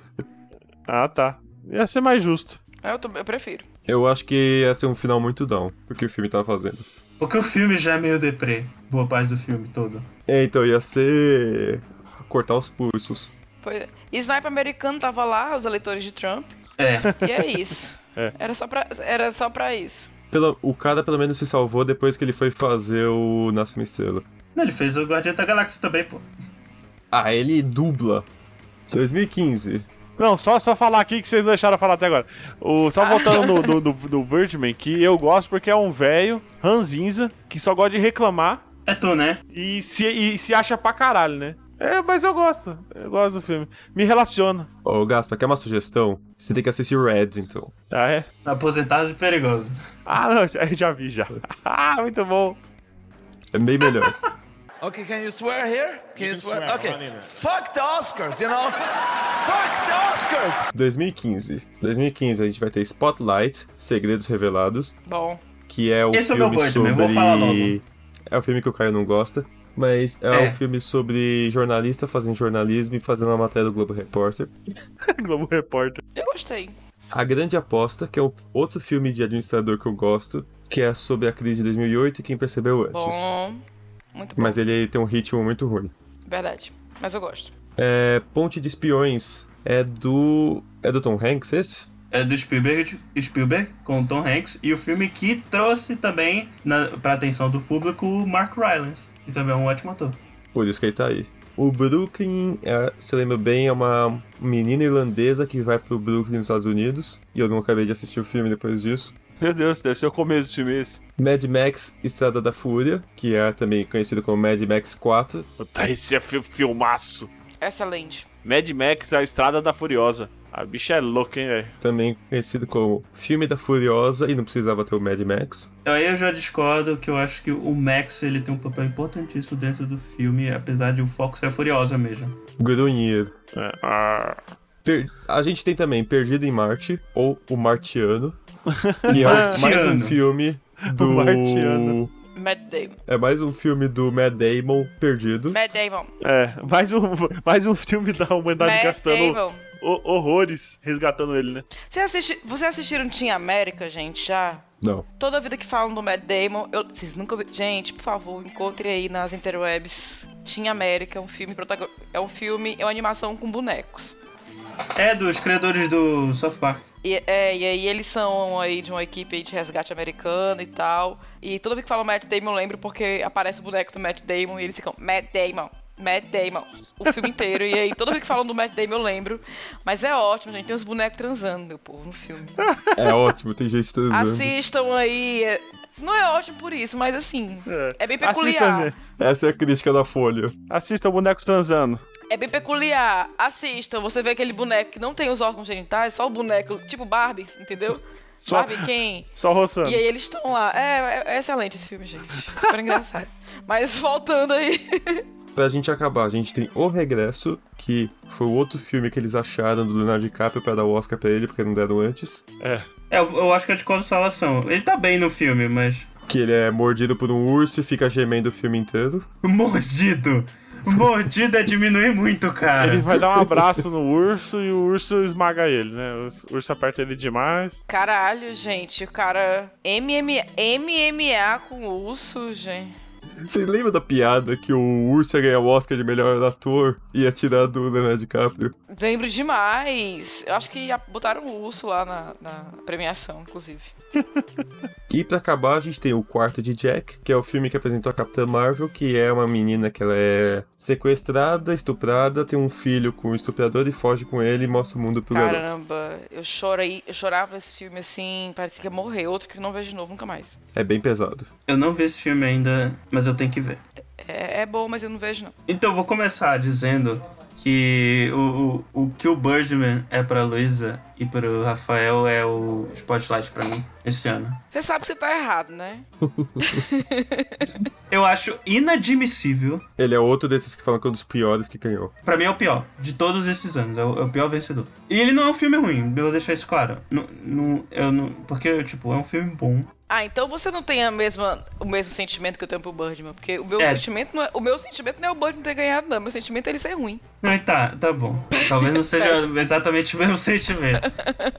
[SPEAKER 4] Ah, tá. Ia ser mais justo.
[SPEAKER 2] É, Eu, tô- eu prefiro.
[SPEAKER 3] Eu acho que ia ser um final muito down, o que o filme tava fazendo.
[SPEAKER 1] Porque o filme já é meio deprê, boa parte do filme todo.
[SPEAKER 3] É, então ia ser. cortar os pulsos.
[SPEAKER 2] Pois é. E Sniper americano tava lá, os eleitores de Trump.
[SPEAKER 1] É,
[SPEAKER 2] E é isso.
[SPEAKER 4] É.
[SPEAKER 2] Era, só pra, era só pra isso.
[SPEAKER 3] Pela- o cara pelo menos se salvou depois que ele foi fazer o Nasce uma Estrela.
[SPEAKER 1] não, ele fez o Guardião da Galáxia também, pô.
[SPEAKER 3] Ah, ele dubla. 2015.
[SPEAKER 4] Não, só, só falar aqui que vocês não deixaram eu falar até agora. O, só voltando no, do, do, do Birdman, que eu gosto porque é um velho, ranzinza, que só gosta de reclamar
[SPEAKER 1] É tu, né?
[SPEAKER 4] e se, e se acha pra caralho, né? É, mas eu gosto. Eu gosto do filme. Me relaciona.
[SPEAKER 3] Ô, Gaspa, quer uma sugestão? Você tem que assistir Red, então.
[SPEAKER 4] Ah, é?
[SPEAKER 1] Aposentado e perigoso.
[SPEAKER 4] Ah, não, isso aí eu já vi já. Ah, muito bom.
[SPEAKER 3] É bem melhor.
[SPEAKER 8] Okay, can you swear here? Can you, swear? Okay. Fuck the Oscars, you know? Fuck the Oscars!
[SPEAKER 3] 2015. 2015 a gente vai ter Spotlight, Segredos Revelados,
[SPEAKER 2] Bom.
[SPEAKER 3] que é o
[SPEAKER 1] Esse é o
[SPEAKER 3] filme
[SPEAKER 1] meu Birdman,
[SPEAKER 3] sobre...
[SPEAKER 1] vou falar logo.
[SPEAKER 3] É o filme que o Caio não gosta, mas é,
[SPEAKER 1] É.
[SPEAKER 3] um filme sobre jornalista fazendo jornalismo e fazendo uma matéria do Globo Repórter.
[SPEAKER 4] Globo Repórter.
[SPEAKER 2] Eu gostei.
[SPEAKER 3] A Grande Aposta, que é o outro filme de administrador que eu gosto, que é sobre a crise de 2008 e quem percebeu antes.
[SPEAKER 2] Bom. Muito bom.
[SPEAKER 3] Mas ele tem um ritmo muito ruim.
[SPEAKER 2] Verdade. Mas eu gosto.
[SPEAKER 3] É, Ponte de Espiões é do. É do Tom Hanks esse?
[SPEAKER 1] É do Spielberg, Spielberg com o Tom Hanks e o filme que trouxe também na, pra atenção do público o Mark Rylance, que também é um ótimo ator.
[SPEAKER 3] Por isso que ele tá aí. O Brooklyn, é, se lembra bem, é uma menina irlandesa que vai pro Brooklyn nos Estados Unidos. E eu não acabei de assistir o filme depois disso.
[SPEAKER 4] Meu Deus, deve ser o começo do filme esse.
[SPEAKER 3] Mad Max Estrada da Fúria, que é também conhecido como Mad Max 4.
[SPEAKER 4] Puta, Esse é fi- filmaço.
[SPEAKER 2] Excelente.
[SPEAKER 4] Mad Max, a Estrada da Furiosa. A bicha é louca, hein, velho?
[SPEAKER 3] Também conhecido como Filme da Furiosa, e não precisava ter o Mad Max.
[SPEAKER 1] Então, Aí eu já discordo que eu acho que o Max ele tem um papel importantíssimo dentro do filme, apesar de o foco ser Furiosa mesmo.
[SPEAKER 3] Grunhir.
[SPEAKER 4] É. Ah.
[SPEAKER 3] Per- A gente tem também Perdido em Marte, ou O Martiano, que é o- mais um
[SPEAKER 1] Martiano.
[SPEAKER 3] filme do...
[SPEAKER 4] O Martiano.
[SPEAKER 2] Matt Damon.
[SPEAKER 3] É mais um filme do Matt Damon perdido.
[SPEAKER 2] Matt Damon.
[SPEAKER 4] É, mais um, mais um filme da humanidade
[SPEAKER 2] Matt
[SPEAKER 4] gastando
[SPEAKER 2] Damon.
[SPEAKER 4] ho- horrores resgatando ele, né?
[SPEAKER 2] Vocês, assisti... Vocês assistiram Team América, um gente, já?
[SPEAKER 3] Não.
[SPEAKER 2] Toda vida que falam do Matt Damon, eu... vocês nunca ouviram. Gente, por favor, encontrem aí nas interwebs. Team América é um filme protagon... É um filme, é uma animação com bonecos.
[SPEAKER 1] É dos criadores do South Park.
[SPEAKER 2] E, é, e aí eles são aí de uma equipe aí de resgate americana e tal. E toda vez que falam Matt Damon, eu lembro porque aparece o boneco do Matt Damon e eles ficam Matt Damon. Matt Damon, o filme inteiro. E aí, toda vez que falam do Matt Damon, eu lembro. Mas é ótimo, gente. Tem uns bonecos transando, meu povo, no filme.
[SPEAKER 3] É ótimo, tem gente transando.
[SPEAKER 2] Assistam aí. é- Não é ótimo por isso, mas assim. É, bem
[SPEAKER 4] Assistam,
[SPEAKER 2] peculiar.
[SPEAKER 4] gente.
[SPEAKER 3] Essa é a crítica da Folha.
[SPEAKER 4] Assistam bonecos transando.
[SPEAKER 2] É bem peculiar. Assistam. Você vê aquele boneco que não tem os órgãos genitais, só o boneco, tipo Barbie, entendeu?
[SPEAKER 4] Só-
[SPEAKER 2] Barbie quem?
[SPEAKER 4] Só roçando.
[SPEAKER 2] E aí eles estão lá. É, é- é excelente esse filme, gente. Super engraçado. Mas voltando aí.
[SPEAKER 3] Pra gente acabar, a gente tem O Regresso, que foi o outro filme que eles acharam do Leonardo DiCaprio pra dar o Oscar pra ele, porque não deram antes.
[SPEAKER 4] É.
[SPEAKER 1] É, eu, eu acho que é de consolação. Ele tá bem no filme, mas.
[SPEAKER 3] Que ele é mordido por um urso e fica gemendo o filme inteiro.
[SPEAKER 1] Mordido! Mordido é diminuir muito, cara.
[SPEAKER 4] Ele vai dar um abraço no urso e o urso esmaga ele, né? O urso aperta ele demais.
[SPEAKER 2] Caralho, gente. O cara. MMA, MMA com urso, gente.
[SPEAKER 3] Vocês lembram da piada que o urso ia ganhar o Oscar de melhor ator e ia tirar do Leonardo DiCaprio?
[SPEAKER 2] Lembro demais. Eu acho que a- botaram o urso lá na, na premiação, inclusive.
[SPEAKER 3] E pra acabar, a gente tem o quarto de Jack, que é o filme que apresentou a Capitã Marvel, que é uma menina que ela é sequestrada, estuprada, tem um filho com um estuprador e foge com ele e mostra o mundo pro garoto.
[SPEAKER 2] Caramba, eu chorei, eu chorava esse filme assim, parecia que ia morrer, outro que eu não vejo de novo nunca mais.
[SPEAKER 3] É bem pesado.
[SPEAKER 1] Eu não vi esse filme ainda, mas eu tenho que ver.
[SPEAKER 2] É, é bom, mas eu não vejo não.
[SPEAKER 1] Então, vou começar dizendo que o, o, o que o Birdman é pra Luísa e pro Rafael é o Spotlight pra mim esse ano.
[SPEAKER 2] Você sabe que você tá errado, né?
[SPEAKER 1] Eu acho inadmissível.
[SPEAKER 3] Ele é outro desses que falam que é um dos piores que ganhou.
[SPEAKER 1] Pra mim é o pior de todos esses anos. É o, é o pior vencedor. E ele não é um filme ruim, eu vou deixar isso claro. Não, não, eu não, porque, tipo, é um filme bom.
[SPEAKER 2] Ah, então você não tem a mesma, o mesmo sentimento que eu tenho pro Birdman, porque o meu
[SPEAKER 1] É.
[SPEAKER 2] sentimento não é, o meu sentimento não é o Birdman ter ganhado, não, meu sentimento é ele ser ruim.
[SPEAKER 1] Não, e tá, tá bom. Talvez não seja exatamente o mesmo sentimento.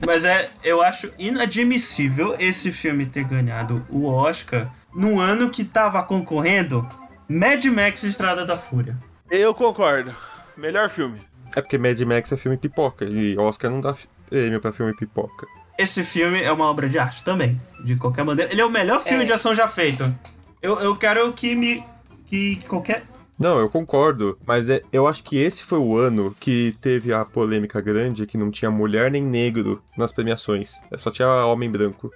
[SPEAKER 1] Mas é, eu acho inadmissível esse filme ter ganhado o Oscar num ano que tava concorrendo Mad Max Estrada da Fúria.
[SPEAKER 4] Eu concordo. Melhor filme.
[SPEAKER 3] É porque Mad Max é filme pipoca e Oscar não dá fi- prêmio pra filme pipoca.
[SPEAKER 1] Esse filme é uma obra de arte também, de qualquer maneira. Ele é o melhor filme
[SPEAKER 2] É.
[SPEAKER 1] de ação já feito. Eu, eu quero que me. que qualquer.
[SPEAKER 3] Não, eu concordo, mas é- eu acho que esse foi o ano que teve a polêmica grande que não tinha mulher nem negro nas premiações, É, só tinha homem branco.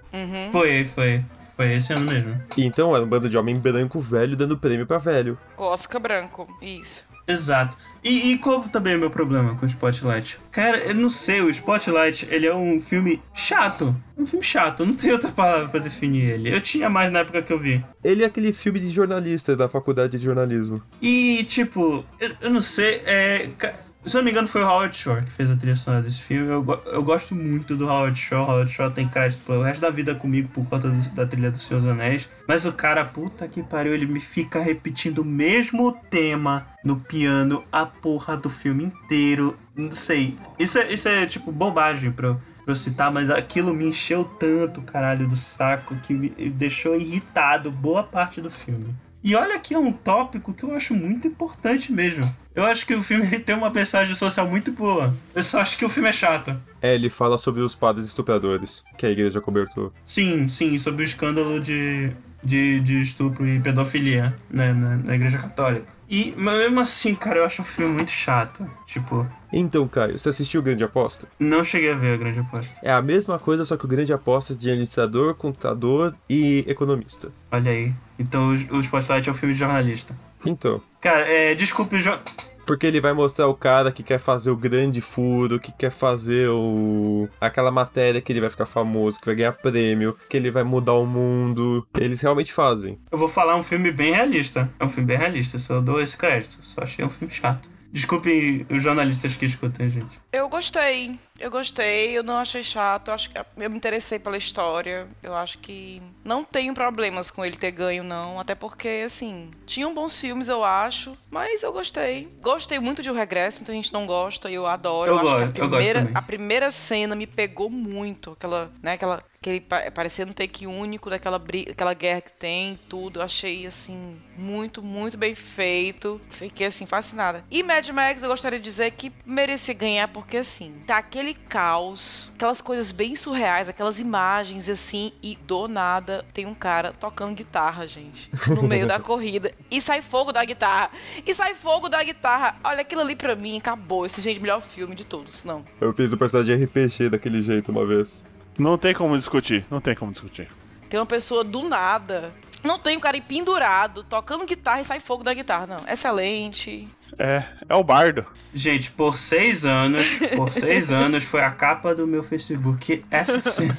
[SPEAKER 1] Foi, foi. Foi esse ano mesmo.
[SPEAKER 3] E então era um bando de homem branco velho dando prêmio pra velho.
[SPEAKER 2] O Oscar branco, isso.
[SPEAKER 1] Exato. E, e qual também é o meu problema com o Spotlight? Cara, eu não sei, o Spotlight, ele é um filme chato. É um filme chato, não tem outra palavra pra definir ele. Eu tinha mais na época que eu vi.
[SPEAKER 3] Ele é aquele filme de jornalista da faculdade de jornalismo.
[SPEAKER 1] E, tipo, eu, eu não sei, é... ca- Se eu não me engano, foi o Howard Shore que fez a trilha sonora desse filme. Eu, go- eu gosto muito do Howard Shore. Howard Shore tem cara, tipo, o resto da vida comigo por conta do- da trilha dos Seus Anéis. Mas o cara, puta que pariu, ele me fica repetindo o mesmo tema no piano a porra do filme inteiro. Não sei. Isso é, isso é tipo, bobagem pra eu, pra eu citar, mas aquilo me encheu tanto, caralho, do saco que me me deixou irritado boa parte do filme. E olha que é um tópico que eu acho muito importante mesmo. Eu acho que o filme ele tem uma mensagem social muito boa. Eu só acho que o filme é chato.
[SPEAKER 3] É, ele fala sobre os padres estupradores, que a igreja cobertou.
[SPEAKER 1] Sim, sim, sobre o escândalo de, de, de estupro e pedofilia né, na, na Igreja Católica. E, mas mesmo assim, cara, eu acho o filme muito chato. Tipo,
[SPEAKER 3] Então, Caio, você assistiu Grande Aposta?
[SPEAKER 1] não cheguei a ver a grande aposta.
[SPEAKER 3] É a mesma coisa, só que o Grande Aposta é de administrador, contador e economista.
[SPEAKER 1] Olha aí. Então o, o Spotlight é um filme de jornalista.
[SPEAKER 3] Então,
[SPEAKER 1] Cara, é, desculpe, jo
[SPEAKER 3] Porque ele vai mostrar o cara que quer fazer o grande furo, que quer fazer o. aquela matéria que ele vai ficar famoso, que vai ganhar prêmio, que ele vai mudar o mundo. Eles realmente fazem.
[SPEAKER 1] Eu vou falar um filme bem realista. É um filme bem realista, só dou esse crédito. Só achei um filme chato. Desculpem os jornalistas que escutam, gente.
[SPEAKER 2] Eu gostei, eu gostei, eu não achei chato, eu acho que eu me interessei pela história. Eu acho que não tenho problemas com ele ter ganho, não. Até porque, assim, tinham bons filmes, eu acho, mas eu gostei. Gostei muito de O Regresso, muita gente não gosta e eu adoro.
[SPEAKER 1] Eu
[SPEAKER 2] acho
[SPEAKER 1] gosto,
[SPEAKER 2] que
[SPEAKER 1] eu
[SPEAKER 2] a
[SPEAKER 1] gosto
[SPEAKER 2] primeira,
[SPEAKER 1] também.
[SPEAKER 2] a primeira cena me pegou muito. Aquela, né, aquela. Aquele pa- parecendo um take único daquela bri- aquela guerra que tem, tudo. Eu achei, assim, muito, muito bem feito. Fiquei, assim, fascinada. E Mad Max, eu gostaria de dizer que merecia ganhar, porque, assim, tá aquele caos, aquelas coisas bem surreais, aquelas imagens, assim, e do nada tem um cara tocando guitarra, gente, no meio da corrida. E sai fogo da guitarra. E sai fogo da guitarra. Olha, aquilo ali pra mim acabou. Esse, gente, melhor filme de todos. Não.
[SPEAKER 3] Eu fiz o personagem de RPG daquele jeito uma vez.
[SPEAKER 4] Não tem como discutir, não tem como discutir.
[SPEAKER 2] Tem é uma pessoa do nada. Não tem um cara aí pendurado, tocando guitarra e sai fogo da guitarra. Não, excelente.
[SPEAKER 4] É, é o bardo.
[SPEAKER 1] Gente, por seis anos, por seis anos, foi a capa do meu Facebook essa cena.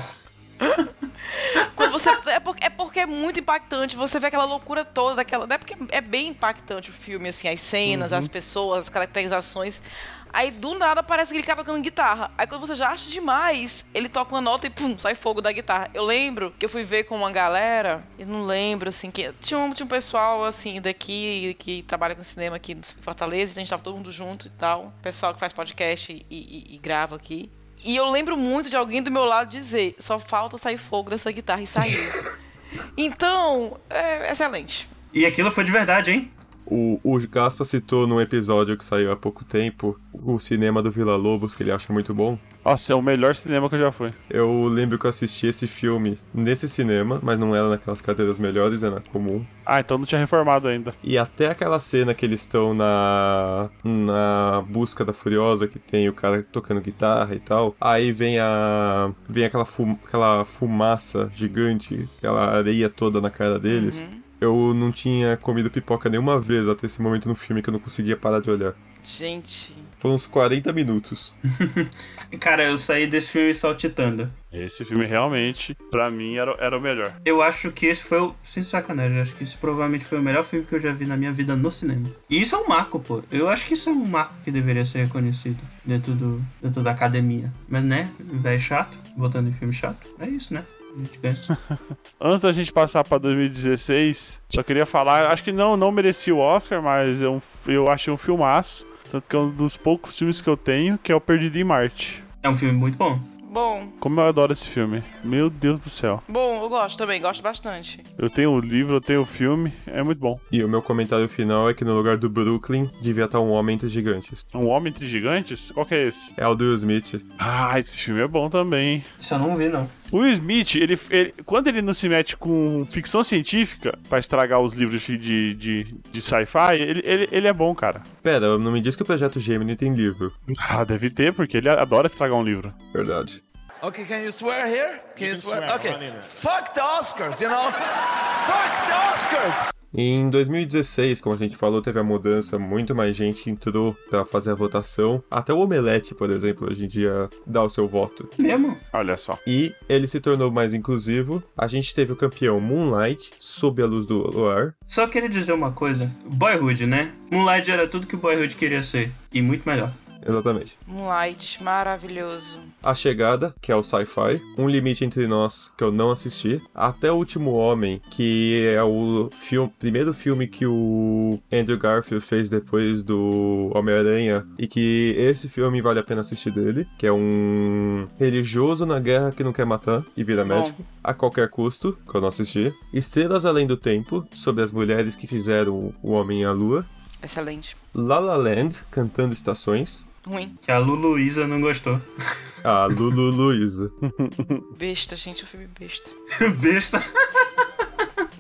[SPEAKER 2] Quando você, é, por- é porque é muito impactante. Você vê aquela loucura toda, daquela. É porque é bem impactante o filme, assim, as cenas, as pessoas, as caracterizações. Aí do nada aparece aquele cara tocando guitarra. Aí quando você já acha demais, ele toca uma nota e pum, sai fogo da guitarra. Eu lembro que eu fui ver com uma galera, eu não lembro, assim, que. Tinha um, tinha um pessoal, assim, daqui, que trabalha com cinema aqui em Fortaleza, então a gente tava todo mundo junto e tal. Pessoal que faz podcast e- e- e grava aqui. E eu lembro muito de alguém do meu lado dizer: só falta sair fogo dessa guitarra e sair. então, é excelente.
[SPEAKER 1] E aquilo foi de verdade, hein?
[SPEAKER 3] O, o Gaspa citou num episódio que saiu há pouco tempo o cinema do Vila Lobos, que ele acha muito bom.
[SPEAKER 4] Nossa, é o melhor cinema que eu já fui.
[SPEAKER 3] Eu lembro que eu assisti esse filme nesse cinema, mas não era naquelas cadeiras melhores, era na comum.
[SPEAKER 4] Ah, então não tinha reformado ainda.
[SPEAKER 3] E até aquela cena que eles estão na na busca da Furiosa, que tem o cara tocando guitarra e tal. Aí vem a vem aquela fu- aquela fumaça gigante, aquela areia toda na cara deles. Eu não tinha comido pipoca nenhuma vez até esse momento no filme que eu não conseguia parar de olhar.
[SPEAKER 2] Gente.
[SPEAKER 3] Foram uns 40 minutos.
[SPEAKER 1] Cara, eu saí desse filme saltitando.
[SPEAKER 4] Esse filme realmente, pra mim, era, era o melhor.
[SPEAKER 1] Eu acho que esse foi o. Sem sacanagem, eu acho que esse provavelmente foi o melhor filme que eu já vi na minha vida no cinema. E isso é um marco, pô. Eu acho que isso é um marco que deveria ser reconhecido dentro, do, dentro da academia. Mas né, velho chato, botando em filme chato. É isso, né? A gente pensa.
[SPEAKER 4] Antes da gente passar pra 2016, só queria falar, acho que não, não merecia o Oscar, mas eu, eu achei um filmaço. Tanto que é um dos poucos filmes que eu tenho, que é o Perdido em Marte.
[SPEAKER 1] É um filme muito bom.
[SPEAKER 2] Bom,
[SPEAKER 4] Como eu adoro esse filme. Meu Deus do céu.
[SPEAKER 2] bom, eu gosto também, gosto bastante.
[SPEAKER 4] Eu tenho o livro, eu tenho o filme, é muito bom.
[SPEAKER 3] E o meu comentário final é que no lugar do Brooklyn devia estar um homem entre gigantes.
[SPEAKER 4] Um Homem entre Gigantes? Qual que é esse?
[SPEAKER 3] É o do Will Smith.
[SPEAKER 4] Ah, esse filme é bom também. hein?
[SPEAKER 1] Isso eu não vi, não.
[SPEAKER 4] O Will Smith, ele, ele- quando ele não se mete com ficção científica pra estragar os livros de, de, de, de sci-fi, ele, ele, ele é bom, cara.
[SPEAKER 3] Pera, não me diz que o Projeto Gemini tem livro.
[SPEAKER 4] Ah, deve ter, porque ele adora estragar um livro.
[SPEAKER 3] Verdade.
[SPEAKER 8] Okay, can you swear here? Can you, swear? Okay. Fuck the Oscars, you know? Fuck the Oscars!
[SPEAKER 3] Em 2016, como a gente falou, teve a mudança, muito mais gente entrou pra fazer a votação. Até o Omelete, por exemplo, hoje em dia dá o seu voto.
[SPEAKER 1] Mesmo?
[SPEAKER 4] Olha só.
[SPEAKER 3] E ele se tornou mais inclusivo. A gente teve o campeão Moonlight, Sob a Luz do Luar.
[SPEAKER 1] Só queria dizer uma coisa. Boyhood, né? Moonlight era tudo que o Boyhood queria ser. E muito melhor.
[SPEAKER 3] Exatamente.
[SPEAKER 2] Moonlight, maravilhoso.
[SPEAKER 3] A Chegada, que é o sci-fi. Um Limite Entre Nós, que eu não assisti. Até O Último Homem, que é o fil- primeiro filme que o Andrew Garfield fez depois do Homem-Aranha. E que esse filme vale a pena assistir dele. Que é um religioso na guerra que não quer matar e vira médico. A Qualquer Custo, que eu não assisti. Estrelas Além do Tempo, sobre as mulheres que fizeram o Homem à Lua.
[SPEAKER 2] Excelente.
[SPEAKER 3] La La Land, Cantando Estações.
[SPEAKER 2] Ruim.
[SPEAKER 1] Que a Lu Luísa não gostou.
[SPEAKER 3] Ah, Lulu Luísa.
[SPEAKER 2] Besta, gente, o filme besta.
[SPEAKER 1] Besta.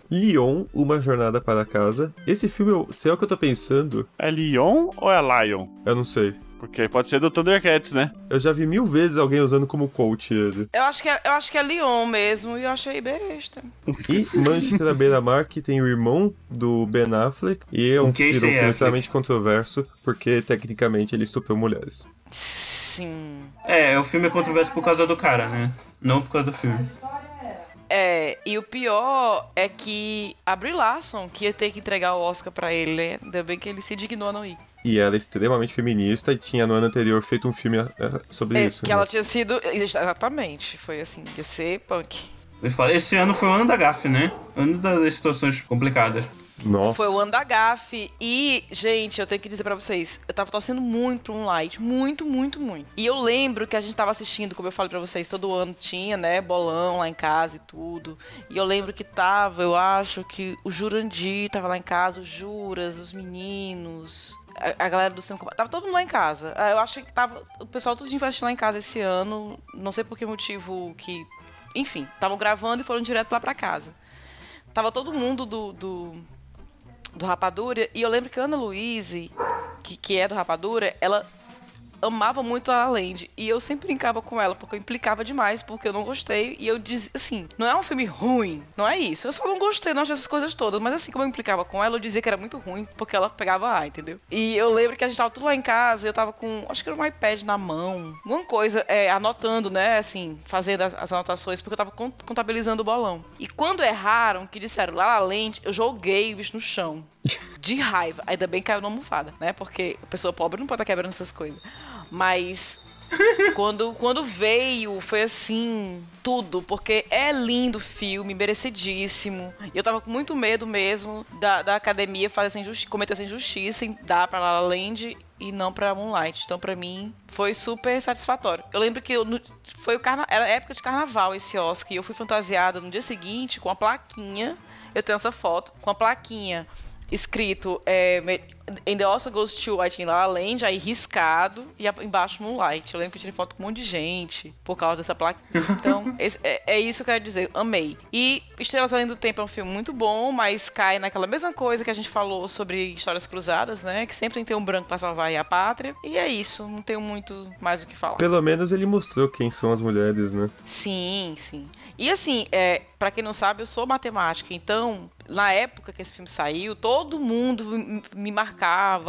[SPEAKER 3] Lyon, Uma Jornada para Casa. Esse filme, eu- se é o que eu tô pensando,
[SPEAKER 4] É Leon ou é Lion?
[SPEAKER 3] eu não sei.
[SPEAKER 4] Porque pode ser do Thundercats, né?
[SPEAKER 3] Eu já vi mil vezes alguém usando como coach ele.
[SPEAKER 2] Eu acho que é, eu acho que é Lyon mesmo, e eu achei besta.
[SPEAKER 3] E Manchester à beira-mar, que tem o irmão do Ben Affleck, e é um
[SPEAKER 1] Casey
[SPEAKER 3] filme
[SPEAKER 1] Affleck.
[SPEAKER 3] extremamente controverso, porque tecnicamente ele estuprou mulheres.
[SPEAKER 2] Sim.
[SPEAKER 1] É, o filme é controverso por causa do cara, né? Não por causa do filme.
[SPEAKER 2] É, e o pior é que a Brie Larson que ia ter que entregar o Oscar pra ele, né? Ainda bem que ele se dignou a não ir.
[SPEAKER 3] E ela é extremamente feminista e tinha no ano anterior feito um filme eh, sobre
[SPEAKER 2] É,
[SPEAKER 3] isso.
[SPEAKER 2] que
[SPEAKER 3] né?
[SPEAKER 2] ela tinha sido. Exatamente. Foi assim, ia ser punk.
[SPEAKER 1] Eu falei, Esse ano foi o ano da GAF, né? Ano das situações complicadas.
[SPEAKER 3] Nossa.
[SPEAKER 2] Foi o ano da gafe. E, gente, eu tenho que dizer pra vocês, eu tava torcendo muito pra um light. Muito, muito, muito. E eu lembro que a gente tava assistindo, como eu falei pra vocês, todo ano tinha, né? Bolão lá em casa e tudo. E eu lembro que tava, eu acho que o Jurandir tava lá em casa, os Juras, os meninos. A, a galera do cinema. Combate, Tava todo mundo lá em casa. Ah, Eu acho que tava. O pessoal todo investindo lá em casa esse ano. Não sei por que motivo que. Enfim, estavam gravando e foram direto lá pra casa. Tava todo mundo do- do, do Rapadura. E eu lembro que a Ana Luíse, que, que é do Rapadura, ela amava muito a La La Land. E eu sempre brincava com ela, porque eu implicava demais, porque eu não gostei. E eu dizia, assim, não é um filme ruim, não é isso. Eu só não gostei, não achei essas coisas todas. Mas assim, como eu implicava com ela, eu dizia que era muito ruim, porque ela pegava A, entendeu? E eu lembro que a gente tava tudo lá em casa, e eu tava com, acho que era um iPad na mão, alguma coisa, é, anotando, né, assim, fazendo as, as anotações, porque eu tava con- contabilizando o bolão. E quando erraram, que disseram La La Land, eu joguei o bicho no chão. De raiva. Ainda bem que caiu na almofada, né? Porque a pessoa pobre não pode estar quebrando essas coisas. Mas quando, quando veio, foi assim, tudo, porque é lindo o filme, merecidíssimo. E eu tava com muito medo mesmo da, da academia fazer essa injustiça, cometer essa injustiça em dar pra La La Land e não pra Moonlight. Então, pra mim, foi super satisfatório. Eu lembro que eu no- foi o carna, era época de carnaval esse Oscar, e eu fui fantasiada no dia seguinte com a plaquinha, eu tenho essa foto, com a plaquinha escrito é, me- In the Oscar goes to I think, La La Land, aí riscado e a- embaixo Moonlight. Eu lembro que eu tirei foto com um monte de gente por causa dessa placa. Então, esse- é, é isso que eu quero dizer. Amei. E Estrelas Além do Tempo é um filme muito bom, mas cai naquela mesma coisa que a gente falou sobre Histórias Cruzadas, né? Que sempre tem que ter um branco pra salvar aí a pátria. E é isso. Não tenho muito mais o que falar.
[SPEAKER 3] Pelo menos ele mostrou quem são as mulheres, né?
[SPEAKER 2] Sim, sim. E assim, é, para quem não sabe, eu sou matemática, então, na época que esse filme saiu, todo mundo me- me marcava,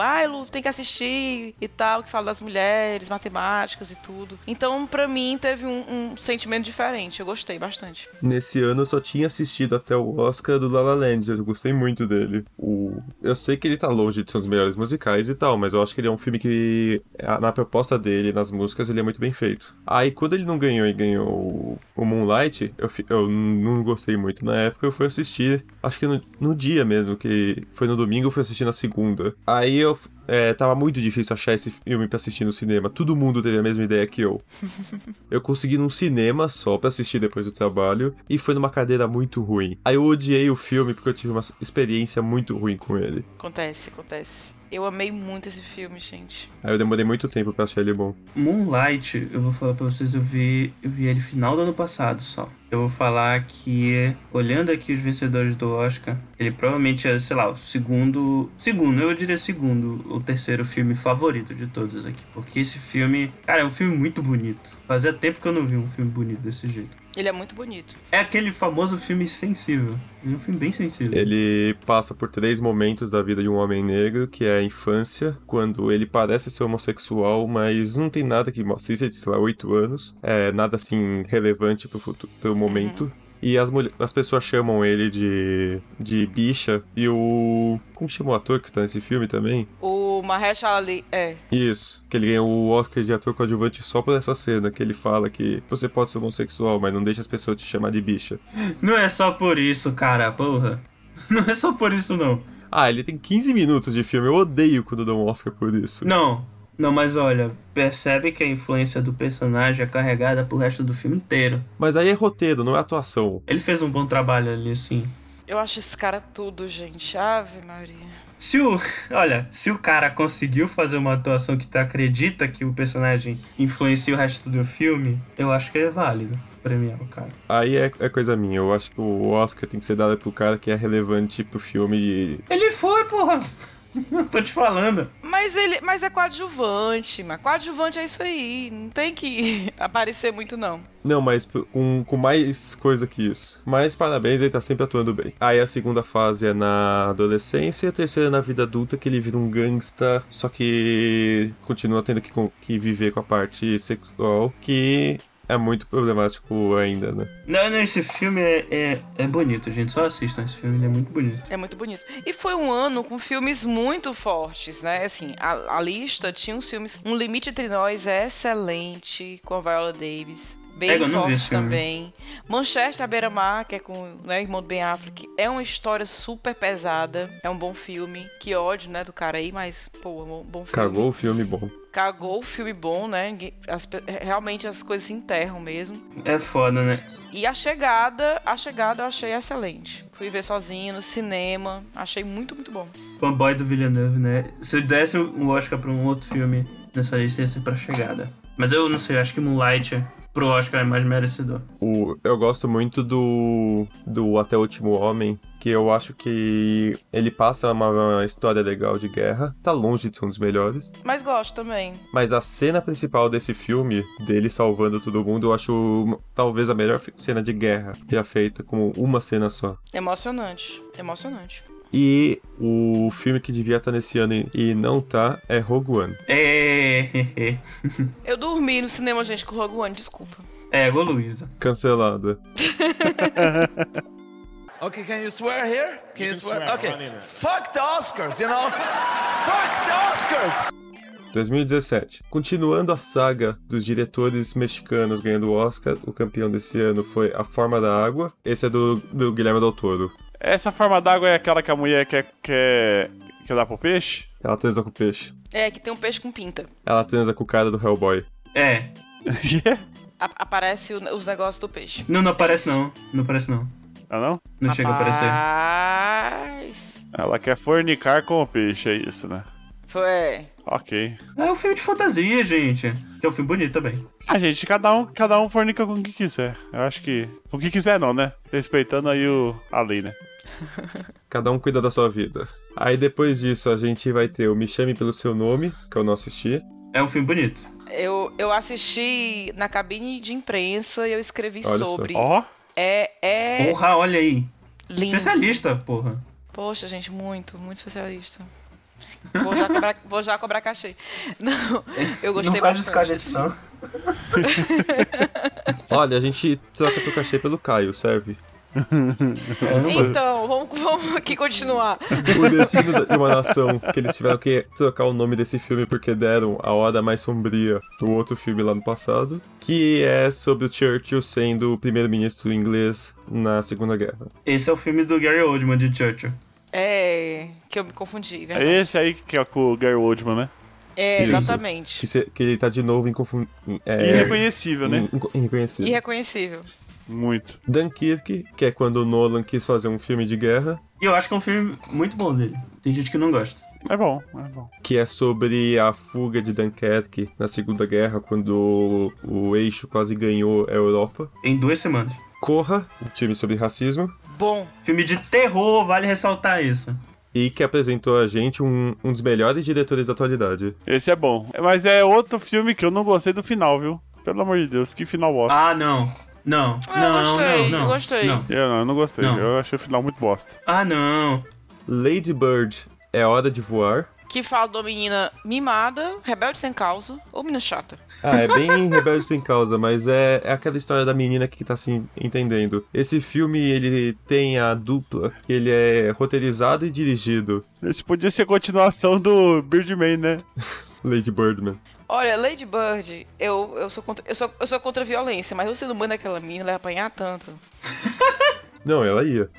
[SPEAKER 2] ah, Lu, tem que assistir e tal, que fala das mulheres, matemáticas e tudo. Então, pra mim, teve um, um sentimento diferente, eu gostei bastante.
[SPEAKER 3] Nesse ano eu só tinha assistido até o Oscar do La La Land, eu gostei muito dele. O... Eu sei que ele tá longe de ser um dos melhores musicais e tal, mas eu acho que ele é um filme que, a- na proposta dele, nas músicas, ele é muito bem feito. Aí quando ele não ganhou e ganhou o- o Moonlight, eu, fi- eu não gostei muito na época, eu fui assistir, acho que no, no dia mesmo, que foi no domingo, eu fui assistir na segunda. Aí eu... f- é, tava muito difícil achar esse filme pra assistir no cinema. Todo mundo teve a mesma ideia que eu. Eu consegui num cinema só pra assistir depois do trabalho e foi numa cadeira muito ruim. Aí eu odiei o filme porque eu tive uma experiência muito ruim com ele.
[SPEAKER 2] Acontece, acontece. Eu amei muito esse filme, gente.
[SPEAKER 3] Aí eu demorei muito tempo pra achar ele bom.
[SPEAKER 1] Moonlight, eu vou falar pra vocês, eu vi, eu vi ele final do ano passado só. Eu vou falar que, olhando aqui os vencedores do Oscar, ele provavelmente é, sei lá, o segundo. Segundo, eu diria segundo, o terceiro filme favorito de todos aqui. Porque esse filme, cara, é um filme muito bonito. Fazia tempo que eu não vi um filme bonito desse jeito.
[SPEAKER 2] Ele é muito bonito.
[SPEAKER 1] É aquele famoso filme sensível. Ele é um filme bem sensível.
[SPEAKER 3] Ele passa por três momentos da vida de um homem negro, que é a infância, quando ele parece ser homossexual, mas não tem nada que mostre isso, ele tem, sei lá, oito anos, é nada assim relevante pro, futuro, pro momento. E as, mulher- as pessoas chamam ele de, de bicha. E o. Como chama o ator que tá nesse filme também?
[SPEAKER 2] O Mahershala Ali, é,
[SPEAKER 3] Isso, que ele ganhou o Oscar de ator coadjuvante só por essa cena, que ele fala que você pode ser homossexual, mas não deixa as pessoas te chamar de bicha.
[SPEAKER 1] Não é só por isso, cara, porra. Não é só por isso, não.
[SPEAKER 3] Ah, ele tem 15 minutos de filme, eu odeio quando dão um Oscar por isso.
[SPEAKER 1] Não, não, mas olha, percebe que a influência do personagem é carregada pro resto do filme inteiro.
[SPEAKER 3] Mas aí é roteiro, não é atuação.
[SPEAKER 1] Ele fez um bom trabalho ali, assim. sim.
[SPEAKER 2] eu acho esse cara tudo, gente. Ave Maria.
[SPEAKER 1] Se o. Olha, se o cara conseguiu fazer uma atuação que tu acredita que o personagem influencia o resto do filme, eu acho que é válido premiar o cara.
[SPEAKER 3] Aí é, é coisa minha, eu acho que o Oscar tem que ser dado pro cara que é relevante pro filme e
[SPEAKER 1] Ele foi, porra! Eu tô te falando.
[SPEAKER 2] Mas Mas ele, mas é coadjuvante, mas coadjuvante é isso aí, não tem que aparecer muito não.
[SPEAKER 3] Não, mas p- com, com mais coisa que isso. Mas parabéns, ele tá sempre atuando bem. Aí a segunda fase é na adolescência e a terceira é na vida adulta, que ele vira um gangsta, só que continua tendo que, con- que viver com a parte sexual, que é muito problemático ainda, né?
[SPEAKER 1] Não, não, esse filme é, é, é bonito, gente. Só assistam esse filme, ele é muito bonito.
[SPEAKER 2] É muito bonito. E foi um ano com filmes muito fortes, né? Assim, a, a lista tinha uns filmes. Um Limite Entre Nós é excelente, com a Viola Davis. Bem
[SPEAKER 1] Pega, eu não vi esse
[SPEAKER 2] forte
[SPEAKER 1] filme.
[SPEAKER 2] também. Manchester à beira-mar, que é com né, o irmão do Ben Affleck. É uma história super pesada. É um bom filme. Que ódio, né, do cara aí, mas, pô, é um bom filme.
[SPEAKER 3] Cagou o filme bom.
[SPEAKER 2] Cagou o filme bom, né? Ninguém- as pe- realmente as coisas se enterram mesmo.
[SPEAKER 1] É foda, né?
[SPEAKER 2] E a chegada, a chegada eu achei excelente. Fui ver sozinho no cinema, achei muito, muito bom.
[SPEAKER 1] Fanboy do Villeneuve, né? Se eu desse um Oscar pra um outro filme nessa lista, ia ser pra chegada. Mas eu não sei, acho que Moonlight pro Oscar é mais merecedor.
[SPEAKER 3] O, eu gosto muito do, do Até o Último Homem, que eu acho que ele passa uma, uma história legal de guerra. Tá longe de ser um dos melhores.
[SPEAKER 2] Mas gosto também.
[SPEAKER 3] Mas a cena principal desse filme, dele salvando todo mundo, eu acho uma- talvez a melhor fi- cena de guerra já feita, com uma cena só.
[SPEAKER 2] Emocionante, emocionante.
[SPEAKER 3] E o filme que devia estar nesse ano e- e não tá é Rogue One.
[SPEAKER 1] É,
[SPEAKER 2] Eu dormi no cinema, gente, com o Rogue One, desculpa.
[SPEAKER 1] é, igual Luísa.
[SPEAKER 3] Cancelada.
[SPEAKER 8] Okay, can you swear here? Can you, swear? Okay. Fuck the Oscars, you know? Fuck the Oscars!
[SPEAKER 3] 2017. Continuando a saga dos diretores mexicanos ganhando o Oscar, o campeão desse ano foi A Forma da Água. Esse é do, do Guilherme Del Toro.
[SPEAKER 4] Essa forma d'água é aquela que a mulher quer, quer, quer dar pro peixe?
[SPEAKER 3] Ela transa com o peixe.
[SPEAKER 2] É, que tem um peixe com pinta.
[SPEAKER 3] Ela transa com o cara do Hellboy.
[SPEAKER 1] É,
[SPEAKER 2] A- aparece o- os negócios do peixe.
[SPEAKER 1] não, não aparece não. Não aparece não.
[SPEAKER 4] ah, não?
[SPEAKER 1] Não chega a aparecer.
[SPEAKER 2] Rapaz.
[SPEAKER 4] Ela quer fornicar com o peixe, é isso, né?
[SPEAKER 2] Foi.
[SPEAKER 4] Ok.
[SPEAKER 1] É um filme de fantasia, gente. Que é um filme bonito também.
[SPEAKER 4] Ah, gente, cada um, cada um fornica com o que quiser. Eu acho que. Com o que quiser, não, né? Respeitando aí o, a lei, né?
[SPEAKER 3] Cada um cuida da sua vida. Aí depois disso a gente vai ter o Me Chame Pelo Seu Nome, que eu não assisti.
[SPEAKER 1] É um filme bonito.
[SPEAKER 2] Eu, eu assisti na cabine de imprensa e eu escrevi
[SPEAKER 3] Olha só.
[SPEAKER 2] sobre.
[SPEAKER 4] Ó,
[SPEAKER 2] É, é
[SPEAKER 1] Porra, olha aí.
[SPEAKER 2] lindo.
[SPEAKER 1] Especialista, porra.
[SPEAKER 2] Poxa, gente, muito, muito especialista. Vou já cobrar, vou já cobrar cachê. Não, eu gostei
[SPEAKER 1] não faz isso com a
[SPEAKER 2] bastante.
[SPEAKER 1] gente, não.
[SPEAKER 3] Olha, a gente troca teu cachê pelo Caio, serve.
[SPEAKER 2] Então, vamos, vamos aqui continuar.
[SPEAKER 3] O destino de uma nação, que eles tiveram que trocar o nome desse filme porque deram A Hora Mais Sombria, o outro filme lá no passado, que é sobre o Churchill sendo o primeiro-ministro inglês na Segunda Guerra.
[SPEAKER 1] Esse é o filme do Gary Oldman de Churchill.
[SPEAKER 2] É, que eu me confundi,
[SPEAKER 4] é
[SPEAKER 2] verdade.
[SPEAKER 4] esse aí que é com o Gary Oldman, né?
[SPEAKER 2] É,
[SPEAKER 3] Isso.
[SPEAKER 2] exatamente.
[SPEAKER 3] Que, se- que ele tá de novo inconfun... é,
[SPEAKER 4] Irreconhecível, né?
[SPEAKER 3] inco- Irreconhecido.
[SPEAKER 2] Irreconhecível.
[SPEAKER 4] Muito.
[SPEAKER 3] Dunkirk, que é quando o Nolan quis fazer um filme de guerra,
[SPEAKER 1] E eu acho que é um filme muito bom dele. Tem gente que não gosta.
[SPEAKER 4] É bom, é bom.
[SPEAKER 3] que é sobre a fuga de Dunkerque na Segunda Guerra, quando o, o eixo quase ganhou a Europa.
[SPEAKER 1] Em duas semanas.
[SPEAKER 3] Corra, um filme sobre racismo,
[SPEAKER 2] Bom,
[SPEAKER 1] Filme de terror, vale ressaltar isso.
[SPEAKER 3] e que apresentou a gente um, um dos melhores diretores da atualidade.
[SPEAKER 4] Esse é bom. Mas é outro filme que eu não gostei do final, viu? Pelo amor de Deus, que final bosta.
[SPEAKER 1] Ah, não. Não,
[SPEAKER 2] Ah, eu
[SPEAKER 1] não,
[SPEAKER 2] gostei,
[SPEAKER 1] não,
[SPEAKER 2] eu
[SPEAKER 1] não.
[SPEAKER 2] gostei.
[SPEAKER 1] Não.
[SPEAKER 4] Eu não, eu não gostei.
[SPEAKER 1] Não.
[SPEAKER 4] Eu achei o final muito bosta.
[SPEAKER 1] Ah, não.
[SPEAKER 3] Lady Bird é Hora de Voar.
[SPEAKER 2] que fala de uma menina mimada, rebelde sem causa, ou menina chata.
[SPEAKER 3] Ah, é bem Rebelde Sem Causa, mas é, é aquela história da menina que tá se entendendo. Esse filme, ele tem a dupla, que ele é roteirizado e dirigido.
[SPEAKER 4] Esse podia ser a continuação do Birdman, né?
[SPEAKER 3] Lady Birdman.
[SPEAKER 2] Olha, Lady Bird, eu, eu, sou contra, eu, sou, eu sou contra a violência, mas eu sendo mãe daquela menina, ela ia apanhar tanto.
[SPEAKER 3] Não, ela ia.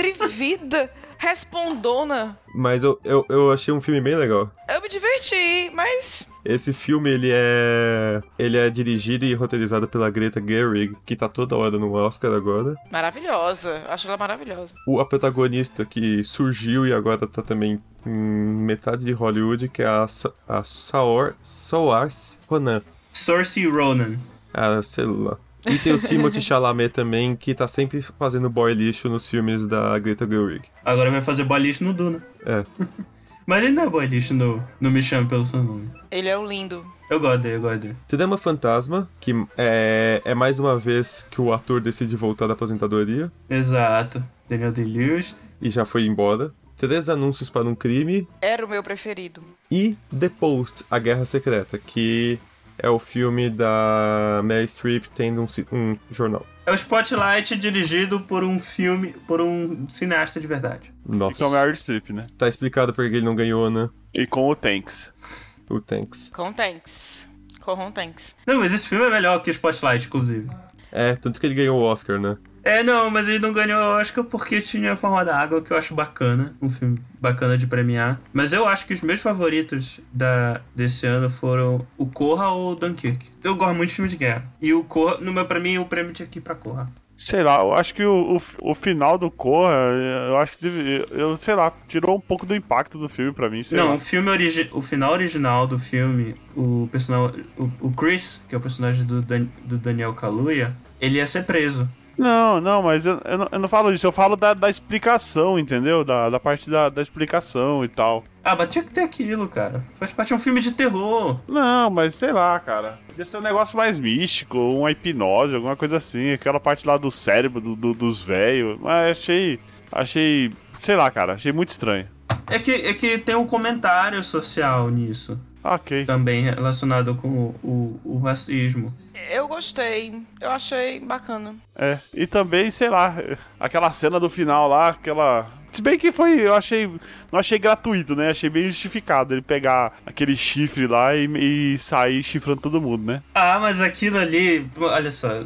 [SPEAKER 2] Trivida, respondona.
[SPEAKER 3] Mas eu, eu, eu achei um filme bem legal.
[SPEAKER 2] Eu me diverti, mas
[SPEAKER 3] Esse filme, ele é. Ele é dirigido e roteirizado pela Greta Gerwig, que tá toda hora no Oscar agora.
[SPEAKER 2] maravilhosa. Acho ela maravilhosa.
[SPEAKER 3] O, a protagonista que surgiu e agora tá também em metade de Hollywood, que é a, Sa- a Saor. Soars Ronan.
[SPEAKER 1] Cersei Ronan.
[SPEAKER 3] A célula. E tem o Timothy Chalamet também, que tá sempre fazendo boy lixo nos filmes da Greta Gerwig.
[SPEAKER 1] Agora vai fazer boliche no Duna.
[SPEAKER 3] É.
[SPEAKER 1] né? Mas ele não é boy lixo no, no Me Chame Pelo Seu Nome.
[SPEAKER 2] Ele é um lindo.
[SPEAKER 1] Eu gosto dele, eu gosto dele.
[SPEAKER 3] Trama Fantasma, que é, é mais uma vez que o ator decide voltar da aposentadoria
[SPEAKER 1] Exato. Daniel Day-Lewis.
[SPEAKER 3] e já foi embora. Três anúncios para um crime
[SPEAKER 2] Era o meu preferido.
[SPEAKER 3] e The Post, A Guerra Secreta, que é o filme da Mary Streep tendo um, ci- um jornal.
[SPEAKER 1] É o Spotlight dirigido por um filme, por um cineasta de verdade.
[SPEAKER 4] E com a
[SPEAKER 3] Nossa,
[SPEAKER 4] Meryl Streep, né?
[SPEAKER 3] tá explicado porque ele não ganhou, né?
[SPEAKER 4] E com o Tanks.
[SPEAKER 3] O Tanks.
[SPEAKER 2] Com Tanks. Com Ron Tanks.
[SPEAKER 1] Não, mas esse filme é melhor que o Spotlight, inclusive.
[SPEAKER 3] É, tanto que ele ganhou o Oscar, né?
[SPEAKER 1] É, não, mas ele não ganhou o Oscar é porque tinha A Forma da Água, que eu acho bacana, um filme bacana de premiar. Mas eu acho que os meus favoritos da, desse ano foram o Corra ou o Dunkirk. Eu gosto muito de filme de guerra. E o Corra, no meu, pra mim, o prêmio tinha que ir pra Corra.
[SPEAKER 4] Sei lá, eu acho que o, o, o final do Corra, eu acho que deve, eu sei lá, tirou um pouco do impacto do filme pra mim, sei
[SPEAKER 1] não,
[SPEAKER 4] lá.
[SPEAKER 1] o filme origi o final original do filme, o personagem, o, o Chris, que é o personagem do, Dan- do Daniel Kaluuya, ele ia ser preso.
[SPEAKER 4] Não, não, mas eu, eu não, eu não falo disso, eu falo da, da explicação, entendeu? Da, da parte da, da explicação e tal.
[SPEAKER 1] Ah, mas tinha que ter aquilo, cara. Faz parte de um filme de terror.
[SPEAKER 4] Não, mas sei lá, cara. Podia ser um negócio mais místico, uma hipnose, alguma coisa assim. Aquela parte lá do cérebro do- do- dos velhos. Mas achei. Achei. Sei lá, cara. Achei muito estranho.
[SPEAKER 1] É que, é que tem um comentário social nisso.
[SPEAKER 4] Ah, Ok.
[SPEAKER 1] também relacionado com o, o- o racismo.
[SPEAKER 2] Eu gostei. Eu achei bacana.
[SPEAKER 4] É. E também, sei lá, aquela cena do final lá, aquela. Se bem que foi. Eu achei. Não achei gratuito, né? Achei bem justificado ele pegar aquele chifre lá e, e sair chifrando todo mundo, né?
[SPEAKER 1] Ah, mas aquilo ali, olha só,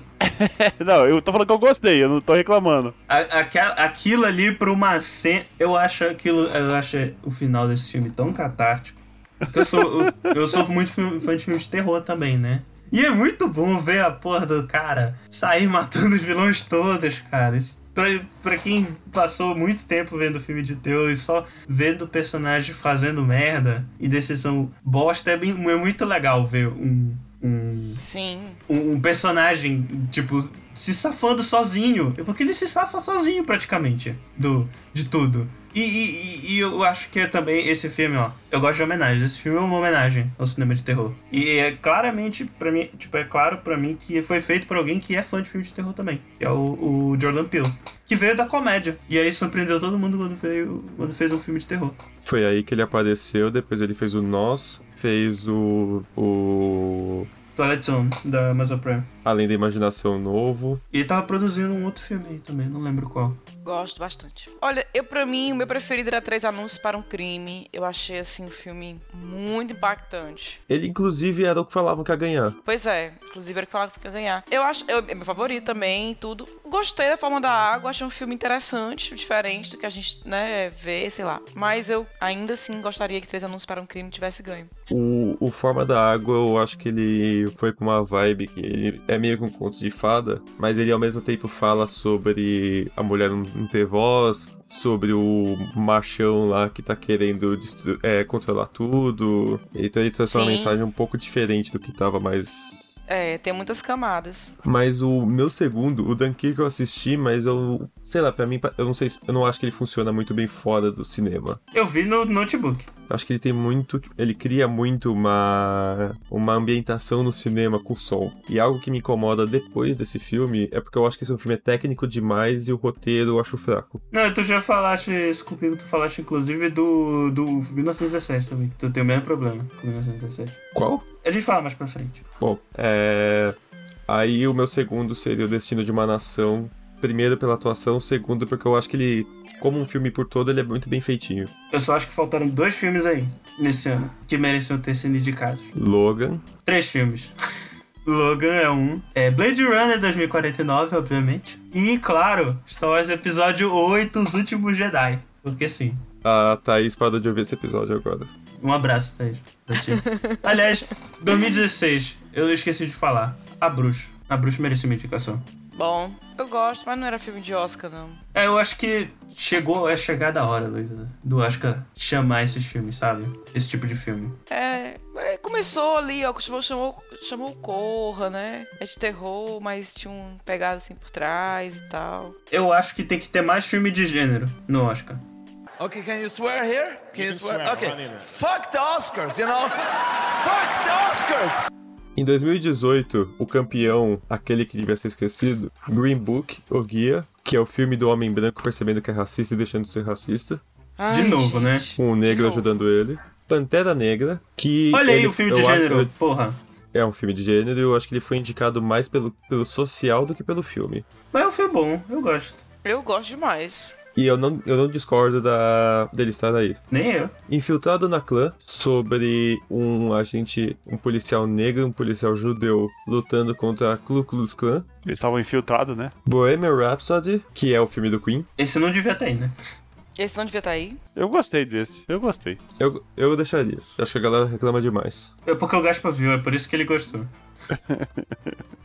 [SPEAKER 4] Não, eu tô falando que eu gostei, eu não tô reclamando.
[SPEAKER 1] a- aqua- aquilo ali pra uma cena, eu acho aquilo, eu acho o final desse filme tão catártico. Porque Eu sou, eu, eu sou muito fi- fã de filmes de terror também, né? E é muito bom ver a porra do cara sair matando os vilões todos, cara. Isso- Pra, pra quem passou muito tempo vendo filme de terror e só vendo o personagem fazendo merda e decisão bosta, é, bem, é muito legal ver um- um
[SPEAKER 2] Sim.
[SPEAKER 1] um, um personagem, tipo, se safando sozinho. Porque ele se safa sozinho, praticamente, do, de tudo. E, e- e- e eu acho que é também esse filme, ó. Eu gosto de homenagem. Esse filme é uma homenagem ao cinema de terror. E é claramente, para mim, tipo, é claro para mim que foi feito por alguém que é fã de filme de terror também. Que é o, o Jordan Peele. Que veio da comédia. E aí surpreendeu todo mundo quando, veio, quando fez um filme de terror.
[SPEAKER 3] Foi aí que ele apareceu, depois ele fez o Nós, fez o. o.
[SPEAKER 1] Twilight Zone, da Amazon Prime.
[SPEAKER 3] Além da Imaginação Novo.
[SPEAKER 1] E ele tava produzindo um outro filme aí também, não lembro qual.
[SPEAKER 2] Gosto bastante. Olha, eu pra mim, o meu preferido era Três Anúncios para um Crime. Eu achei, assim, um filme muito impactante.
[SPEAKER 3] Ele, inclusive, era o que falavam que ia ganhar.
[SPEAKER 2] Pois é, inclusive era o que falava que ia ganhar. Eu acho, eu, é meu favorito também, tudo. Gostei da forma da água, achei um filme interessante, diferente do que a gente, né, vê, sei lá. Mas eu ainda assim gostaria que Três Anúncios para um Crime tivesse ganho.
[SPEAKER 3] O, o Forma da Água, eu acho que ele foi pra uma vibe que ele é meio que um conto de fada, mas ele ao mesmo tempo fala sobre a mulher não- não ter voz, sobre o machão lá que tá querendo destru- é, controlar tudo. Então ele trouxe uma
[SPEAKER 2] Sim.
[SPEAKER 3] mensagem um pouco diferente do que tava mais
[SPEAKER 2] É, tem muitas camadas.
[SPEAKER 3] Mas o meu segundo, o Dunkirk eu assisti, mas eu, sei lá, pra mim, eu não sei, se- eu não acho que ele funciona muito bem fora do cinema.
[SPEAKER 1] Eu vi no notebook.
[SPEAKER 3] Acho que ele tem muito, ele cria muito uma uma ambientação no cinema com som. E algo que me incomoda depois desse filme é porque eu acho que esse filme é técnico demais e o roteiro eu acho fraco.
[SPEAKER 1] Não, tu já falaste isso comigo, tu falaste inclusive do, do 1917 também. Tu tem o mesmo problema com 1917.
[SPEAKER 3] Qual?
[SPEAKER 1] A gente fala mais pra frente.
[SPEAKER 3] Bom, é... aí o meu segundo seria o Destino de uma Nação. Primeiro pela atuação, segundo porque eu acho que ele, como um filme por todo, ele é muito bem feitinho.
[SPEAKER 1] Eu só acho que faltaram dois filmes aí, nesse ano, que mereciam ter sido indicados.
[SPEAKER 3] Logan,
[SPEAKER 1] Três filmes. Logan é um. É Blade Runner 2049, obviamente. E, claro, Star Wars Episódio 8, Os Últimos Jedi. Porque sim.
[SPEAKER 3] A Thaís parou de ouvir esse episódio agora.
[SPEAKER 1] Um abraço, Thaís. pra ti. Aliás, 2016, eu esqueci de falar. A Bruxa. A Bruxa merecia uma indicação.
[SPEAKER 2] Bom, eu gosto, mas não era filme de Oscar, não.
[SPEAKER 1] É, eu acho que chegou, é chegada a hora, Luísa, do Oscar chamar esses filmes, sabe? Esse tipo de filme.
[SPEAKER 2] É, é, começou ali, ó, chamou, chamou, chamou o Corra, né? É de terror, mas tinha um pegado assim por trás e tal.
[SPEAKER 1] Eu acho que tem que ter mais filme de gênero no Oscar.
[SPEAKER 8] Okay, can you swear here? Can you, swear? Okay. Fuck the Oscars, you know? Fuck the Oscars!
[SPEAKER 3] Em 2018, o campeão, aquele que devia ser esquecido, Green Book, o guia, que é o filme do homem branco percebendo que é racista e deixando de ser racista,
[SPEAKER 1] De novo, né?
[SPEAKER 3] com o negro
[SPEAKER 2] Show.
[SPEAKER 3] ajudando ele, Pantera Negra, que...
[SPEAKER 1] Olha aí
[SPEAKER 3] ele-
[SPEAKER 1] o filme de
[SPEAKER 3] eu acho-
[SPEAKER 1] gênero,
[SPEAKER 3] eu-
[SPEAKER 1] porra.
[SPEAKER 3] É um filme de gênero, eu acho que ele foi indicado mais pelo, pelo social do que pelo filme.
[SPEAKER 1] Mas é um filme bom, eu gosto.
[SPEAKER 2] Eu gosto demais.
[SPEAKER 3] E eu não, eu não discordo da, dele estar aí.
[SPEAKER 1] Nem eu.
[SPEAKER 3] Infiltrado na clã, sobre um agente, um policial negro e um policial judeu lutando contra a Ku Klux Klan.
[SPEAKER 4] Eles estavam infiltrados, né?
[SPEAKER 3] Bohemian Rhapsody, que é o filme do Queen.
[SPEAKER 1] Esse não devia ter, né?
[SPEAKER 2] Esse não devia estar aí.
[SPEAKER 4] Eu gostei desse, eu gostei.
[SPEAKER 3] Eu, eu deixaria. Acho que a galera reclama demais.
[SPEAKER 1] É porque o Gaspa viu, é por isso que ele gostou.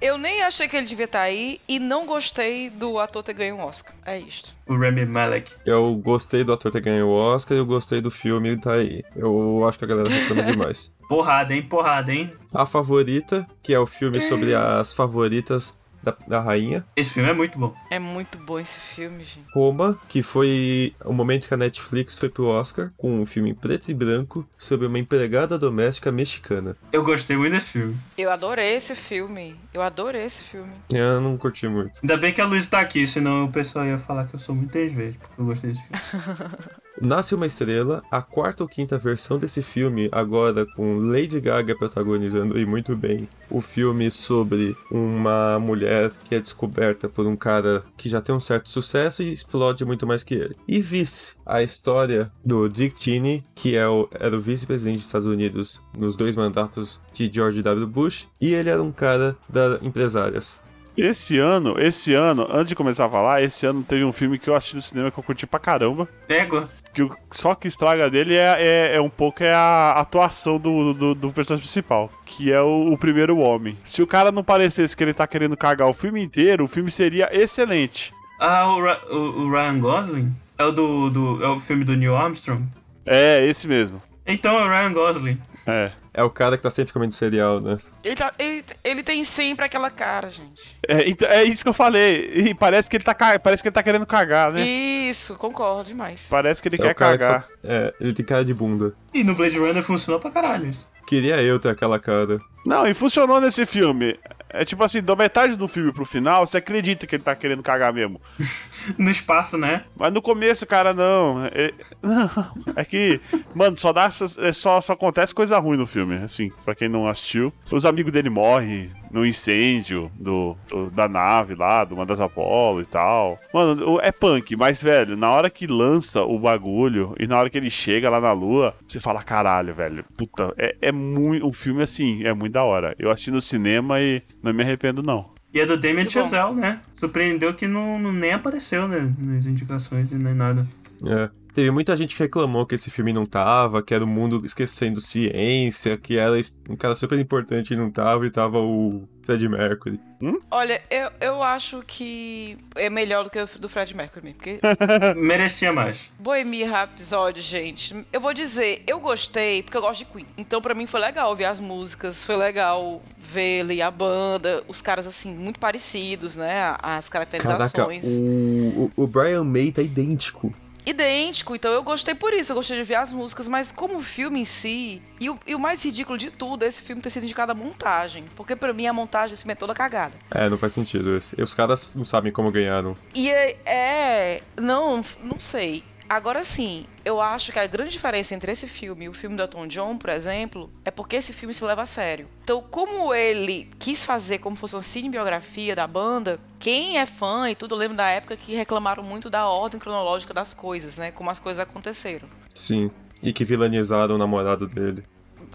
[SPEAKER 2] Eu nem achei que ele devia estar aí e não gostei do ator ter ganho um Oscar. É isto.
[SPEAKER 1] O Rami Malek.
[SPEAKER 3] Eu gostei do ator ter ganho o Oscar e eu gostei do filme tá aí. Eu acho que a galera reclama demais.
[SPEAKER 1] Porrada, hein? Porrada, hein?
[SPEAKER 3] A Favorita, que é o filme sobre as favoritas da, da rainha.
[SPEAKER 1] Esse filme é muito bom.
[SPEAKER 2] É muito bom esse filme, gente.
[SPEAKER 3] Roma, que foi o momento que a Netflix foi pro Oscar, com um filme em preto e branco sobre uma empregada doméstica mexicana.
[SPEAKER 1] Eu gostei muito desse filme.
[SPEAKER 2] Eu adorei esse filme. Eu adorei esse filme.
[SPEAKER 3] Eu não curti muito.
[SPEAKER 1] Ainda bem que a Luz tá aqui, senão o pessoal ia falar que eu sou muitas vezes, porque eu gostei desse filme.
[SPEAKER 3] Nasce uma Estrela, a quarta ou quinta versão desse filme, agora com Lady Gaga protagonizando e muito bem. O filme sobre uma mulher que é descoberta por um cara que já tem um certo sucesso e explode muito mais que ele. E Vice, a história do Dick Cheney, que é o, era o vice-presidente dos Estados Unidos nos dois mandatos de George W. Bush, e ele era um cara da empresárias.
[SPEAKER 4] Esse ano, esse ano, antes de começar a falar, esse ano teve um filme que eu assisti no cinema que eu curti pra caramba.
[SPEAKER 1] Égua.
[SPEAKER 4] Que o- só que estraga dele é, é, é um pouco é a atuação do, do, do personagem principal, que é o, o primeiro homem. Se o cara não parecesse que ele tá querendo cagar o filme inteiro, o filme seria excelente.
[SPEAKER 1] Ah, o, Ra- o- o Ryan Gosling? É o do, do. É o filme do Neil Armstrong?
[SPEAKER 4] É, esse mesmo.
[SPEAKER 1] Então é o Ryan Gosling.
[SPEAKER 4] É.
[SPEAKER 3] É o cara que tá sempre comendo cereal, né?
[SPEAKER 2] Ele, tá- ele- ele tem sempre aquela cara, gente.
[SPEAKER 4] É, então, é isso que eu falei. E parece que ele tá, ca- parece que ele tá querendo cagar,
[SPEAKER 1] É.
[SPEAKER 4] né?
[SPEAKER 2] Isso, concordo demais.
[SPEAKER 4] Parece que ele
[SPEAKER 3] É
[SPEAKER 4] quer
[SPEAKER 3] o cara que
[SPEAKER 4] cagar.
[SPEAKER 3] só- é, ele tem cara de bunda.
[SPEAKER 1] E no Blade Runner funcionou pra caralho isso.
[SPEAKER 3] Queria eu ter aquela cara.
[SPEAKER 4] Não, e funcionou nesse filme. É tipo assim, da metade do filme pro final, você acredita que ele tá querendo cagar mesmo.
[SPEAKER 1] No espaço, né?
[SPEAKER 4] Mas no começo, cara, não. É, não. é que, mano, só, dá, é só, só acontece coisa ruim no filme, assim, pra quem não assistiu. Os amigos dele morrem no incêndio do, do- da nave lá, de uma das Apollo e tal. Mano, o- é punk, mas, velho, na hora que lança o bagulho e na hora que ele chega lá na lua, você fala, caralho, velho, puta, é, é muito. O filme, assim, é muito da hora. Eu assisti no cinema e não me arrependo, não.
[SPEAKER 1] E é do Damien
[SPEAKER 2] Que bom.
[SPEAKER 1] Chazelle, né? Surpreendeu que não, não- nem apareceu né? nas indicações e nem nada.
[SPEAKER 3] É. Teve muita gente que reclamou que esse filme não tava, que era o mundo esquecendo ciência, que era es- um cara super importante e não tava, e tava o Fred Mercury.
[SPEAKER 2] Olha, eu, eu acho que é melhor do que o do Fred Mercury, porque
[SPEAKER 1] Merecia mais.
[SPEAKER 2] Bohemian Rhapsody, gente. Eu vou dizer, eu gostei porque eu gosto de Queen. Então pra mim foi legal ver as músicas, foi legal ver ali a banda, os caras assim muito parecidos, né? As
[SPEAKER 3] Caraca,
[SPEAKER 2] caracterizações.
[SPEAKER 3] o, o, o Brian May tá idêntico.
[SPEAKER 2] idêntico, então eu gostei por isso, eu gostei de ver as músicas, mas como o filme em si, e o, e o mais ridículo de tudo é esse filme ter sido indicado a montagem, porque pra mim a montagem desse filme é toda cagada.
[SPEAKER 3] É, não faz sentido esse. E Os caras não sabem como ganharam.
[SPEAKER 2] E é, é- não, não sei. Agora sim, eu acho que a grande diferença entre esse filme e o filme do Elton John, por exemplo, é porque esse filme se leva a sério. Então, como ele quis fazer como fosse uma cinebiografia da banda, quem é fã e tudo, eu lembro da época que reclamaram muito da ordem cronológica das coisas, né? Como as coisas aconteceram.
[SPEAKER 3] Sim. E que vilanizaram o namorado dele.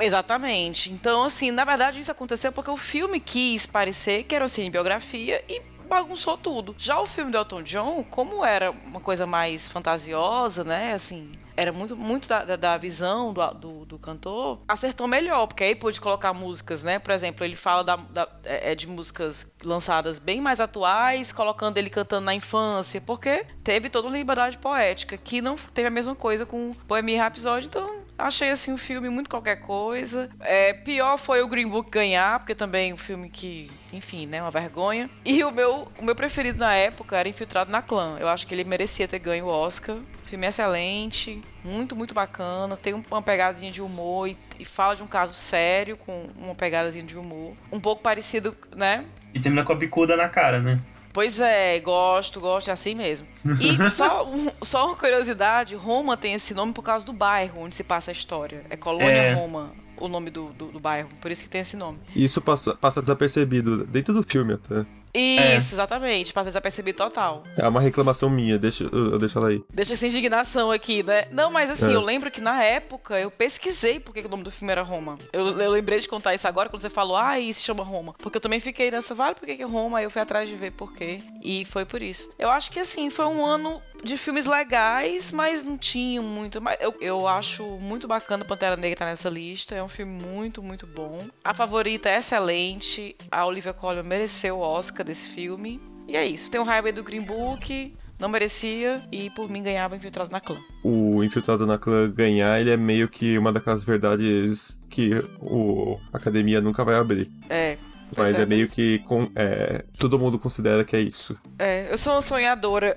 [SPEAKER 2] Exatamente. Então, assim, na verdade isso aconteceu porque o filme quis parecer que era uma cinebiografia e bagunçou tudo. Já o filme do Elton John, como era uma coisa mais fantasiosa, né, assim... Era muito, muito da, da- da visão do, do, do cantor. Acertou melhor, porque aí pôde colocar músicas, né? Por exemplo, ele fala da- da- é, é de músicas lançadas bem mais atuais, colocando ele cantando na infância, porque teve toda uma liberdade poética, que não teve a mesma coisa com Bohemian Rhapsody, então Achei assim um filme muito qualquer coisa. É, pior foi o Green Book ganhar, porque também é um filme que, enfim, né, uma vergonha. E o meu, o meu preferido na época era Infiltrado na Clã. Eu acho que ele merecia ter ganho o Oscar. Filme excelente, muito, muito bacana. Tem um- uma pegadinha de humor e, e fala de um caso sério com uma pegadinha de humor. Um pouco parecido, né,
[SPEAKER 1] E termina com a bicuda na cara, né?
[SPEAKER 2] Pois é, gosto, gosto, é assim mesmo. E só, um- só uma curiosidade, Roma tem esse nome por causa do bairro onde se passa a história. É Colônia
[SPEAKER 1] É.
[SPEAKER 2] Roma, o nome do, do, do bairro, por isso que tem esse nome.
[SPEAKER 3] E isso passa, passa desapercebido dentro do filme até.
[SPEAKER 2] Isso, exatamente, passa desapercebido total.
[SPEAKER 3] É uma reclamação minha, deixa, eu eu deixo ela aí.
[SPEAKER 2] Deixa essa indignação aqui, né? Não, mas assim,
[SPEAKER 3] É.
[SPEAKER 2] eu lembro que na época eu pesquisei porque que o nome do filme era Roma. Eu, eu lembrei de contar isso agora quando você falou, ah, e se chama Roma. Porque eu também fiquei nessa, vale por que que Roma? Aí eu fui atrás de ver por quê. E foi por isso. Eu acho que assim, foi um ano de filmes legais, mas não tinha muito. Mas eu, eu acho muito bacana Pantera Negra tá nessa lista. É um filme muito, muito bom. A favorita é excelente. A Olivia Colman mereceu o Oscar desse filme. E é isso. Tem o Highway do Green Book. Não merecia e por mim ganhava infiltrado na clã.
[SPEAKER 3] o infiltrado na clã ganhar, ele é meio que uma daquelas verdades que o a academia nunca vai abrir.
[SPEAKER 2] É. pois
[SPEAKER 3] Mas é meio que com, é, todo mundo considera que é isso.
[SPEAKER 2] é, eu sou uma sonhadora.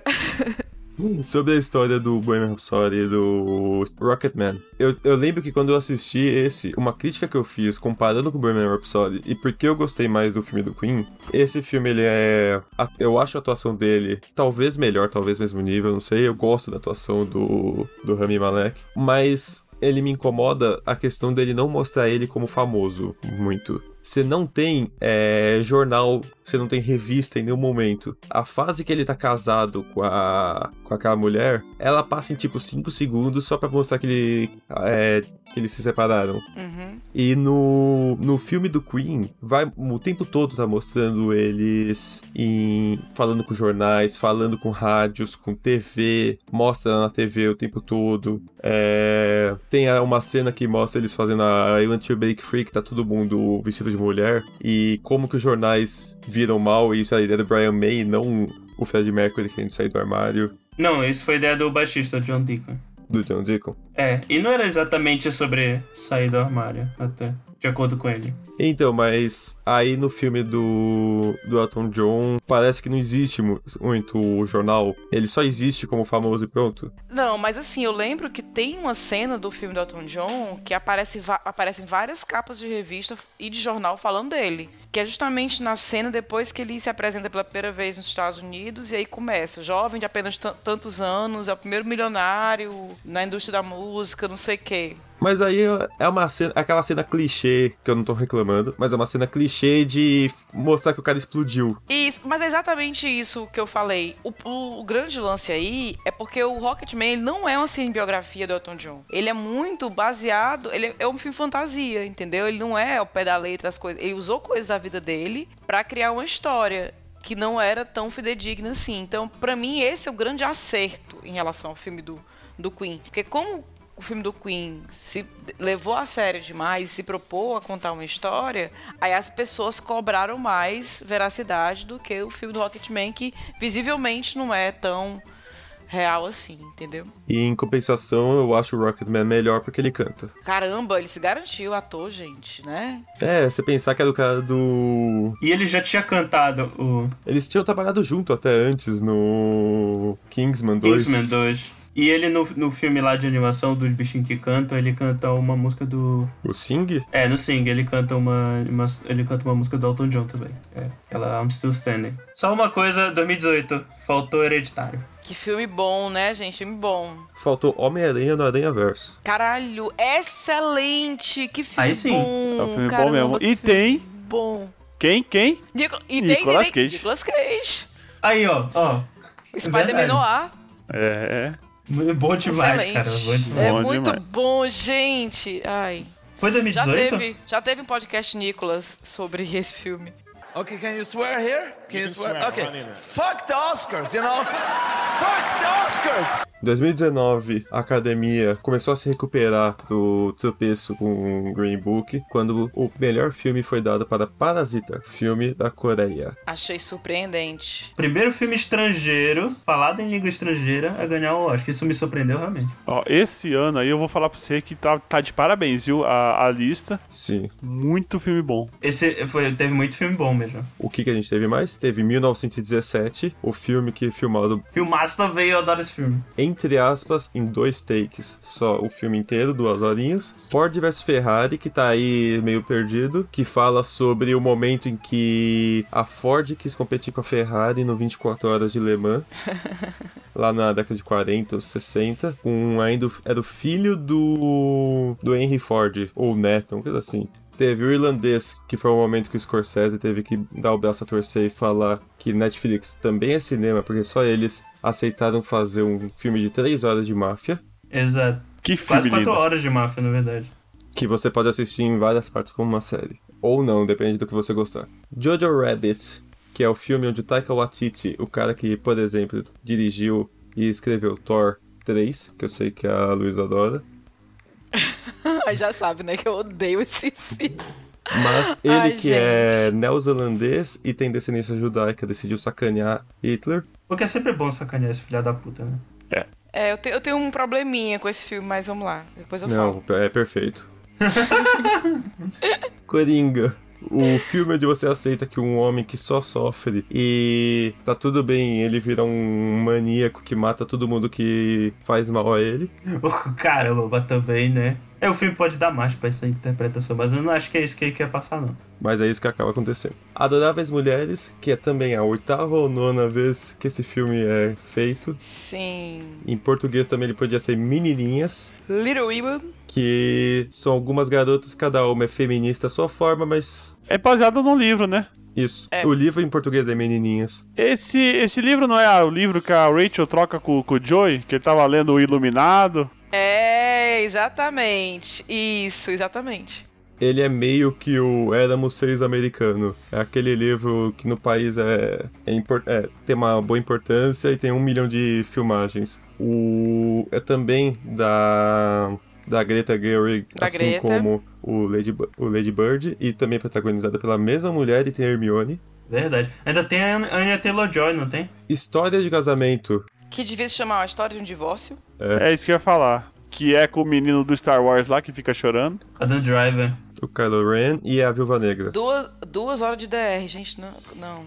[SPEAKER 3] Sobre a história do Bohemian Rhapsody e do Rocketman. Eu, eu lembro que quando eu assisti esse, uma crítica que eu fiz comparando com o Bohemian Rhapsody e porque eu gostei mais do filme do Queen, esse filme ele é... a- Eu acho a atuação dele talvez melhor, talvez mesmo nível, não sei. Eu gosto da atuação do, do Rami Malek. Mas ele me incomoda a questão dele não mostrar ele como famoso muito. Você não tem é, jornal, você não tem revista em nenhum momento. A fase que ele tá casado com, a, com aquela mulher, ela passa em tipo 5 segundos só pra mostrar que, ele, é, que eles se separaram.
[SPEAKER 2] Uhum.
[SPEAKER 3] E no, no filme do Queen, vai o tempo todo tá mostrando eles em falando com jornais, falando com rádios, com TV, mostra na TV o tempo todo. É, tem a- uma cena que mostra eles fazendo a I Want to Break Free, que tá todo mundo vestido de mulher, e como que os jornais viram mal, e isso é a ideia do Brian May, não o Fred Mercury querendo sair do armário
[SPEAKER 1] Não, isso foi ideia do baixista, John Deacon.
[SPEAKER 3] do John Deacon.
[SPEAKER 1] É, e não era exatamente sobre sair do armário, até, de acordo com ele.
[SPEAKER 3] Então, mas aí no filme do, do Elton John, parece que não existe mu- muito o jornal. Ele só existe como famoso e pronto.
[SPEAKER 2] Não, mas assim, eu lembro que tem uma cena do filme do Elton John que aparece va- aparecem várias capas de revista e de jornal falando dele. Que é justamente na cena depois que ele se apresenta pela primeira vez nos Estados Unidos e aí começa. Jovem de apenas tan- tantos anos, é o primeiro milionário na indústria da música, não sei o quê.
[SPEAKER 3] Mas aí é uma cena, aquela cena clichê, que eu não tô reclamando, mas é uma cena clichê de mostrar que o cara explodiu.
[SPEAKER 2] Isso, mas é exatamente isso que eu falei. O, o- o grande lance aí é porque o Rocketman ele não é uma cinebiografia do Elton John. Ele é muito baseado. Ele é, é um filme fantasia, entendeu? Ele não é ao pé da letra as coisas. Ele usou coisas da vida dele pra criar uma história que não era tão fidedigna assim. Então, pra mim, esse é o grande acerto em relação ao filme do, do Queen. Porque como o filme do Queen se levou a sério demais, se propôs a contar uma história, aí as pessoas cobraram mais veracidade do que o filme do Rocketman, que visivelmente não é tão real assim, entendeu?
[SPEAKER 3] E em compensação, eu acho o Rocketman melhor porque ele canta.
[SPEAKER 2] Caramba, ele se garantiu ator, gente, né?
[SPEAKER 3] É, você pensar que era o cara do.
[SPEAKER 1] E ele já tinha cantado o
[SPEAKER 3] Eles tinham trabalhado junto até antes no. Kingsman 2.
[SPEAKER 1] Kingsman 2. E ele no, no filme lá de animação dos bichinhos que cantam, ele canta uma música do.
[SPEAKER 3] O Sing?
[SPEAKER 1] É, no Sing, ele canta uma. uma- ele canta uma música do Elton John também. É, aquela I'm Still Standing. Só uma coisa, 2018, faltou hereditário.
[SPEAKER 2] Que filme bom, né, gente? Filme bom.
[SPEAKER 3] Faltou Homem-Aranha no Aranha Verso.
[SPEAKER 2] Caralho, excelente! Que filme
[SPEAKER 1] Aí sim.
[SPEAKER 2] bom!
[SPEAKER 4] É um filme bom
[SPEAKER 2] Caramba,
[SPEAKER 4] mesmo.
[SPEAKER 2] que
[SPEAKER 4] E
[SPEAKER 2] filme
[SPEAKER 4] tem-
[SPEAKER 2] Bom.
[SPEAKER 4] Quem? Quem?
[SPEAKER 2] Nico- e tem
[SPEAKER 4] Nicolas
[SPEAKER 2] tem-
[SPEAKER 4] Cage.
[SPEAKER 2] Nicolas Cage.
[SPEAKER 1] Aí, ó, ó.
[SPEAKER 2] Spider-Man
[SPEAKER 1] verdade.
[SPEAKER 2] Noir.
[SPEAKER 4] É.
[SPEAKER 1] Bom demais,
[SPEAKER 2] Excelente.
[SPEAKER 1] cara. Bom demais.
[SPEAKER 2] É
[SPEAKER 4] Bom
[SPEAKER 2] muito
[SPEAKER 4] demais.
[SPEAKER 2] bom, gente. Ai.
[SPEAKER 1] Foi
[SPEAKER 2] Já
[SPEAKER 1] 2018?
[SPEAKER 2] teve, já teve um podcast Nicolas sobre esse filme.
[SPEAKER 8] Okay, can you swear here? Can you, swear? Okay. Fuck the Oscars, you know? Fuck the Oscars!
[SPEAKER 3] Em 2019, a academia começou a se recuperar do tropeço com o Green Book, quando o melhor filme foi dado para Parasita, filme da Coreia.
[SPEAKER 2] Achei surpreendente.
[SPEAKER 1] Primeiro filme estrangeiro, falado em língua estrangeira, a ganhar o Oscar. Isso me surpreendeu realmente.
[SPEAKER 4] Ó, esse ano aí eu vou falar pra você que tá, tá de parabéns, viu? A, a lista.
[SPEAKER 3] Sim.
[SPEAKER 4] Muito filme bom.
[SPEAKER 1] Esse foi, teve muito filme bom mesmo.
[SPEAKER 3] O que, que a gente teve mais? Teve 1917, o filme que filmaram,
[SPEAKER 1] Filmaço também, eu adoro esse filme.
[SPEAKER 3] entre aspas, em dois takes. Só o filme inteiro, duas horinhas. Ford vs Ferrari, que tá aí meio perdido, que fala sobre o momento em que a Ford quis competir com a Ferrari no 24 Horas de Le Mans. lá na década de 40 ou 60, um ainda era o filho do do Henry Ford ou neto, uma coisa assim. Teve o irlandês, que foi o momento que o Scorsese teve que dar o braço a torcer e falar que Netflix também é cinema, porque só eles aceitaram fazer um filme de 3 horas de máfia,
[SPEAKER 1] Exato.
[SPEAKER 4] Que
[SPEAKER 1] Quase
[SPEAKER 4] filme
[SPEAKER 1] quatro
[SPEAKER 4] lindo.
[SPEAKER 1] horas de máfia, na verdade.
[SPEAKER 3] que você pode assistir em várias partes como uma série. Ou não, depende do que você gostar. Jojo Rabbit, que é o filme onde o Taika Waititi, o cara que, por exemplo, dirigiu e escreveu Thor 3, que eu sei que a Luísa adora,
[SPEAKER 2] Aí já sabe, né, que eu odeio esse filme.
[SPEAKER 3] Mas ele
[SPEAKER 2] Ai,
[SPEAKER 3] que
[SPEAKER 2] gente.
[SPEAKER 3] é neozelandês e tem descendência judaica decidiu sacanear Hitler.
[SPEAKER 1] Porque é sempre bom sacanear esse filho da puta, né?
[SPEAKER 2] É, eu, te- eu tenho um probleminha com esse filme, mas vamos lá. Depois eu falo.
[SPEAKER 3] Não, é perfeito. Coringa. O filme onde você aceita que um homem que só sofre e tá tudo bem, ele vira um maníaco que mata todo mundo que faz mal a ele.
[SPEAKER 1] Oh, Caramba, mas também, né? É, o filme pode dar mais pra essa interpretação, mas eu não acho que é isso que ele quer passar, não.
[SPEAKER 3] Mas é isso que acaba acontecendo. Adoráveis Mulheres, que é também a oitava ou nona vez que esse filme é feito.
[SPEAKER 2] Sim.
[SPEAKER 3] Em português também ele podia ser Menininhas.
[SPEAKER 2] Little Women.
[SPEAKER 3] que são algumas garotas, cada uma é feminista à sua forma, mas
[SPEAKER 4] É baseado num livro, né?
[SPEAKER 3] isso.
[SPEAKER 2] É.
[SPEAKER 3] O livro em português é Menininhas.
[SPEAKER 4] Esse, esse livro não é ah, o livro que a Rachel troca com, com o Joey, que ele tava lendo o Iluminado.
[SPEAKER 2] É, exatamente. Isso, exatamente.
[SPEAKER 3] Ele é meio que o Éramos Seis americano. É aquele livro que no país é, é impor- é, tem uma boa importância e tem um milhão de filmagens. O é também da da Greta Gerwig,
[SPEAKER 2] Da
[SPEAKER 3] assim
[SPEAKER 2] Greta.
[SPEAKER 3] como o Lady, Bu- o Lady Bird, e também protagonizada pela mesma mulher e tem a Hermione.
[SPEAKER 1] Verdade. Ainda tem a Anya Taylor-Joy, não tem?
[SPEAKER 3] História de casamento.
[SPEAKER 2] Que devia se chamar a história de um divórcio.
[SPEAKER 4] É isso que eu ia falar. Que é com o menino do Star Wars lá que fica chorando.
[SPEAKER 1] A Dan Driver.
[SPEAKER 3] O Kylo Ren e a Viúva Negra.
[SPEAKER 2] Duas, duas horas de DR, gente. Não, não.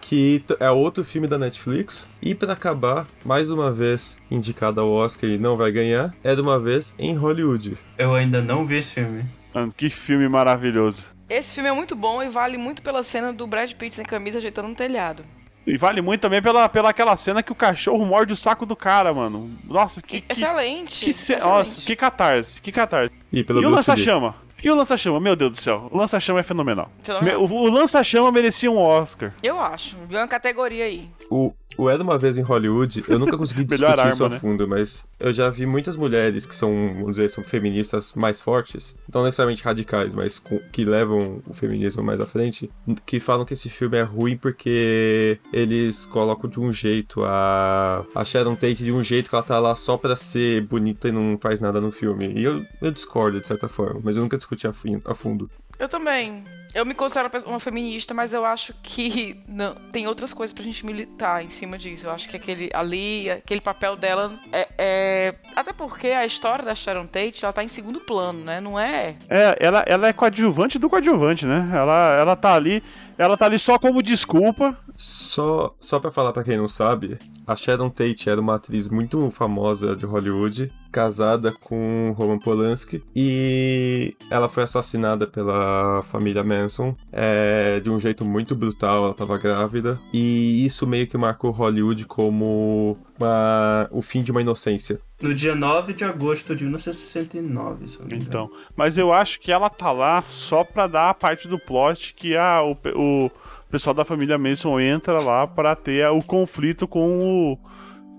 [SPEAKER 3] que t- é outro filme da Netflix. E pra acabar, mais uma vez indicado ao Oscar e não vai ganhar, é de uma vez em Hollywood.
[SPEAKER 1] Eu ainda não vi esse filme.
[SPEAKER 4] Mano, que filme maravilhoso.
[SPEAKER 2] Esse filme é muito bom e vale muito pela cena do Brad Pitt sem camisa ajeitando um telhado.
[SPEAKER 4] E vale muito também pela, pela aquela cena que o cachorro morde o saco do cara, mano. Nossa, que. que
[SPEAKER 2] excelente.
[SPEAKER 4] que ce-
[SPEAKER 2] excelente.
[SPEAKER 4] Nossa, que catarse, que catarse.
[SPEAKER 3] E pelo
[SPEAKER 4] E o
[SPEAKER 3] Bruce Lee.
[SPEAKER 4] lança-chama? E o lança-chama? Meu Deus do céu. O lança-chama é fenomenal.
[SPEAKER 2] Fenomenal.
[SPEAKER 4] Me- O, o lança-chama merecia um Oscar.
[SPEAKER 2] Eu acho. É uma categoria aí.
[SPEAKER 3] O, o Era Uma Vez em Hollywood, eu nunca consegui discutir
[SPEAKER 4] Melhor
[SPEAKER 3] isso a
[SPEAKER 4] arma, né?
[SPEAKER 3] fundo, mas eu já vi muitas mulheres que são, vamos dizer, são feministas mais fortes, não necessariamente radicais, mas com- que levam o feminismo mais à frente, que falam que esse filme é ruim porque eles colocam de um jeito a, a Sharon Tate de um jeito que ela tá lá só pra ser bonita e não faz nada no filme. E eu, eu discordo de certa forma, mas eu nunca discuti a, fun- a fundo.
[SPEAKER 2] Eu também. Eu me considero uma pessoa- uma feminista, mas eu acho que não, tem outras coisas pra gente militar em cima disso. Eu acho que aquele ali, aquele papel dela é, é- Até porque a história da Sharon Tate, ela tá em segundo plano, né? Não é.
[SPEAKER 4] É, ela, ela é coadjuvante do coadjuvante, né? Ela, ela tá ali. Ela tá ali só como desculpa.
[SPEAKER 3] Só, só pra falar pra quem não sabe, a Sharon Tate era uma atriz muito famosa de Hollywood, casada com Roman Polanski, e ela foi assassinada pela família Manson é, de um jeito muito brutal, ela tava grávida, e isso meio que marcou Hollywood como uma- o fim de uma inocência.
[SPEAKER 1] No dia 9 de agosto de 1969, se eu não me engano.
[SPEAKER 4] Então. Mas eu acho que ela tá lá só pra dar a parte do plot que a, o, pe- o pessoal da família Manson entra lá pra ter o conflito com o,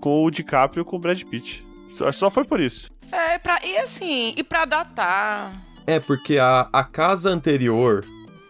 [SPEAKER 4] com o DiCaprio e com o Brad Pitt. Só, só foi por isso.
[SPEAKER 2] É, pra, e assim, e pra datar.
[SPEAKER 3] É, porque a, a casa anterior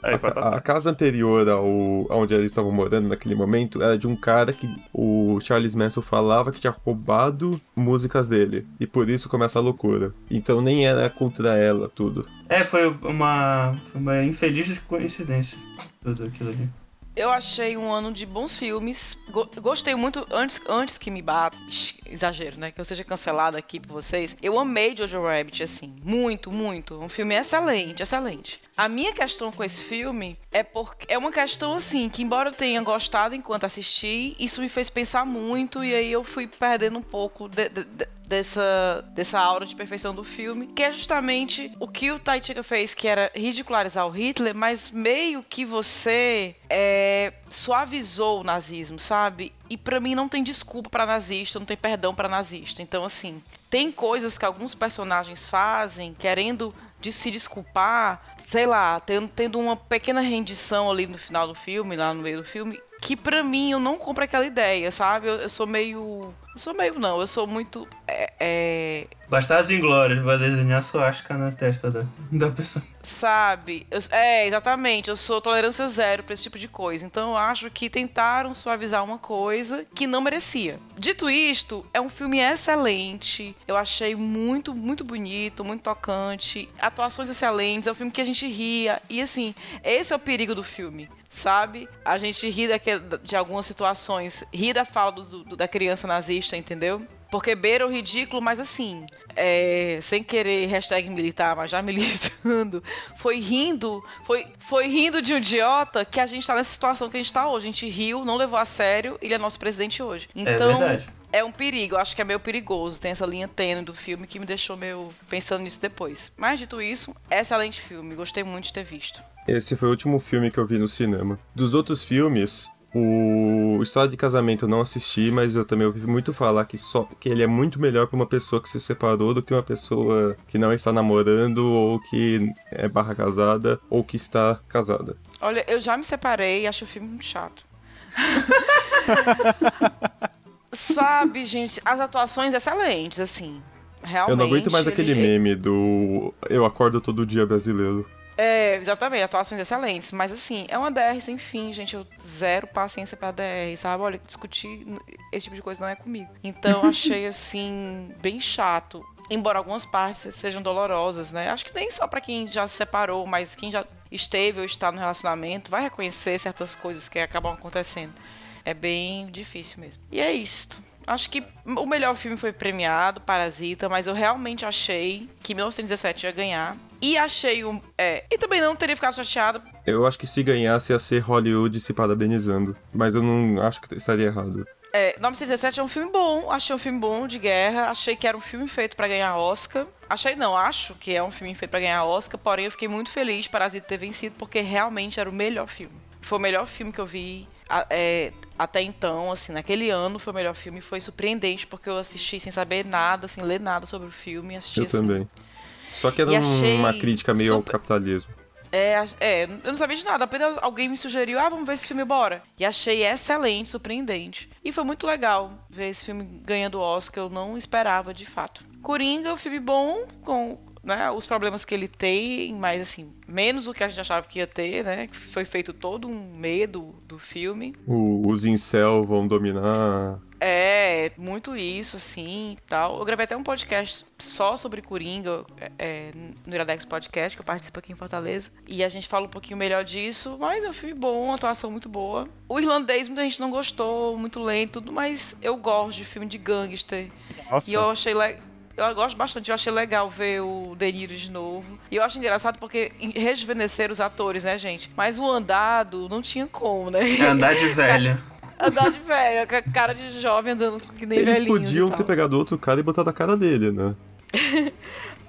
[SPEAKER 4] Aí,
[SPEAKER 3] A, ca-
[SPEAKER 4] batata.
[SPEAKER 3] a casa anterior ao, aonde eles estavam morando naquele momento era de um cara que o Charles Manson falava que tinha roubado músicas dele. E por isso começa a loucura. Então nem era contra ela tudo.
[SPEAKER 1] É, foi uma, foi uma infeliz coincidência tudo aquilo ali.
[SPEAKER 2] Eu achei um ano de bons filmes. Go- gostei muito antes, antes que me bata. Ixi, Exagero, né? Que eu seja cancelada aqui por vocês. Eu amei Jojo Rabbit, assim. Muito, muito. Um filme excelente, excelente. A minha questão com esse filme é porque é uma questão assim, que embora eu tenha gostado enquanto assisti, isso me fez pensar muito e aí eu fui perdendo um pouco de- de- de- dessa, dessa aura de perfeição do filme, que é justamente o que o Taitika fez, que era ridicularizar o Hitler, mas meio que você é, suavizou o nazismo, sabe? E pra mim não tem desculpa pra nazista, não tem perdão pra nazista. Então, assim, tem coisas que alguns personagens fazem querendo de se desculpar, sei lá, tendo, tendo uma pequena rendição ali no final do filme, lá no meio do filme, que pra mim eu não compro aquela ideia, sabe? Eu, eu sou meio. Não sou meio, não. Eu sou muito. É, é,
[SPEAKER 1] Bastardos Inglórios vai desenhar suástica na testa da, da pessoa.
[SPEAKER 2] sabe? Eu- é, exatamente. Eu sou tolerância zero pra esse tipo de coisa. Então eu acho que tentaram suavizar uma coisa que não merecia. Dito isto, é um filme excelente. Eu achei muito, muito bonito, muito tocante. Atuações excelentes. É um filme que a gente ria. E assim, esse é o perigo do filme. Sabe? A gente ri daquele- de algumas situações, ri da fala do- do- da criança nazista, entendeu? Porque beira o ridículo, mas assim, é, sem querer hashtag militar, mas já militando, foi rindo, foi, foi rindo de um idiota que a gente tá nessa situação que a gente tá hoje. A gente riu, não levou a sério, ele é nosso presidente hoje. Então,
[SPEAKER 1] verdade.
[SPEAKER 2] é um perigo, eu acho que é meio perigoso. Tem essa linha tênue do filme que me deixou meio pensando nisso depois. Mas dito isso, excelente filme, gostei muito de ter visto.
[SPEAKER 3] Esse foi o último filme que eu vi no cinema. Dos outros filmes, o História de Casamento eu não assisti, mas eu também ouvi muito falar que só que ele é muito melhor pra uma pessoa que se separou do que uma pessoa que não está namorando ou que é barra casada ou que está casada.
[SPEAKER 2] Olha, eu já me separei e acho o filme muito chato. Sabe, gente, as atuações excelentes, assim. Realmente.
[SPEAKER 3] eu não aguento mais
[SPEAKER 2] ele-
[SPEAKER 3] aquele meme do eu acordo todo dia brasileiro.
[SPEAKER 2] É, exatamente, atuações excelentes. Mas assim, é uma DR sem fim, gente. Eu zero paciência pra DR, sabe? Olha, discutir n- esse tipo de coisa não é comigo. Então achei, assim, bem chato. Embora algumas partes sejam dolorosas, né? Acho que nem só pra quem já se separou, mas quem já esteve ou está no relacionamento vai reconhecer certas coisas que acabam acontecendo. É bem difícil mesmo. E é isto. Acho que o melhor filme foi premiado, Parasita, mas eu realmente achei que 1917 ia ganhar. E achei um. É, e também não teria ficado chateado.
[SPEAKER 3] Eu acho que se ganhasse ia ser Hollywood se parabenizando, mas eu não acho que estaria errado.
[SPEAKER 2] É, 1917 é um filme bom, achei um filme bom de guerra, achei que era um filme feito pra ganhar Oscar. Achei não, acho que é um filme feito pra ganhar Oscar, porém eu fiquei muito feliz Parasita ter vencido, porque realmente era o melhor filme. Foi o melhor filme que eu vi a- é, até então, assim, naquele ano foi o melhor filme, foi surpreendente, porque eu assisti sem saber nada, sem ler nada sobre o filme, assisti
[SPEAKER 3] Eu
[SPEAKER 2] assim,
[SPEAKER 3] também. Só que era um-
[SPEAKER 2] E achei
[SPEAKER 3] uma crítica meio ao
[SPEAKER 2] super-
[SPEAKER 3] capitalismo.
[SPEAKER 2] É, a- é, eu não sabia de nada, apenas alguém me sugeriu, ah, vamos ver esse filme, bora. E achei excelente, surpreendente. E foi muito legal ver esse filme ganhando o Oscar, eu não esperava de fato. Coringa é um filme bom, com né, os problemas que ele tem, mas assim, menos do que a gente achava que ia ter, né? Foi feito todo um medo do filme.
[SPEAKER 3] O- os incel vão dominar.
[SPEAKER 2] É, muito isso, assim, e tal. Eu gravei até um podcast só sobre Coringa é, é, no Iradex Podcast, que eu participo aqui em Fortaleza. E a gente fala um pouquinho melhor disso, mas é um filme bom, uma atuação muito boa. O irlandês muita gente não gostou, muito lento, tudo, mas eu gosto de filme de gangster.
[SPEAKER 4] Nossa.
[SPEAKER 2] E eu achei le... Eu gosto bastante, eu achei legal ver o De Niro de novo. E eu acho engraçado porque rejuvenesceram os atores, né, gente? Mas o andado não tinha como, né?
[SPEAKER 1] É andar de velho.
[SPEAKER 2] Andar de velho, com a cara de jovem andando que nem
[SPEAKER 3] Eles
[SPEAKER 2] velhinhos
[SPEAKER 3] podiam
[SPEAKER 2] e tal.
[SPEAKER 3] ter pegado outro cara e botado a cara dele, né?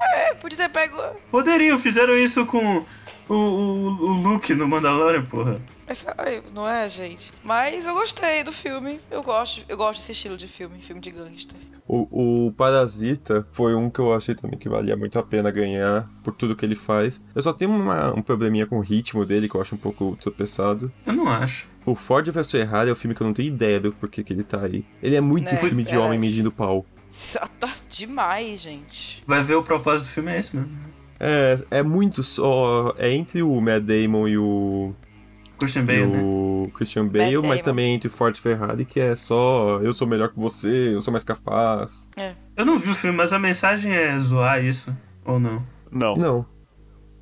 [SPEAKER 2] É, podia ter pego...
[SPEAKER 1] Poderiam, fizeram isso com o, o, o Luke no Mandalorian, porra.
[SPEAKER 2] Essa... ai, Não é, gente? Mas eu gostei do filme. Eu gosto, eu gosto desse estilo de filme, filme de gangster.
[SPEAKER 3] O, o Parasita foi um que eu achei também que valia muito a pena ganhar por tudo que ele faz. Eu só tenho uma- um probleminha com o ritmo dele, que eu acho um pouco tropeçado.
[SPEAKER 1] Eu não acho.
[SPEAKER 3] O Ford vs Ferrari é um filme que eu não tenho ideia do porquê que ele tá aí. Ele é muito
[SPEAKER 2] É,
[SPEAKER 3] filme de
[SPEAKER 2] verdade.
[SPEAKER 3] homem medindo pau.
[SPEAKER 2] Isso Tá demais, gente.
[SPEAKER 1] Vai ver o propósito do filme é esse mesmo.
[SPEAKER 3] É, é muito só. É entre o Matt Damon e o,
[SPEAKER 1] Christian
[SPEAKER 3] e
[SPEAKER 1] Bale, né?
[SPEAKER 3] o Christian Bale,
[SPEAKER 2] Matt
[SPEAKER 3] mas
[SPEAKER 2] Damon.
[SPEAKER 3] também entre o Ford Ferrari, que é só eu sou melhor que você, eu sou mais capaz.
[SPEAKER 1] Eu não vi o filme, mas a mensagem é zoar isso, ou não?
[SPEAKER 4] Não.
[SPEAKER 3] Não.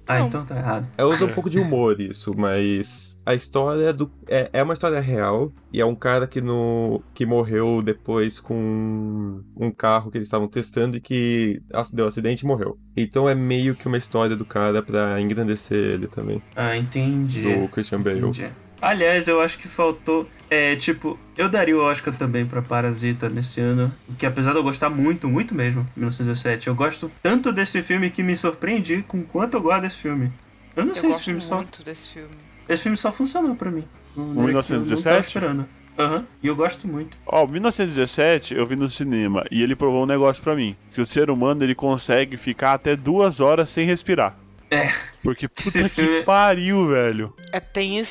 [SPEAKER 1] Ah,
[SPEAKER 2] Não.
[SPEAKER 1] então tá errado.
[SPEAKER 3] É, usa um pouco de humor isso, mas a história do, é, é uma história real e é um cara que no que morreu depois com um carro que eles estavam testando e que ac- deu acidente e morreu. Então é meio que uma história do cara pra engrandecer ele também,
[SPEAKER 1] Ah, entendi.
[SPEAKER 3] do Christian Bale.
[SPEAKER 1] Entendi. Aliás, eu acho que faltou. É, tipo, eu daria o Oscar também pra Parasita nesse ano. Que apesar de eu gostar muito, muito mesmo, 1917, eu gosto tanto desse filme que me surpreendi com o quanto eu gosto desse filme. Eu não
[SPEAKER 2] Eu
[SPEAKER 1] sei, esse
[SPEAKER 2] gosto
[SPEAKER 1] filme, só,
[SPEAKER 2] muito desse filme.
[SPEAKER 1] esse filme só funcionou pra mim.
[SPEAKER 3] Um
[SPEAKER 1] Não-
[SPEAKER 4] 1917?
[SPEAKER 1] Eu não tava esperando. Aham, e eu gosto muito.
[SPEAKER 4] Ó, 1917 eu vi no cinema e ele provou um negócio pra mim. Que o ser humano ele consegue ficar até duas horas sem respirar.
[SPEAKER 1] É.
[SPEAKER 4] Porque
[SPEAKER 1] Esse
[SPEAKER 4] puta
[SPEAKER 1] filme- é-
[SPEAKER 4] que pariu, velho.
[SPEAKER 2] É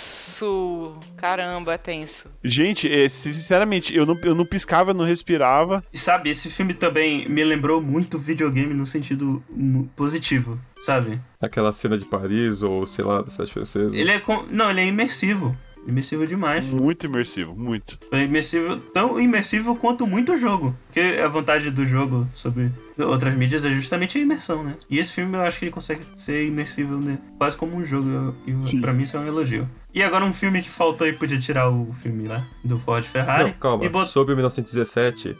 [SPEAKER 2] tenso. Caramba, é tenso.
[SPEAKER 4] Gente, é, sinceramente, eu não, eu não piscava, eu não respirava.
[SPEAKER 1] E sabe, esse filme também me lembrou muito videogame no sentido hum, positivo, sabe?
[SPEAKER 3] Aquela cena de Paris ou sei lá, da cidade francesa.
[SPEAKER 1] Ele é. com- Não, ele é imersivo. Imersivo demais.
[SPEAKER 4] Muito imersivo, muito.
[SPEAKER 1] É imersivo, tão imersivo quanto muito jogo. Porque a vantagem do jogo sobre outras mídias é justamente a imersão, né? E esse filme eu acho que ele consegue ser imersivo, né? Quase como um jogo. eu- E eu- pra mim isso é um elogio. E agora um filme que faltou e podia tirar o filme lá do Ford Ferrari.
[SPEAKER 3] Não, calma.
[SPEAKER 1] E bot-
[SPEAKER 3] Sobre 1917,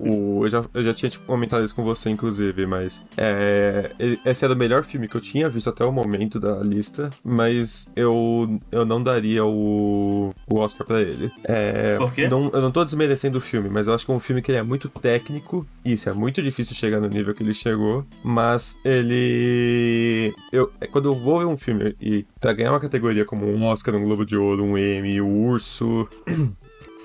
[SPEAKER 3] o, eu, já, eu já tinha tipo, comentado isso com você, inclusive, mas é, ele- esse era o melhor filme que eu tinha visto até o momento da lista, mas eu, eu não daria o, o Oscar pra ele. É,
[SPEAKER 1] Por quê?
[SPEAKER 3] Não, eu não tô desmerecendo o filme, mas eu acho que é um filme que ele é muito técnico, e isso é muito difícil chegar no nível que ele chegou, mas ele... Eu, é, quando eu vou ver um filme e pra ganhar uma categoria como um Oscar, um Globo de Ouro, um Emmy, o Urso...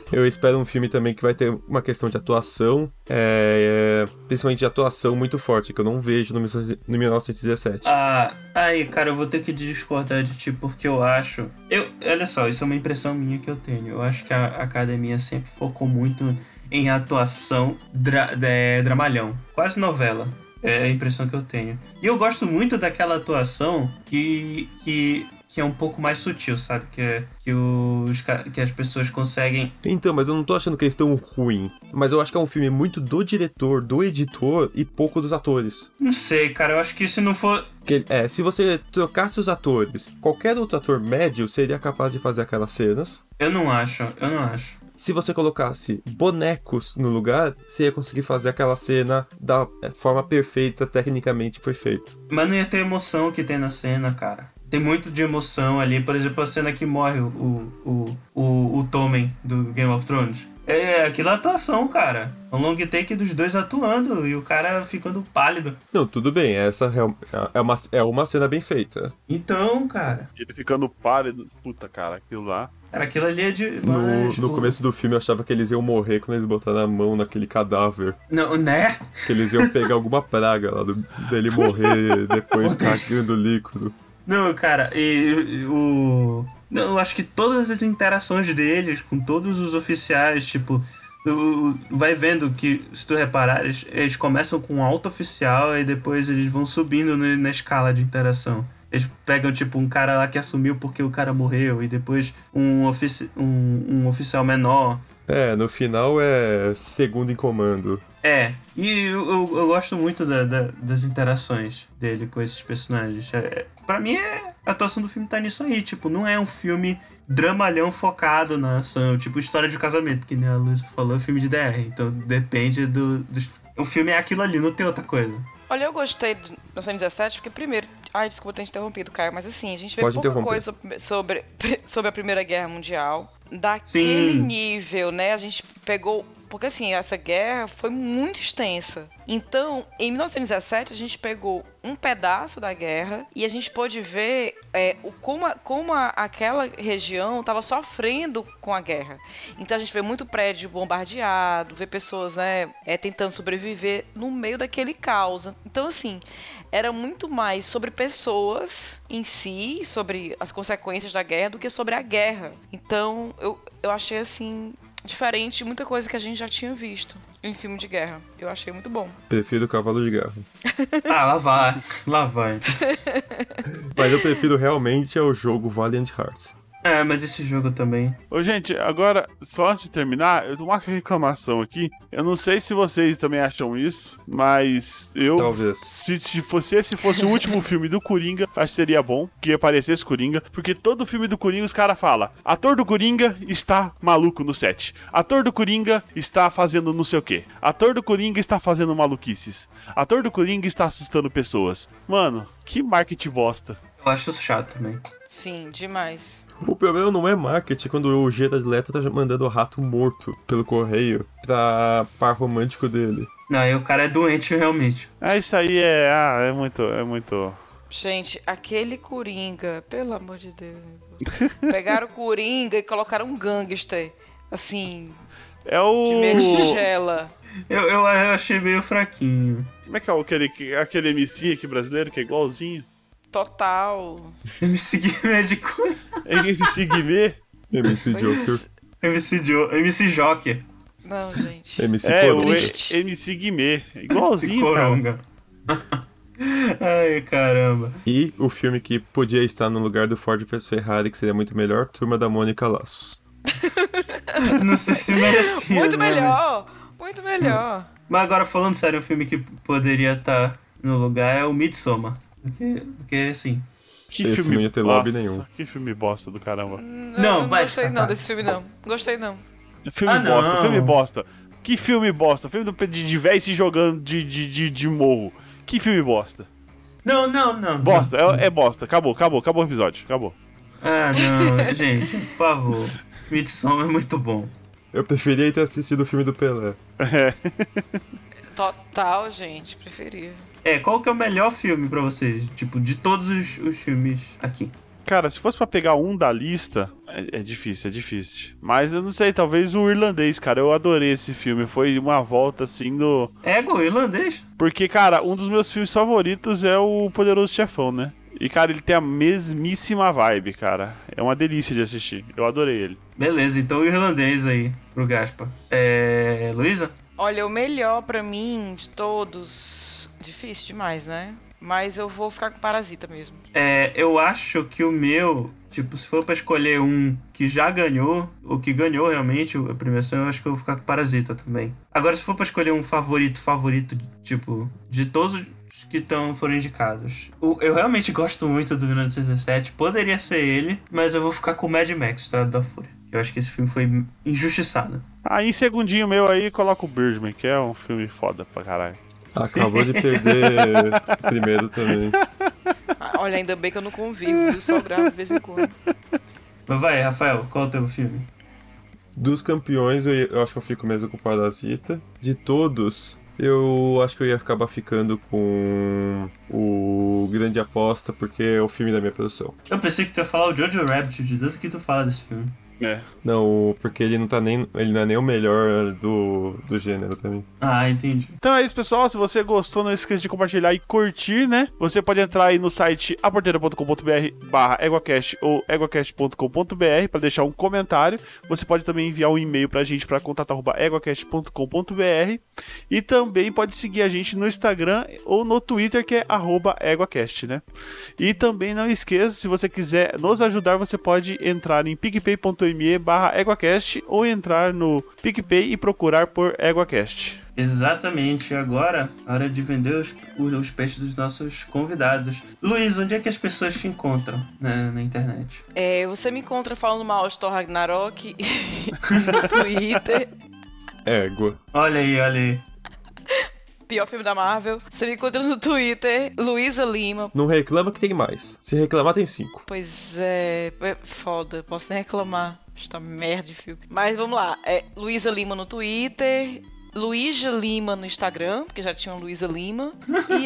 [SPEAKER 3] Eu espero um filme também que vai ter uma questão de atuação, é, é, principalmente de atuação muito forte, que eu não vejo no 19- no 1917.
[SPEAKER 1] Ah, aí, cara, eu vou ter que discordar de ti porque eu acho. Eu, olha só, isso é uma impressão minha que eu tenho. Eu acho que a academia sempre focou muito em atuação dra, é, dramalhão, quase novela. É a impressão que eu tenho. E eu gosto muito daquela atuação que, que, que é um pouco mais sutil, sabe? Que, é- que, os, ca- que as pessoas conseguem.
[SPEAKER 3] Então, mas eu não tô achando que eles estão ruim, mas eu acho que é um filme muito do diretor, do editor e pouco dos atores.
[SPEAKER 1] Não sei, cara, eu acho que se não for.
[SPEAKER 3] Que, é, se você trocasse os atores, qualquer outro ator médio seria capaz de fazer aquelas cenas.
[SPEAKER 1] Eu não acho, eu não acho.
[SPEAKER 3] Se você colocasse bonecos no lugar, você ia conseguir fazer aquela cena da é, forma perfeita, tecnicamente que foi feito.
[SPEAKER 1] Mas não ia ter emoção que tem na cena, cara. Tem muito de emoção ali. Por exemplo, a cena que morre o, o, o, o, o Tommen do Game of Thrones. É aquilo é atuação, cara. É Um long take dos dois atuando e o cara ficando pálido.
[SPEAKER 3] Não, tudo bem, essa real- é uma, é uma cena bem feita.
[SPEAKER 1] Então, cara.
[SPEAKER 4] Ele ficando pálido. Puta, cara, aquilo lá.
[SPEAKER 1] Cara, aquilo ali é de.
[SPEAKER 3] No,
[SPEAKER 1] mas
[SPEAKER 3] no
[SPEAKER 1] o-
[SPEAKER 3] começo do filme eu achava que eles iam morrer quando eles botaram a mão naquele cadáver.
[SPEAKER 1] Não, né?
[SPEAKER 3] Que eles iam pegar alguma praga lá do, dele morrer depois cagando líquido.
[SPEAKER 1] Não, cara, e, e o. Não, eu acho que todas as interações deles com todos os oficiais, tipo. o- o- Vai vendo que, se tu reparar, eles, eles começam com um alto oficial e depois eles vão subindo no- na escala de interação. Eles pegam, tipo, um cara lá que assumiu porque o cara morreu, e depois um, ofici um, um oficial menor.
[SPEAKER 3] É, no final é segundo em comando.
[SPEAKER 1] É, e eu, eu, eu gosto muito da- da- das interações dele com esses personagens. É, pra mim, é, a atuação do filme tá nisso aí. Tipo, não é um filme dramalhão focado na ação. Tipo, história de casamento, que nem a Luísa falou, é filme de DR. Então, depende do, dos- O filme é aquilo ali, não tem outra coisa.
[SPEAKER 2] Olha, eu gostei do 1917, porque primeiro. Ai, desculpa ter interrompido, Caio, mas assim, a gente vê
[SPEAKER 3] Pode
[SPEAKER 2] pouca
[SPEAKER 3] interromper.
[SPEAKER 2] coisa sobre- sobre, sobre a Primeira Guerra Mundial daquele
[SPEAKER 1] Sim.
[SPEAKER 2] nível, né? A gente pegou. Porque assim, essa guerra foi muito extensa. Então, em 1917, a gente pegou um pedaço da guerra e a gente pôde ver é, o, como, a- como a- aquela região estava sofrendo com a guerra. Então a gente vê muito prédio bombardeado, vê pessoas, né, é, tentando sobreviver no meio daquele caos. Então, assim, era muito mais sobre pessoas em si, sobre as consequências da guerra, do que sobre a guerra. Então, eu, eu achei assim. diferente de muita coisa que a gente já tinha visto em filme de guerra. Eu achei muito bom.
[SPEAKER 3] Prefiro o Cavalo de Gava.
[SPEAKER 1] Ah, lá vai, lá vai.
[SPEAKER 3] Mas eu prefiro realmente é o jogo Valiant Hearts.
[SPEAKER 1] É, mas esse jogo também.
[SPEAKER 4] Ô, gente, agora, só antes de terminar, eu tenho uma reclamação aqui. Eu não sei se vocês também acham isso, mas eu.
[SPEAKER 3] Talvez.
[SPEAKER 4] Se, se fosse esse fosse o último filme do Coringa, acho que seria bom que aparecesse Coringa, porque todo filme do Coringa os caras falam: ator do Coringa está maluco no set, ator do Coringa está fazendo não sei o que, ator do Coringa está fazendo maluquices, ator do Coringa está assustando pessoas. Mano, que marketing bosta.
[SPEAKER 1] Eu acho chato também.
[SPEAKER 2] Sim, demais.
[SPEAKER 3] O problema não é marketing quando o Gerard Leto tá mandando o rato morto pelo correio pra par romântico dele.
[SPEAKER 1] Não, e o cara é doente realmente.
[SPEAKER 4] Ah, isso aí é. Ah, é muito. É muito.
[SPEAKER 2] Gente, aquele Coringa, pelo amor de Deus. Pegaram o Coringa e colocaram um gangster. Assim,
[SPEAKER 4] É
[SPEAKER 2] de
[SPEAKER 4] o.
[SPEAKER 2] megela.
[SPEAKER 1] Eu, eu, eu achei meio fraquinho.
[SPEAKER 4] Como é que é o- aquele, aquele MC aqui brasileiro que é igualzinho?
[SPEAKER 2] Total.
[SPEAKER 1] MC Guimê de cu-
[SPEAKER 4] É MC Guimê?
[SPEAKER 3] MC Joker,
[SPEAKER 1] MC, jo... MC Joker.
[SPEAKER 2] Não, gente.
[SPEAKER 3] MC
[SPEAKER 4] É, o
[SPEAKER 3] Coringa.
[SPEAKER 2] Triste.
[SPEAKER 4] E- MC Guimê.
[SPEAKER 1] MC
[SPEAKER 4] Igualzinho, cara.
[SPEAKER 1] Coronga. Ai, caramba.
[SPEAKER 3] E o filme que podia estar no lugar do Ford vs Ferrari, que seria muito melhor, Turma da Mônica Laços.
[SPEAKER 1] Não sei se merecia.
[SPEAKER 2] Muito
[SPEAKER 1] né, velho?
[SPEAKER 2] melhor. Muito melhor.
[SPEAKER 1] Mas agora, falando sério, o filme que poderia estar no lugar é o Midsommar. Porque, porque assim.
[SPEAKER 4] Que
[SPEAKER 3] Esse
[SPEAKER 4] filme
[SPEAKER 3] não ia ter lobby
[SPEAKER 4] Nossa,
[SPEAKER 3] nenhum.
[SPEAKER 4] Que filme bosta do caramba.
[SPEAKER 2] Não,
[SPEAKER 1] Não,
[SPEAKER 2] não
[SPEAKER 1] vai,
[SPEAKER 2] gostei não
[SPEAKER 1] vai.
[SPEAKER 2] desse filme, não. Gostei não.
[SPEAKER 4] Filme
[SPEAKER 1] Ah,
[SPEAKER 4] bosta,
[SPEAKER 1] não.
[SPEAKER 4] filme bosta. Que filme bosta. Filme do Pedro de, de véi se jogando de, de, de, de morro. Que filme bosta.
[SPEAKER 1] Não, não, não.
[SPEAKER 4] Bosta, é, é bosta. Acabou, acabou, acabou o episódio. Acabou.
[SPEAKER 1] Ah, não, gente, por favor. Midsommar é muito bom.
[SPEAKER 3] Eu preferia ter assistido o filme do Pelé.
[SPEAKER 4] É.
[SPEAKER 2] Total, gente. Preferia.
[SPEAKER 1] É, qual que é o melhor filme pra vocês? Tipo, de todos os, os filmes aqui.
[SPEAKER 4] Cara, se fosse pra pegar um da lista, é, é difícil, é difícil. Mas eu não sei, talvez o irlandês, cara. Eu adorei esse filme. Foi uma volta assim do.
[SPEAKER 1] Ego, irlandês?
[SPEAKER 4] Porque, cara, um dos meus filmes favoritos é o Poderoso Chefão, né? E, cara, ele tem a mesmíssima vibe, cara. É uma delícia de assistir. Eu adorei ele.
[SPEAKER 1] Beleza, então o irlandês aí, pro Gaspa. É. Luísa?
[SPEAKER 2] Olha, o melhor pra mim de todos. Difícil demais, né? Mas eu vou ficar com Parasita mesmo.
[SPEAKER 1] É, eu acho que o meu, tipo, se for pra escolher um que já ganhou, ou que ganhou realmente a premiação, eu acho que eu vou ficar com Parasita também. Agora, se for pra escolher um favorito, favorito, tipo, de todos os que tão, foram indicados. O- eu realmente gosto muito do 1917, poderia ser ele, mas eu vou ficar com o Mad Max, Estrada da Fúria. Eu acho que esse filme foi injustiçado.
[SPEAKER 4] Aí, em segundinho meu aí, coloca o Birdman, que é um filme foda pra caralho.
[SPEAKER 3] Acabou de perder primeiro também.
[SPEAKER 2] Ah, Olha, ainda bem que eu não convivo, viu? Só gravo de vez em quando.
[SPEAKER 1] Mas vai, Rafael, qual é o teu filme?
[SPEAKER 3] Dos campeões, eu, ia- eu acho que eu fico mesmo com o Parasita. De todos, eu acho que eu ia acabar ficando com o Grande Aposta, porque é o filme da minha produção.
[SPEAKER 1] Eu pensei que tu ia falar o Jojo Rabbit, de tanto que tu fala desse filme.
[SPEAKER 4] É.
[SPEAKER 3] Não, porque ele não tá nem. Ele não é nem o melhor do, do gênero pra mim.
[SPEAKER 1] Ah, entendi.
[SPEAKER 4] Então é isso, pessoal. Se você gostou, não esqueça de compartilhar e curtir, né? Você pode entrar aí no site aporteira.com.br barra EguaCast ou eguacast.com.br para deixar um comentário. Você pode também enviar um e-mail pra gente para contato.eguacast.com.br e também pode seguir a gente no Instagram ou no Twitter, que é arroba EguaCast, né? E também não esqueça, se você quiser nos ajudar, você pode entrar em picpay.me barra EguaCast ou entrar no PicPay e procurar por EguaCast.
[SPEAKER 1] Exatamente, agora é hora de vender os, os, os peixes dos nossos convidados. Luiz, onde é que as pessoas te encontram né, na, na internet?
[SPEAKER 2] É, você me encontra falando mal de Thor Ragnarok no Twitter.
[SPEAKER 3] Égua.
[SPEAKER 1] Olha aí, olha aí.
[SPEAKER 2] Pior filme da Marvel. Você me encontra no Twitter, Luísa Lima.
[SPEAKER 3] Não reclama que tem mais. Se reclamar, tem cinco.
[SPEAKER 2] Pois é, é foda, posso nem reclamar. Está merda de filme. Mas vamos lá, é Luísa Lima no Twitter, Luísa Lima no Instagram, porque já tinha Luísa Lima. E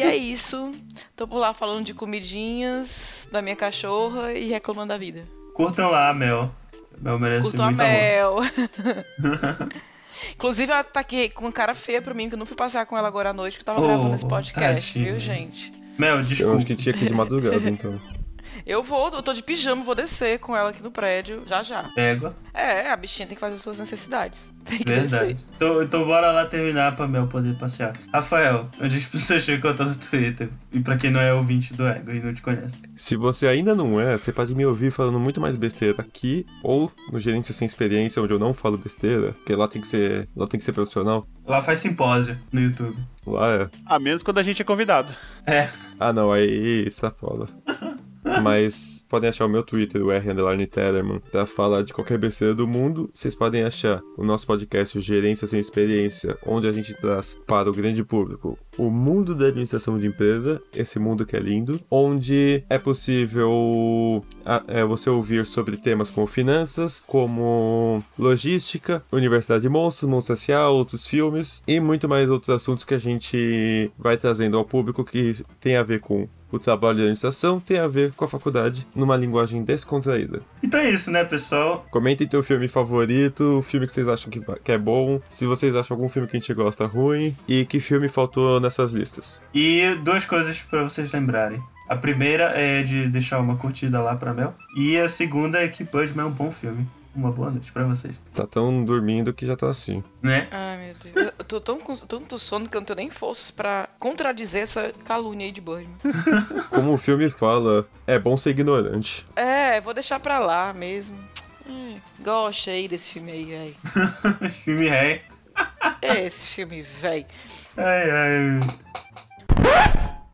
[SPEAKER 2] é isso. Tô por lá falando de comidinhas, da minha cachorra e reclamando da vida.
[SPEAKER 1] Curtam lá, Mel. Mel merece
[SPEAKER 2] Curto a
[SPEAKER 1] é muito amor.
[SPEAKER 2] Mel. Inclusive, ela tá aqui com cara feia pra mim, que eu não fui passear com ela agora à noite, porque eu tava
[SPEAKER 1] Oh,
[SPEAKER 2] gravando esse podcast,
[SPEAKER 1] tadinha.
[SPEAKER 2] viu, gente?
[SPEAKER 1] Mel,
[SPEAKER 3] Eu
[SPEAKER 1] desculpa.
[SPEAKER 3] acho que tinha que ir de madrugada, então.
[SPEAKER 2] Eu vou, eu tô de pijama, vou descer com ela aqui no prédio, já já.
[SPEAKER 1] Égua.
[SPEAKER 2] É, a bichinha tem que fazer suas necessidades. Tem que
[SPEAKER 1] Verdade.
[SPEAKER 2] descer.
[SPEAKER 1] Então, então bora lá terminar pra Mel poder passear. Rafael, onde as pessoas te encontram no Twitter? E pra quem não é ouvinte do Ego e não te conhece.
[SPEAKER 3] Se você ainda não é, você pode me ouvir falando muito mais besteira aqui ou no Gerência Sem Experiência, onde eu não falo besteira, porque lá tem que ser, lá tem que ser profissional.
[SPEAKER 1] Lá faz simpósio no YouTube.
[SPEAKER 3] Lá é.
[SPEAKER 4] A menos quando a gente é convidado.
[SPEAKER 1] É.
[SPEAKER 3] Ah não, aí extrapola. Mas podem achar o meu Twitter, o R underline Tellerman, pra falar de qualquer besteira do mundo. Vocês podem achar o nosso podcast, o Gerência Sem Experiência, onde a gente traz para o grande público o mundo da administração de empresa, esse mundo que é lindo, onde é possível ah, é, você ouvir sobre temas como finanças, como logística, Universidade de Monstros, Monstro S.A., outros filmes e muito mais outros assuntos que a gente vai trazendo ao público que tem a ver com o trabalho de administração tem a ver com a faculdade numa linguagem descontraída.
[SPEAKER 1] Então é isso, né, pessoal?
[SPEAKER 3] Comentem teu filme favorito, o filme que vocês acham que, va- que é bom, se vocês acham algum filme que a gente gosta ruim e que filme faltou nessas listas.
[SPEAKER 1] E duas coisas pra vocês lembrarem. A primeira é de deixar uma curtida lá pra Mel. E a segunda é que Pudman é um bom filme. Uma boa noite pra vocês.
[SPEAKER 3] Tá tão dormindo que já tá assim.
[SPEAKER 1] Né?
[SPEAKER 2] Ai, meu Deus. Eu- Eu tô tão com tanto sono que eu não tenho nem forças pra contradizer essa calúnia aí de Birdman.
[SPEAKER 3] Como o filme fala, é bom ser ignorante.
[SPEAKER 2] É, vou deixar pra lá mesmo. Hum, gosto aí desse filme aí, véi.
[SPEAKER 1] Esse filme é.
[SPEAKER 2] Esse filme, véi.
[SPEAKER 1] Ai, ai.